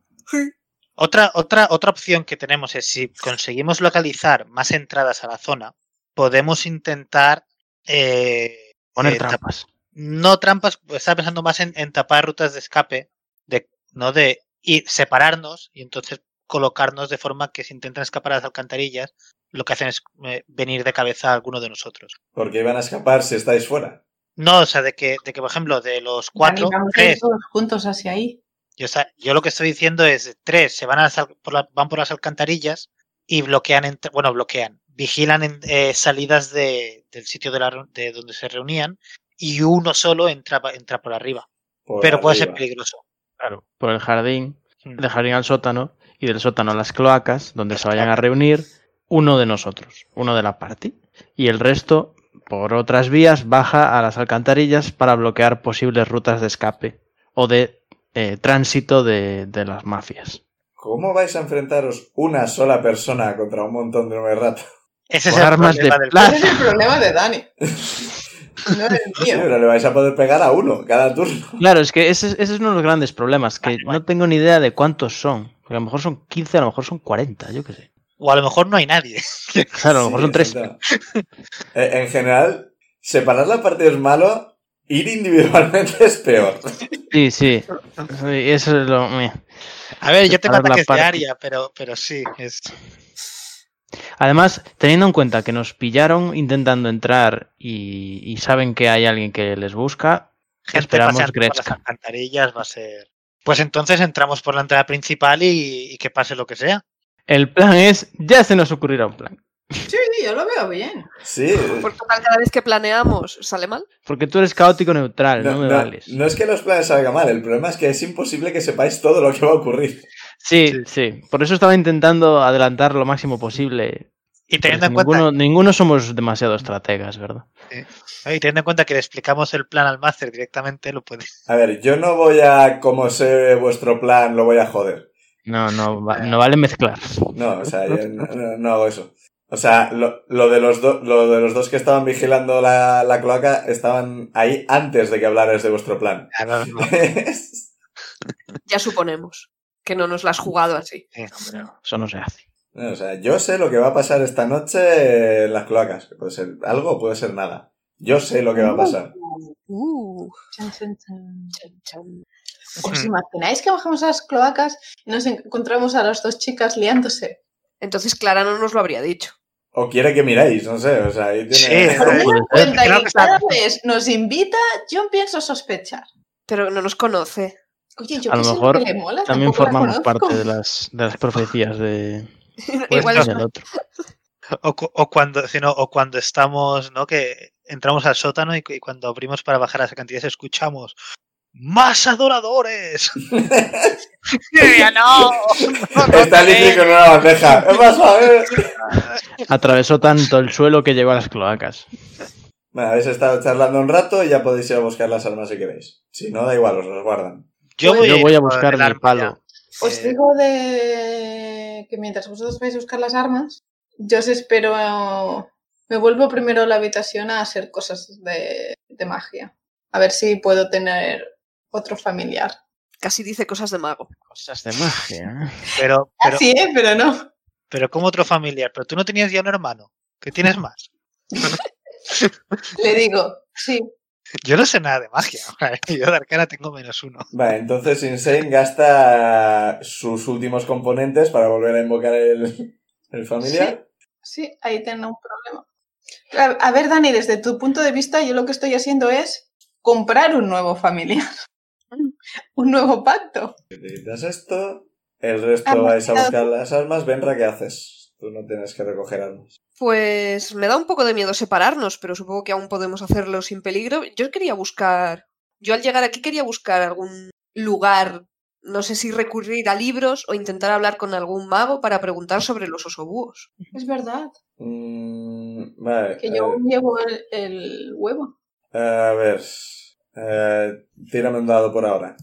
C: Otra, otra, otra opción que tenemos es si conseguimos localizar más entradas a la zona, podemos intentar eh,
B: Poner
C: eh, tap-
B: trampas.
C: no trampas, pues, estaba pensando más en, en tapar rutas de escape, de, no de ir, separarnos y entonces colocarnos de forma que si intentan escapar a las alcantarillas, lo que hacen es eh, venir de cabeza a alguno de nosotros.
A: Porque iban a escapar si estáis fuera.
C: No, o sea, de que, de que por ejemplo, de los cuatro,
D: Dani, vamos a ir
C: tres,
D: todos juntos hacia ahí.
C: yo, sa- yo lo que estoy diciendo es tres, se van, a las al- por la- van por las alcantarillas y bloquean, ent- bueno, bloquean, vigilan en- eh, salidas de, del sitio de, la reu- de donde se reunían y uno solo entra, pa- entra por arriba,
A: por
C: pero puede ser
A: arriba.
C: peligroso.
B: Claro. Por el jardín,
C: Mm.
B: del jardín al sótano y del sótano a las cloacas, donde se vayan a reunir uno de nosotros, uno de la party. Y el resto, por otras vías, baja a las alcantarillas para bloquear posibles rutas de escape o de eh, tránsito de, de las mafias.
A: ¿Cómo vais a enfrentaros una sola persona contra un montón de nueve ratas?
C: Ese es
B: Con
C: el
B: armas de
C: problema del
B: plástico.
D: Ese es el problema de Dani. No es
A: Sí,
D: mío.
A: pero le vais a poder pegar a uno cada turno.
B: Claro, es que ese, es- ese es uno de los grandes problemas, que
C: Vale, vale.
B: no tengo ni idea de cuántos son. Porque a lo mejor son 15, a lo mejor son 40, yo qué sé.
C: O a lo mejor no hay nadie.
B: Claro, a
A: Sí,
B: lo mejor son 3.
A: exacto. Eh, En general, separar la parte es malo, ir individualmente es peor.
B: Sí, sí. Sí, Eso es lo... meh.
C: A ver, yo tengo
B: Separar la
C: ataques de
B: parte.
C: área, pero, pero sí, es...
B: Además, teniendo en cuenta que nos pillaron intentando entrar y, y saben que hay alguien que les busca,
C: gente
B: Esperamos
C: paseando por las
B: Gretzka.
C: alcantarillas va a ser. Pues entonces entramos por la entrada principal y, y que pase lo que sea.
B: el plan es, ya se nos ocurrirá un plan.
D: Sí, yo lo veo bien.
A: Sí.
E: Por total, cada vez que planeamos, ¿sale mal?
B: Porque tú eres caótico neutral, no,
A: No,
B: me
A: no-
B: vales.
A: no es que los planes salgan mal, el problema es que es imposible que sepáis todo lo que va a ocurrir.
B: Sí, sí. Por eso estaba intentando adelantar lo máximo posible. porque
C: Y teniendo, en cuenta,
B: ninguno, ninguno somos demasiado estrategas, ¿verdad?
C: y teniendo en cuenta que le explicamos el plan al máster directamente, lo puede.
A: A ver, yo no voy a, como sé vuestro plan, lo voy a joder.
B: No, no, va- no vale mezclar.
A: No, o sea, yo no, no- no hago eso. O sea, lo, lo de los do- lo de los dos que estaban vigilando la, la cloaca estaban ahí antes de que hablaras de vuestro plan.
C: Ah, no, no,
E: Ya suponemos que no nos la has jugado así.
C: sí, hombre, no.
B: Eso no se hace.
A: No, o sea, yo sé lo que va a pasar esta noche en las cloacas. Puede ser algo, puede ser nada. Yo sé lo que va a pasar.
E: Uh,
D: Chan, chan, chan. Pues
E: chan, chan.
D: ¿Os
B: Hmm.
D: imagináis que bajamos a las cloacas y nos encontramos a las dos chicas liándose?
E: Entonces Clara no nos lo habría dicho.
A: O quiere que miráis, no sé. O sea, ahí tiene...
C: Sí,
D: Teniendo en
B: puede ser.
D: cuenta
C: Creo
D: que
C: que
D: cada vez nos invita, yo pienso sospechar.
E: Pero no nos conoce.
D: Oye, yo
B: A
D: qué
B: lo
D: sé
B: mejor
D: que le mola,
B: También
D: tampoco la
B: formamos
D: conozco.
B: parte de las, de las profecías de,
C: Pues
E: Igual
C: no.
E: es
B: del otro.
C: O, cu- o cuando, sino, o cuando estamos, ¿no? Que entramos al sótano y, cu- y cuando abrimos para bajar las alcantarillas escuchamos ¡Más adoradores! ¡Ya no! eh,
A: Está líquido con una bandeja. ¿Qué pasa? eh?
B: Atravesó tanto el suelo que llegó a las cloacas.
A: Bueno, habéis estado charlando un rato y ya podéis ir a buscar las armas si queréis. Si no, da igual, os las guardan.
C: Yo voy,
B: Yo voy a
C: por el
B: buscar mi
C: arma
B: palo.
D: Os
C: Eh,
D: digo de que mientras vosotros vais a buscar las armas, yo os espero. Me vuelvo primero a la habitación a hacer cosas de, de magia. A ver si puedo tener otro familiar.
E: Casi dice cosas de mago.
B: Cosas de magia.
C: ya. Pero, pero,
D: Así, ¿eh? Pero no.
C: pero como otro familiar. Pero tú no tenías ya un hermano. ¿Qué tienes más?
D: Le digo, sí.
C: Yo no sé nada de magia. Yo de arcana tengo menos uno.
A: Vale, entonces Insane gasta sus últimos componentes para volver a invocar el, el familiar.
D: Sí, ahí tengo un problema. Claro, A ver, Dani, desde tu punto de vista, yo lo que estoy haciendo es comprar un nuevo familiar. Un nuevo pacto.
A: Te quitas esto. El resto
D: Ah,
A: vais a
D: claro.
A: buscar las armas. Benra, ¿qué haces? Tú no tienes que recoger armas.
E: Pues me da un poco de miedo separarnos, pero supongo que aún podemos hacerlo sin peligro. Yo quería buscar. Yo al llegar aquí quería buscar algún lugar No sé si recurrir a libros o intentar hablar con algún mago para preguntar sobre los osobúos.
F: Es verdad,
A: Mm, vale.
F: que
A: a
F: yo
A: ver.
F: llevo el, el huevo.
A: A ver. Eh, tírame un dado por ahora.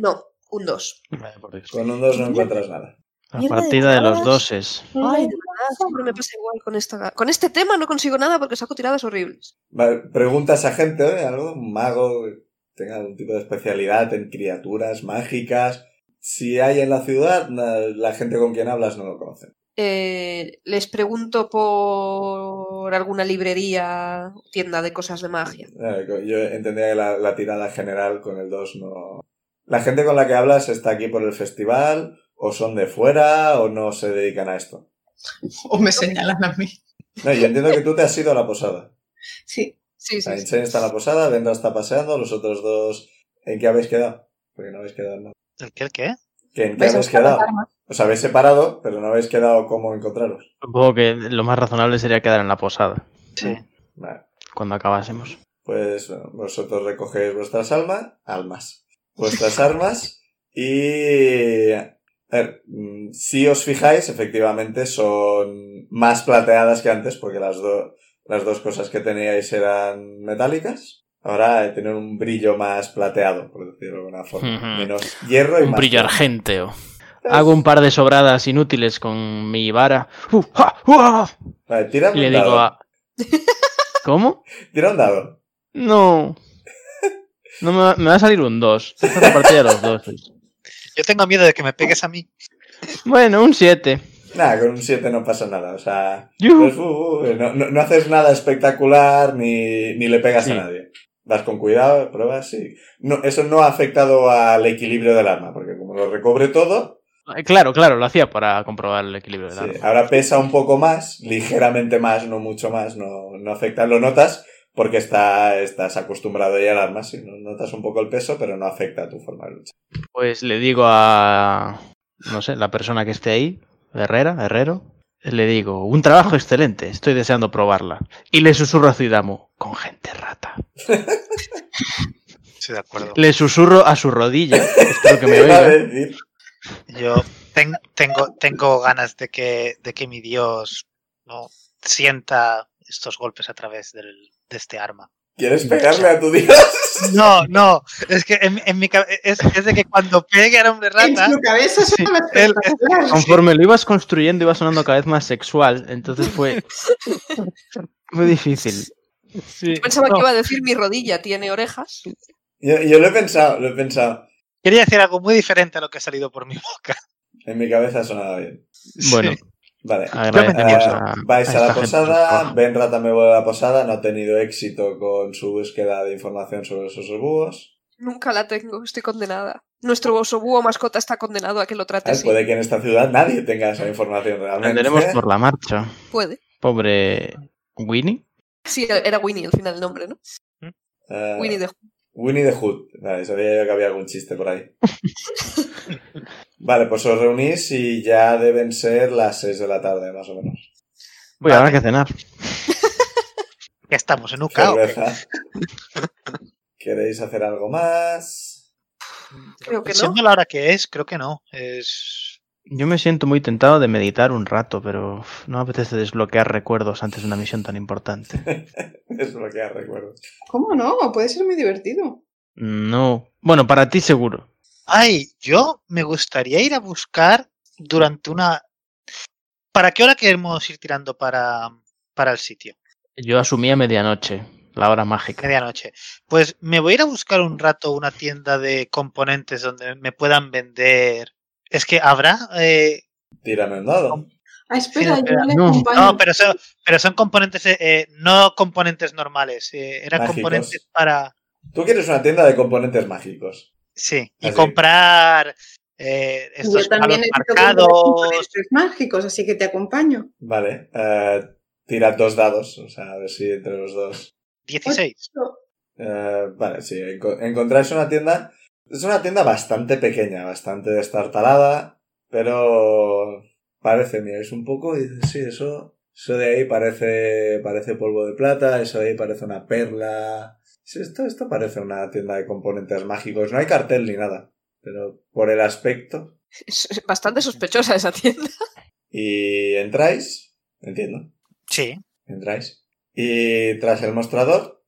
E: No, un 2.
B: ¿eh? Vaya por Dios.
A: Con un 2 no encuentras nada.
B: La
E: mierda de
B: partida de los
E: dados.
B: doses.
E: Ay, de verdad, siempre me pasa igual con esta... Con este tema no consigo nada porque saco tiradas horribles.
A: Vale, preguntas a gente, ¿eh? Algo, un mago que tenga algún tipo de especialidad en criaturas mágicas. Si hay en la ciudad, na- la gente con quien hablas no lo conoce.
E: Eh, les pregunto por alguna librería, tienda de cosas de magia.
A: Eh, co- Yo entendía que la, la tirada general con el 2 no... La gente con la que hablas está aquí por el festival, o son de fuera, o no se dedican a esto.
D: O me señalan a mí.
A: No, yo entiendo que tú te has ido a la posada.
D: Sí.
E: Sí, sí.
A: La
E: sí.
A: Insane está Ah, en la posada, Vendra está paseando, los otros dos... ¿En qué habéis quedado? Porque no habéis quedado, ¿no?
C: ¿El qué? el qué?
A: ¿Que
E: Pues
A: ¿En qué
D: Vais a
A: habéis
D: buscar
A: quedado?
D: las armas.
A: Os habéis separado, pero no habéis quedado cómo encontraros.
B: Supongo que lo más razonable sería quedar en la posada
C: Sí.
A: Vale.
B: cuando acabásemos.
A: Pues bueno, vosotros recogéis vuestras almas, almas, vuestras armas y... A ver, mm, si os fijáis, efectivamente son más plateadas que antes porque las, do- las dos cosas que teníais eran metálicas. Ahora eh, tienen un brillo más plateado, por decirlo de alguna forma.
B: Ujú.
A: Menos hierro y
G: Un
A: más
G: brillo
A: plata.
G: argenteo.
B: Hago un par de sobradas inútiles con mi vara. ¡Uh! ¡Ja! ¡Uh! ¡Uah!
A: Vale, tira
G: Y
A: un
G: le
A: dado.
G: digo a... ¿Cómo?
A: Tira un dado.
G: No.
B: No me va, me va a salir un 2. Esta es la partida de los doses.
C: Yo tengo miedo de que me pegues a mí.
G: Bueno, un 7.
A: Nada, con un 7 no pasa nada. O sea,
G: ¡Yujú!
A: Pues, uh, uh, no, no- no haces nada espectacular ni, ni le pegas a
B: Sí.
A: nadie. Vas con cuidado, pruebas y... No, eso no ha afectado al equilibrio del arma, porque como lo recobre todo,
G: Eh, Claro, claro, lo hacía para comprobar el equilibrio del
A: sí,
G: arma.
A: ahora pesa un poco más, ligeramente más, no mucho más, no, no afecta. Lo notas porque está, estás acostumbrado ya al arma, sí, no- notas un poco el peso, pero no afecta a tu forma de lucha.
B: Pues le digo a. No sé, la persona que esté ahí, Herrera, Herrero. Le digo, un trabajo excelente, estoy deseando probarla. Y le susurro a Zuidamu, con gente rata.
C: Estoy de acuerdo.
B: Le susurro a su rodilla, espero que me ¿eh?
A: Iba a
B: oiga.
A: decir,
C: Yo ten- tengo, tengo ganas de que, de que mi dios no sienta estos golpes a través del- de este arma.
A: ¿Quieres pegarle a tu dios?
C: No, no, es que en, en mi cabeza es, es de que cuando pegue al hombre
D: En
C: rata,
D: su cabeza es
C: Sí,
D: una
C: él-
D: espectacular.
B: Conforme lo ibas construyendo, iba sonando cada vez más sexual, entonces fue. Muy difícil.
C: sí,
E: Pensaba
C: no.
E: que iba a decir mi rodilla tiene orejas.
A: Yo, yo lo he pensado, lo he pensado.
C: quería decir algo muy diferente a lo que ha salido por mi boca.
A: En mi cabeza ha sonado bien.
G: Bueno,
C: Sí.
A: Vale.
G: agradecemos
A: Ah,
G: a...
A: vais a,
G: esta
A: la
G: gente su
A: posada,
G: trabajo.
A: Benra también vuelve a la posada, no ha tenido éxito con su búsqueda de información sobre esos búhos.
E: Nunca la tengo, estoy condenada. Nuestro oso búho mascota está condenado a que lo trate
A: Ah,
E: así.
A: Puede que en esta ciudad nadie tenga esa información realmente.
B: Aprenderemos por la marcha.
E: Puede.
G: Pobre Winnie.
E: Sí, era Winnie al final el nombre, ¿no?
A: Ah,
E: Winnie de
A: Winnie the Hood. Vale, sabía yo que había algún chiste por ahí. vale, pues os reunís y ya deben ser las 6 de la tarde, más o menos.
B: Voy a habrá que cenar.
C: Que estamos en UCA. ¿o qué?
A: Cerveza. ¿Queréis hacer algo más?
E: Creo que no.
C: Siendo la hora que es, creo que no. Es...
B: Yo me siento muy tentado de meditar un rato, pero uf, no me apetece desbloquear recuerdos antes de una misión tan importante.
A: Es lo que ya recuerdo.
F: ¿Cómo no? Puede ser muy divertido.
B: No. Bueno, para ti seguro.
C: Ay, yo me gustaría ir a buscar durante una... ¿Para qué hora queremos ir tirando para, para el sitio?
B: Yo asumía medianoche, la hora mágica.
C: Medianoche. Pues me voy a ir a buscar un rato una tienda de componentes donde me puedan vender. Es que habrá. eh,
A: Tírame un dado.
F: Ah, espera,
C: Sí,
F: yo le
B: no.
F: acompaño.
C: no, pero son, pero son componentes, eh, eh, no componentes normales. eh, eran
A: Mágicos.
C: componentes para.
A: Tú quieres una tienda de componentes mágicos.
C: Sí, y
A: Así.
C: comprar eh, estos
F: yo también
C: palos
F: he visto
C: marcados.
F: componentes mágicos, así que te acompaño.
A: Vale, eh, tira dos dados, o sea, a ver si entre los dos.
C: 16.
A: Eh, vale, sí, enco- encontráis una tienda. Es una tienda bastante pequeña, bastante destartalada, pero parece, miráis un poco y dices, sí, eso, eso de ahí parece, parece polvo de plata, eso de ahí parece una perla. Sí, esto, esto parece una tienda de componentes mágicos, no hay cartel ni nada. pero por el aspecto.
E: Es bastante sospechosa esa tienda.
A: Y entráis, entiendo,
C: Sí.
A: entráis. Y tras el mostrador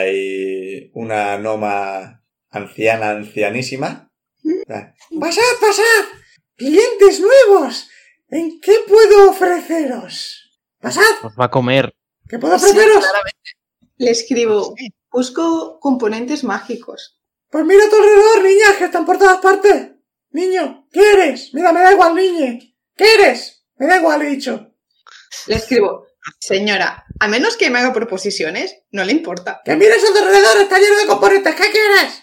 A: hay una noma anciana, ancianísima.
C: ¿Mm?
A: Ah, Pasad, pasad, clientes nuevos. ¿En qué puedo ofreceros? Pasad,
G: Os va a comer.
A: ¿qué puedo
E: Sí,
A: ofreceros?
E: claramente.
F: Le escribo,
C: Ah, Sí.
F: busco componentes mágicos.
A: Pues mira a tu alrededor, niña, que están por todas partes. Niño, ¿qué eres? Mira, me da igual, niña. ¿Qué eres? Me da igual, he dicho.
F: Le escribo, señora, a menos que me haga proposiciones, no le importa.
A: Que mires a tu alrededor, está lleno de componentes. ¿Qué quieres?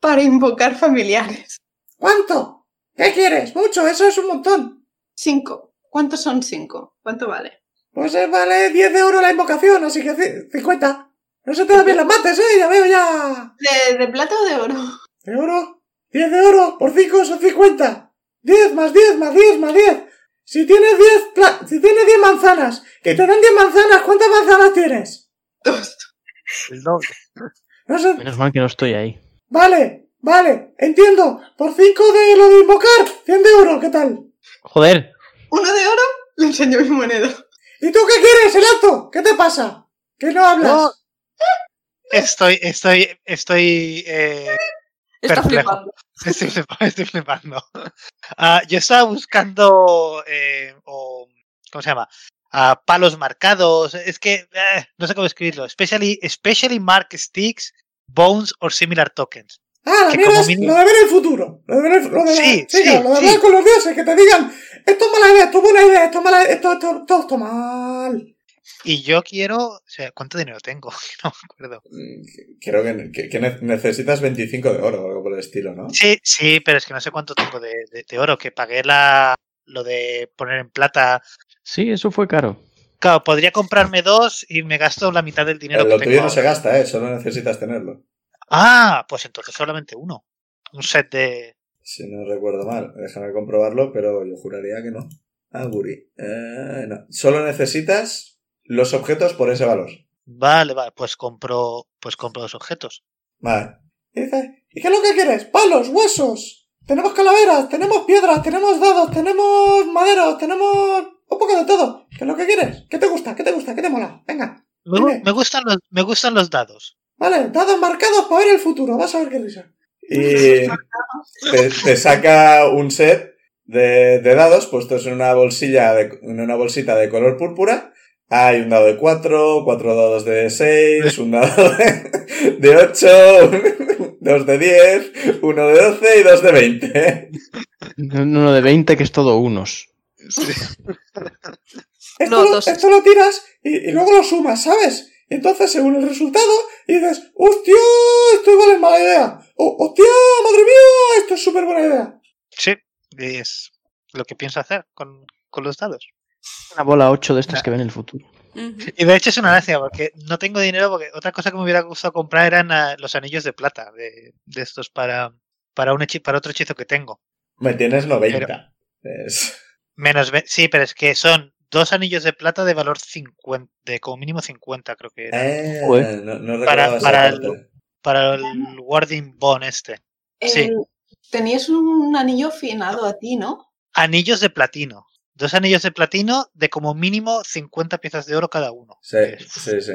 F: Para invocar familiares.
A: ¿Cuánto? ¿Qué quieres? Mucho, eso es un montón.
F: Cinco. ¿Cuántos son cinco? ¿Cuánto vale?
A: Pues eh, vale 10 de euros la invocación, así que ci- 50. No se te dan bien las mates, ¿eh? Ya veo ya.
F: ¿De, de plata o de oro?
A: ¿De oro? 10 de oro por 5 son 50. 10 más 10 más 10 más 10. Si tienes 10, pla- si tienes 10 manzanas, que te dan 10 manzanas, ¿cuántas manzanas tienes?
F: Dos.
C: El doble.
A: No sé,
G: Menos mal que no estoy ahí.
A: Vale, vale, entiendo. Por 5 de lo de invocar, 100 de euro, ¿qué tal?
G: Joder,
F: ¿Uno de oro? Le enseño mi moneda.
A: ¿Y tú qué quieres, el alto? ¿Qué te pasa? ¿Qué no hablas?
C: No. Estoy, estoy, estoy. eh,
E: Está
C: Perplejo.
E: flipando.
C: estoy flipando. estoy Este flipando. Ah, yo estaba buscando. eh, o- ¿Cómo se llama? Ah, palos marcados. Es que. eh, no sé cómo escribirlo. Especially, especially mark sticks, bones or similar tokens.
A: Ah, la
C: que
A: mierda
C: como
A: es
C: mínimo-
A: lo de ver el futuro. Lo de ver el- lo de
C: Sí,
A: sí,
C: sí,
A: lo de
C: sí.
A: hablar con los dioses, que te digan, esto es mala idea, esto es buena idea, esto es mala idea, esto, esto, esto, esto mal.
C: Y yo quiero. O sea, ¿cuánto dinero tengo? No me acuerdo.
A: Creo que, necesitas 25 de oro o algo por el estilo, ¿no?
C: Sí, sí, pero es que no sé cuánto tengo de, de- de oro, que pagué la lo de poner en plata.
G: sí, eso fue caro.
C: Claro, podría comprarme dos y me gasto la mitad del dinero que tengo. ahora.
A: gasta, ¿eh? Solo necesitas tenerlo.
C: Ah, pues entonces solamente uno. Un set de.
A: Si no recuerdo mal, déjame comprobarlo, pero yo juraría que no. Aguri. Eh, no. Solo necesitas los objetos por ese valor.
C: Vale, vale, pues compro, pues compro los objetos.
A: Vale. Dice, ¿y qué es lo que quieres? Palos, huesos. Tenemos calaveras, tenemos piedras, tenemos dados, tenemos maderos, tenemos un poco de todo. ¿Qué es lo que quieres? ¿Qué te gusta? ¿Qué te gusta? ¿Qué te mola? Venga.
C: Me, gu- me gustan los, me gustan los dados.
A: Vale, dados marcados para ver el futuro. Vas a ver qué risa. Y te, te saca un set de, de dados puestos en una bolsilla de, en una bolsita de color púrpura. Hay un dado de 4, cuatro dados de 6, un dado de, de 8, dos de 10, uno de 12 y dos de 20.
G: Uno de 20 que es todo unos.
A: Esto,
E: No,
A: lo,
E: dos.
A: esto lo tiras y, y luego lo sumas, ¿sabes? Y entonces, según el resultado, y dices, ¡hostia! Esto igual es mala idea. O, ¡Hostia! ¡Madre mía! Esto es súper buena idea.
C: Sí, y es lo que pienso hacer con, con los dados.
G: Una bola 8 de
B: Ah.
G: estas que ven el futuro.
E: Ujú.
C: Y de hecho es una gracia, porque no tengo dinero, porque otra cosa que me hubiera gustado comprar eran ah, los anillos de plata, de, de estos para, para, un hechi- para otro hechizo que tengo.
A: Me tienes 90. Es-
C: Menos ve- sí, pero es que son dos anillos de plata de valor 50, de como mínimo 50, creo que era.
A: Eh,
G: Joder.
A: no, no
C: Para-
A: recordaba esa
C: para
A: parte.
C: el- Para el Warding Bone este. Sí.
F: Eh, Tenías un anillo finado a ti, ¿no?
C: Anillos de platino. Dos anillos de platino de como mínimo 50 piezas de oro cada uno.
A: Sí, sí, sí.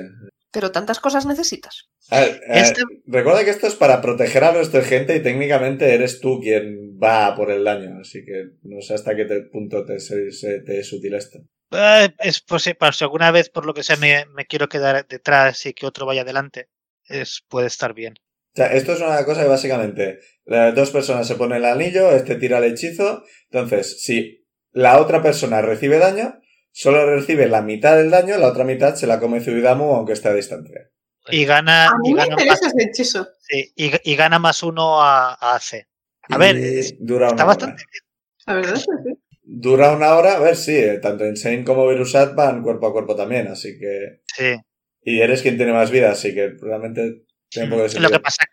E: Pero tantas cosas necesitas.
A: A ver, a ver,
C: Este-
A: Recuerda que esto es para proteger a nuestra gente y técnicamente eres tú quien va por el daño, así que no sé hasta qué te- punto te, se- se- te es útil esto.
C: eh, es por si, para si alguna vez, por lo que sea, me, me quiero quedar detrás y que otro vaya adelante. Es, puede estar bien.
A: O sea, esto es una cosa que básicamente las dos personas se ponen el anillo, este tira el hechizo, entonces si la otra persona recibe daño, solo recibe la mitad del daño, la otra mitad se la come Zuidamu aunque esté a distancia.
C: Y gana,
F: A mí
C: Ah, y
F: me
C: gana,
F: interesa
C: más,
F: ese hechizo.
C: sí, y, y gana más uno a, a AC. A ver,
A: Y
C: es-
A: dura una
C: está
A: hora.
C: bastante bien.
F: La verdad es que sí.
A: Dura una hora, a ver, sí, eh, tanto Insane como Virusat van cuerpo a cuerpo también, así que...
C: Sí.
A: Y eres quien tiene más vida, así que realmente tiene un poco de
C: Lo
A: sentido.
C: que pasa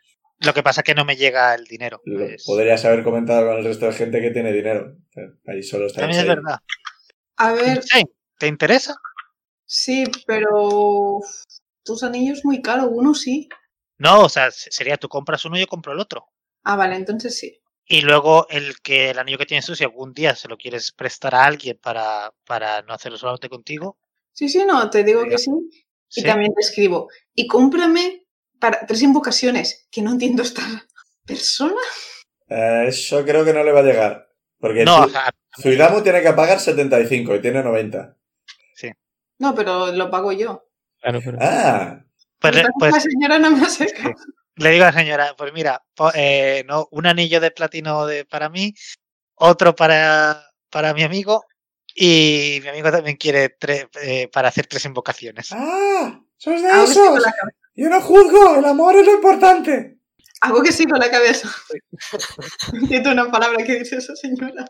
C: lo que pasa que no me llega el dinero. pues,
A: Lo
C: Es-
A: podrías haber comentado con el resto de gente que tiene dinero. Eh, Ahí solo está
C: También es
A: Insane.
C: verdad.
F: A ver,
C: Sí, ¿Te interesa?
F: sí, pero tus anillos muy caro, uno sí.
C: No, o sea, se- sería tú compras uno y yo compro el otro.
D: Ah, vale, entonces sí.
C: Y luego el que el anillo que tienes tú, si algún día se lo quieres prestar a alguien para, para no hacerlo solamente contigo.
D: Sí, sí, no, te digo que sí. Y
C: sí.
D: también te escribo. Y cómprame para tres invocaciones, que no entiendo esta persona.
A: Eh, eso creo que no le va a llegar. Porque
C: No, o
A: Zu-
C: sea,
A: Zuidamu tiene que pagar 75 y tiene 90.
D: No, pero lo pago yo.
G: Claro, pero...
A: Ah,
C: pues le-
D: Entonces,
C: pues
D: la señora no me hace caso.
C: le digo a la señora, pues mira, po- eh, no, un anillo de platino de, para mí, otro para, para mi amigo, y mi amigo también quiere tres, eh, para hacer tres invocaciones.
A: ah, sos de
D: Hago que sí
A: esos.
D: con la cabeza.
A: Yo no juzgo, el amor es lo importante.
D: Hago que sí con la cabeza. Entiendo una palabra que dice esa señora.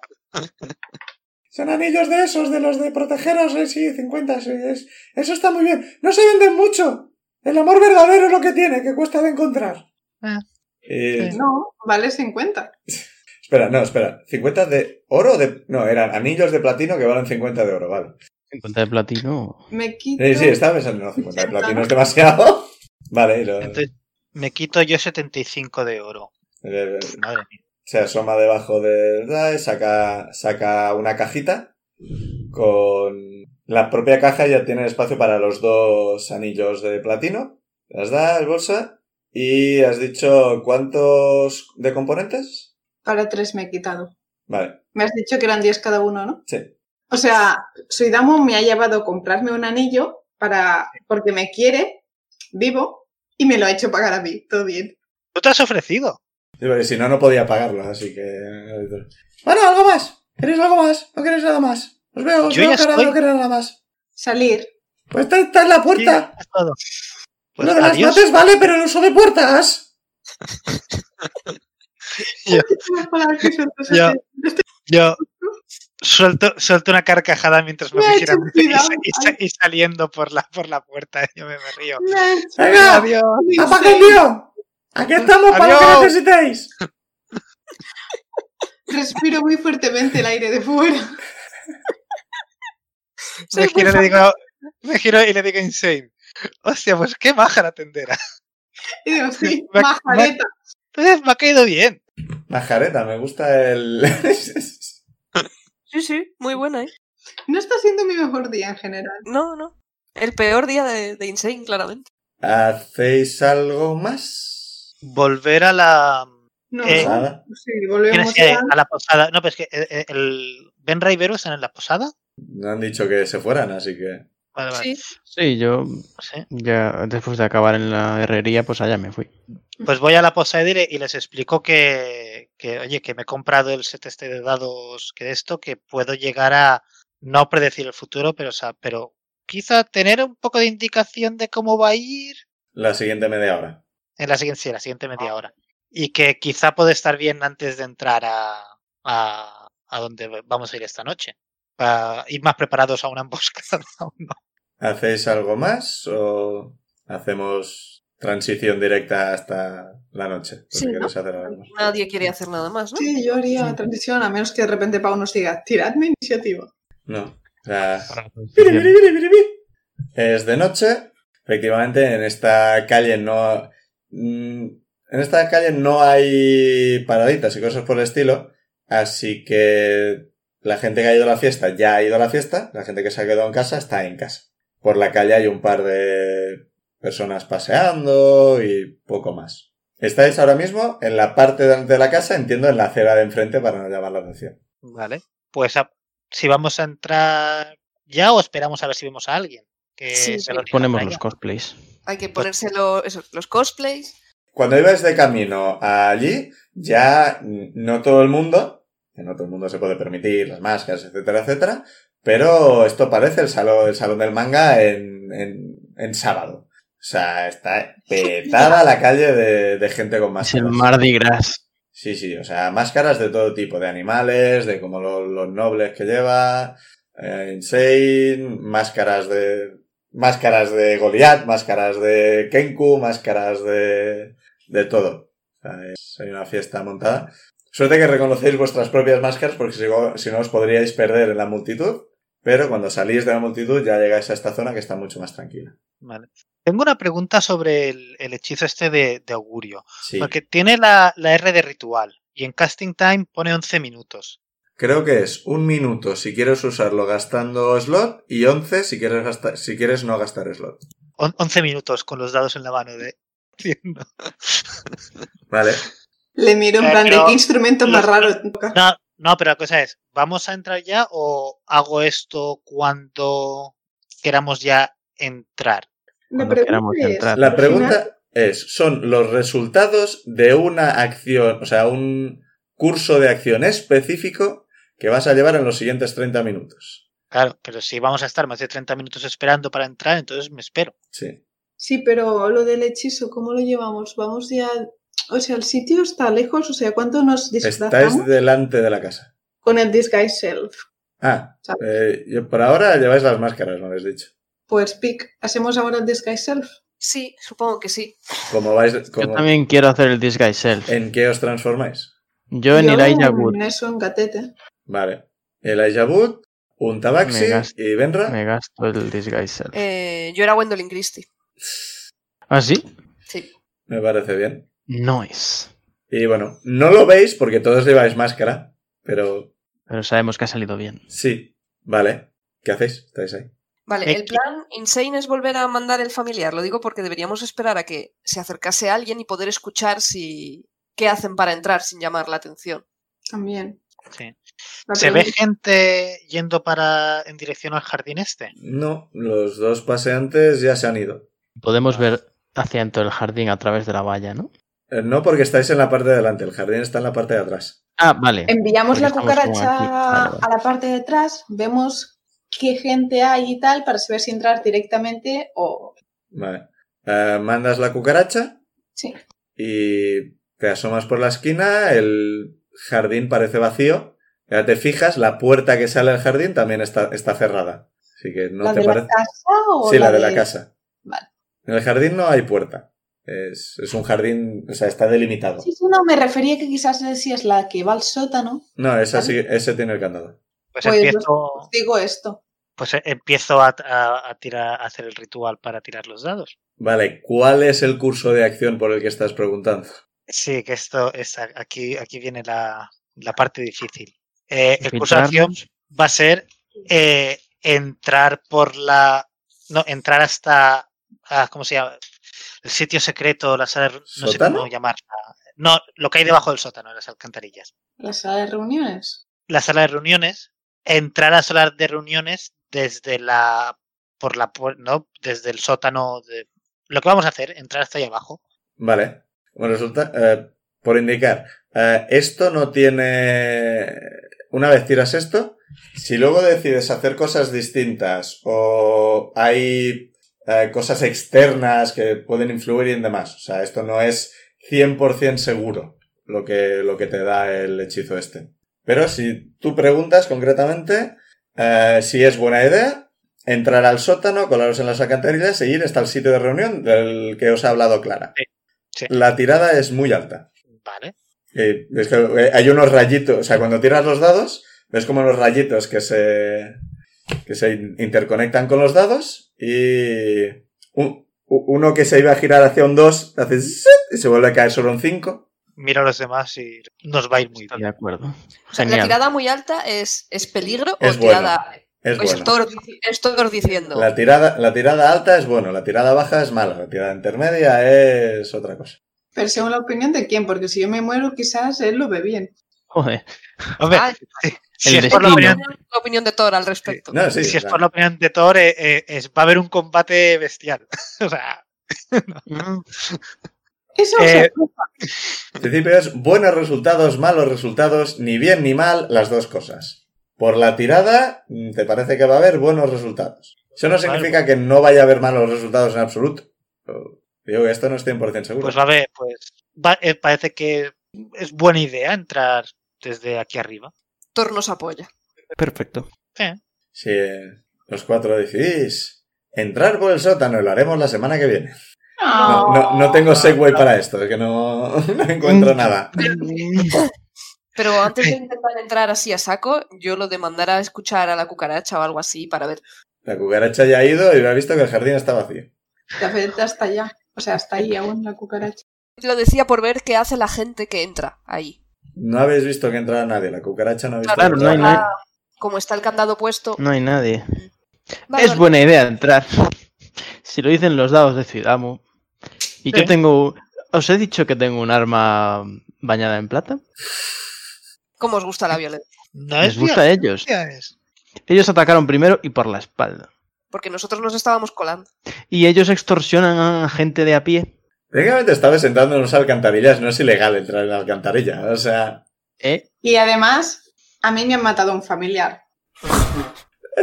A: Son anillos de esos, de los de protegeros, eh, sí, 50, sí, es- eso está muy bien. No se venden mucho. El amor verdadero es lo que tiene, que cuesta de encontrar.
C: Ah.
A: Eh,
D: No, vale 50.
A: Espera, no, espera. ¿50 de oro? o De... No, eran anillos de platino que valen 50 de oro, vale.
G: En cuenta de platino...
D: Me quito.
A: Sí, sí, estaba pensando, no, 50 de platino es demasiado. Vale, y lo-
C: Entonces, me quito yo 75 de oro.
A: eh,
C: Madre mía.
A: se asoma debajo de Dai, saca, saca una cajita con la propia caja ya tiene espacio para los dos anillos de platino. Las da el bolsa y has dicho cuántos de componentes?
D: Para tres me he quitado.
A: Vale,
D: Me has dicho que eran 10 cada uno, ¿no?
A: sí.
D: O sea, Suidamo me ha llevado a comprarme un anillo para porque me quiere vivo y me lo ha hecho pagar a mí. Todo bien.
C: ¿Tú te has ofrecido?
A: Sí, porque si no, no podía pagarlo, así que... Bueno, algo más. ¿Queréis algo más? ¿No queréis nada más? Os veo, os
C: Yo
A: veo
C: ya
A: cara de
C: estoy.
A: no querer nada más.
D: Salir.
A: Pues está, está en la puerta.
C: Sí, es todo. Pues
A: Lo de las
C: adiós.
A: mates vale, pero el uso de puertas...
D: Las palabras que sueltas
C: Ya.
D: así.
C: Yo suelto, suelto una carcajada mientras me,
D: Me ha
C: voy
D: hecho
C: girando y,
D: cuidado.
C: y sa- y saliendo por la, por la puerta. Yo me, me río.
D: Me ha hecho
A: Venga.
C: Adiós.
A: ¡Apaga el lío! ¡Aquí estamos para lo
C: Adiós.
A: que necesitéis!
D: Respiro muy fuertemente el aire de fuera.
C: Me
D: pues
E: Soy muy
C: giro, y le
E: fan.
C: digo, me giro y le digo Insane. Hostia, pues qué maja la tendera.
D: Y digo, sí,
C: Va-
D: majareta.
C: Entonces Pues me ha caído bien.
A: Majareta, me gusta el.
E: Sí, sí, muy buena, ¿eh?
D: No está siendo mi mejor día en general.
E: No, no. El peor día de, de Insane, claramente.
A: ¿Hacéis algo más?
C: Volver a la.
D: No,
C: Eh,
D: no.
A: Nada.
D: Sí,
C: Tienes
D: volvemos
C: que
D: a...
C: a la posada. No, pero es que eh, eh, el. ¿Ben Raivero están en la posada?
A: No han dicho que se fueran, así que.
C: Vale, vale.
E: Sí.
G: Sí, yo
C: Sí.
G: ya después de acabar en la herrería, pues allá me fui.
C: Pues voy a la posada y le- y les explico que, que, oye, que me he comprado el set este de dados que de esto, que puedo llegar a no predecir el futuro, pero, o sea, pero quizá tener un poco de indicación de cómo va a ir
A: La siguiente media hora.
C: en la siguiente, sí, la siguiente
E: Ah.
C: media hora. Y que quizá puede estar bien antes de entrar a, a, a donde vamos a ir esta noche. Para ir más preparados a una emboscada. o no.
A: ¿Hacéis algo más o hacemos transición directa hasta la noche? Pues
E: Sí,
A: si
E: ¿no?
A: queréis hacer algo más.
E: Nadie quiere hacer nada más, ¿no?
D: Sí, yo haría la transición, a menos que de repente Pau nos diga, tiradme iniciativa.
A: No. O sea, Biri, biri,
G: Bien.
A: biri, biri, biri. Es de noche. Efectivamente, en esta calle no. mm, En esta calle no hay paraditas y cosas por el estilo. Así que la gente que ha ido a la fiesta ya ha ido a la fiesta. La gente que se ha quedado en casa está en casa. Por la calle hay un par de personas paseando y poco más. Estáis ahora mismo en la parte de de la casa, entiendo, en la acera de enfrente para no llamar la atención.
C: Vale. Pues a- si vamos a entrar ya o esperamos a ver si vemos a alguien. Que
E: Sí,
C: se
E: sí.
C: lo diga
G: Ponemos
C: para
G: los
C: allá.
G: cosplays.
E: Hay
A: Pues
E: que ponerse lo- eso, los cosplays.
A: Cuando ibais de camino allí, ya mm, no todo el mundo, que no todo el mundo se puede permitir las máscaras, etcétera, etcétera, pero esto parece el salón, el salón del manga en, en, en sábado. O sea, está petada la calle de, de gente con
G: Es el
A: máscaras.
G: Mardi Gras.
A: Sí, sí, o sea, máscaras de todo tipo, de animales, de como lo- los nobles que lleva, eh, Insane, máscaras de, máscaras de Goliath, máscaras de Kenku, máscaras de, de todo. O sea, es- hay una fiesta montada. Suerte que reconocéis vuestras propias máscaras porque si, no- si no os podríais perder en la multitud. Pero cuando salís de la multitud ya llegáis a esta zona que está mucho más tranquila.
C: Vale. Tengo una pregunta sobre el, el hechizo este de, de augurio.
A: Sí.
C: Porque tiene la, la R de ritual y en casting time pone 11 minutos.
A: Creo que es un minuto si quieres usarlo gastando slot y 11 si quieres, gastar, si quieres no gastar slot.
C: On- 11 minutos con los dados en la mano de... Entiendo.
A: Vale.
D: Le miro en plan de
C: Pero-
D: qué instrumento más raro toca.
C: No, no, pero la cosa es, ¿vamos a entrar ya o hago esto cuando queramos ya entrar?
F: La
G: Cuando queramos
F: pregunta es,
G: entrar.
A: La
F: al final,
A: pregunta es, ¿son los resultados de una acción, o sea, un curso de acción específico que vas a llevar en los siguientes 30 minutos?
C: Claro, pero si vamos a estar más de 30 minutos esperando para entrar, entonces me espero.
A: Sí.
F: Sí, pero lo del hechizo, ¿cómo lo llevamos? Vamos ya... O sea, el sitio está lejos, o sea, ¿cuánto nos
A: Estáis
F: disfrazamos
A: delante de la casa.
F: con el disguise self?
A: Ah,
F: ¿Sabes?
A: eh, y por ahora lleváis las máscaras, me habéis dicho.
F: Pues, Pic, ¿hacemos ahora el disguise self?
E: Sí, supongo que sí.
A: ¿Cómo vais?
B: Yo
A: cómo-
B: también quiero hacer el Disguise Self.
A: ¿En qué os transformáis?
B: Yo en
F: Yo,
B: Elijah Wood
F: en Eso, en gatete.
A: Vale. El Ayabut, un Tabaxi
B: Me gasto-
A: y Benra.
B: me gasto el Disguise Self.
E: Eh, yo era Gwendolyn Christie.
B: ¿Ah, sí?
E: Sí.
A: Me parece bien.
B: No es.
A: Y bueno, no lo veis porque todos lleváis máscara, pero
B: Pero sabemos que ha salido bien.
A: sí. Vale. ¿Qué hacéis? Estáis ahí.
E: Vale,
C: Me
E: el
C: qui-
E: plan insane es volver a mandar el familiar. Lo digo porque deberíamos esperar a que se acercase alguien y poder escuchar si qué hacen para entrar sin llamar la atención.
F: También.
C: Sí.
F: La
C: ¿Se ve
F: pregunta-
C: gente yendo para en dirección al jardín este?
A: No, los dos paseantes ya se han ido.
B: Podemos ver hacia dentro del jardín a través de la valla, ¿no?
A: Eh, No porque estáis en la parte de delante, el jardín está en la parte de atrás.
B: Ah, vale.
D: Em,
F: Enviamos
B: Porque
F: la
B: estamos como
F: cucaracha
B: aquí. Vale, vale.
F: a la parte de atrás, vemos qué gente hay y tal para saber si entrar directamente o...
A: Vale. Eh, mandas la cucaracha
F: Sí.
A: y te asomas por la esquina, el jardín parece vacío. Ya te fijas, la puerta que sale al jardín también está, está cerrada. Así que no
F: ¿La
A: te
F: de
A: parece.
F: la casa o
A: Sí, la de la casa.
F: Vale.
A: En el jardín no hay puerta. Es, es un jardín, o sea, está delimitado.
F: Sí, sí, no, me refería que quizás decías la que va al sótano.
A: No, esa
F: Vale.
A: sí, ese tiene el candado.
C: Pues,
F: Pues
C: empiezo,
F: Digo esto.
C: pues eh, empiezo a, a- a tirar, a hacer el ritual para tirar los dados.
A: Vale, ¿cuál es el curso de acción por el que estás preguntando?
C: Sí, que esto es a- aquí, aquí viene la, la parte difícil. Eh, el curso de
B: Infiltrarnos.
C: acción va a ser eh, entrar por la. No, entrar hasta. ah, ¿Cómo se llama? El sitio secreto, la sala. de- No sé
A: ¿Sótano?
C: cómo llamarla. No, lo que hay debajo del sótano, las alcantarillas.
F: La sala de reuniones.
C: la sala de reuniones, entrar a la sala de reuniones desde la por la pu- no, desde el sótano de lo que vamos a hacer, entrar hasta ahí abajo.
A: Vale. Bueno, resulta, eh, por indicar, eh, esto no tiene... Una vez tiras esto, si luego decides hacer cosas distintas o hay eh, cosas externas que pueden influir y en demás, o sea, esto no es 100% seguro lo que, lo que te da el hechizo este. Pero si tú preguntas concretamente eh, si es buena idea entrar al sótano, colaros en las alcantarillas e ir hasta el sitio de reunión del que os ha hablado Clara.
C: Sí.
A: La tirada es muy alta.
C: Vale.
A: Eh, es que, eh, hay unos rayitos, o sea, cuando tiras los dados, ves como los rayitos que se, que se in- interconectan con los dados y un- u- uno que se iba a girar hacia un 2 hace zzzz y se vuelve a caer sobre un 5.
C: Mira a los demás y nos va a ir muy
B: De
C: bien.
B: acuerdo.
E: O sea, la
B: Genial.
E: tirada muy alta es, es peligro
A: Es
E: o
A: bueno,
E: tirada.
A: Es
E: Pues
A: bueno.
E: estoy, estoy diciendo.
A: La tirada, la tirada alta es bueno, la tirada baja es mala, la tirada intermedia es otra cosa.
F: Pero según la opinión de quién, porque si yo me muero, quizás él lo ve bien.
B: Joder.
C: Hombre,
E: Ah,
C: si,
B: el
C: es por la
E: la
B: destino.
C: opinión,
E: opinión, la opinión de Thor al respecto.
A: No, sí,
C: Pues si es
A: la-
C: por la opinión de Thor, eh, eh, es- va a haber un combate bestial. o sea,
B: Mm,
F: Eso
C: Eh,
F: se
A: En principio es buenos resultados, malos resultados, ni bien ni mal, las dos cosas. Por la tirada, mm, te parece que va a haber buenos resultados. Eso no
C: Vale. pues-
A: significa que no vaya a haber malos resultados en absoluto. Pero Digo que esto no es 100% seguro.
C: pues va a haber, pues va- eh, parece que es buena idea entrar desde aquí arriba.
E: Thor nos apoya.
G: Perfecto.
A: Si eh, los cuatro decidís entrar por el sótano, y lo haremos la semana que viene. No, no- no tengo segue para esto, es que no, no encuentro nada.
E: Pero antes de intentar entrar así a saco, yo lo demandará a escuchar a la cucaracha o algo así para ver.
A: La cucaracha ya ha ido y ha visto que el jardín está vacío.
F: La pelota está allá. O sea, hasta ahí aún la cucaracha.
E: Lo decía por ver qué hace la gente que entra ahí.
A: No habéis visto que entrara nadie, la cucaracha no ha visto
B: Claro,
A: que
B: no hay
A: entrara.
B: nadie.
E: Ah, Como está el candado puesto.
G: No hay nadie.
E: va
B: Es
E: con-
B: buena idea entrar. Si lo dicen los dados de Ciudadamo. Y yo
C: Sí.
B: tengo. Os he dicho que tengo un arma bañada en plata.
E: ¿Cómo os gusta la violencia?
C: No
B: Les
C: es
B: gusta a ellos.
C: violencia, es-
B: Ellos atacaron primero y por la espalda.
E: Porque nosotros nos estábamos colando.
B: Y ellos extorsionan a gente de a pie.
A: Técnicamente estaba sentando en unas alcantarillas, no es ilegal entrar en la alcantarilla. O sea,
B: ¿eh?
D: Y además, a mí me han matado un familiar.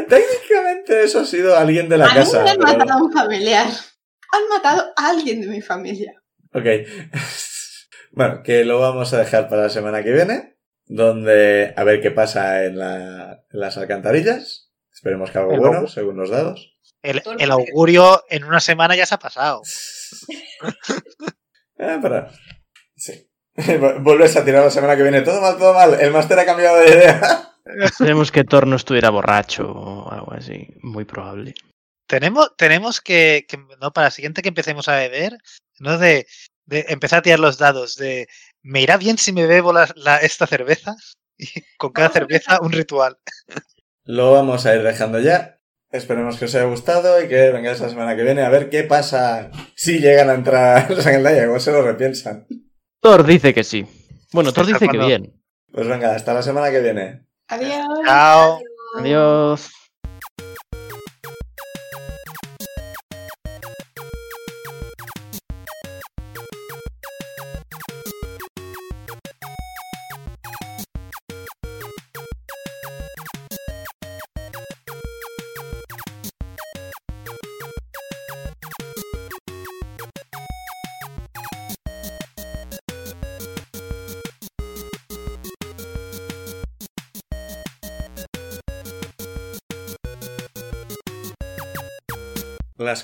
A: técnicamente eso ha sido alguien de la
D: a
A: casa.
D: mí me han
A: pero-
D: matado un familiar. Han matado a alguien de mi familia.
A: Ok. bueno, que lo vamos a dejar para la semana que viene, donde a ver qué pasa en, la- en las alcantarillas. Esperemos que algo
C: El
A: bueno,
C: lobo.
A: según los dados.
C: El,
E: Todo el
C: el
E: mundo-
C: augurio en una semana ya se ha pasado.
A: Ah, pero... Sí. Vuelves a tirar la semana que viene. Todo mal, todo mal. El máster ha cambiado de idea.
B: Esperemos que Torno estuviera borracho o algo así. Muy probable.
C: Tenemos, tenemos que, que- no, para la siguiente que empecemos a beber, ¿no? De, de empezar a tirar los dados, de me irá bien si me bebo la- la- esta cerveza. Y con cada cerveza un ritual.
A: Lo vamos a ir dejando ya. Esperemos que os haya gustado y que vengáis la semana que viene a ver qué pasa si llegan a entrar los alcantarillas, o se lo repiensan.
B: Thor dice que sí. Bueno, Thor
C: Hasta
B: dice que
C: cuando-
B: bien.
A: Pues venga, hasta la semana que viene.
D: Adiós.
C: Chao.
B: Adiós.
A: Las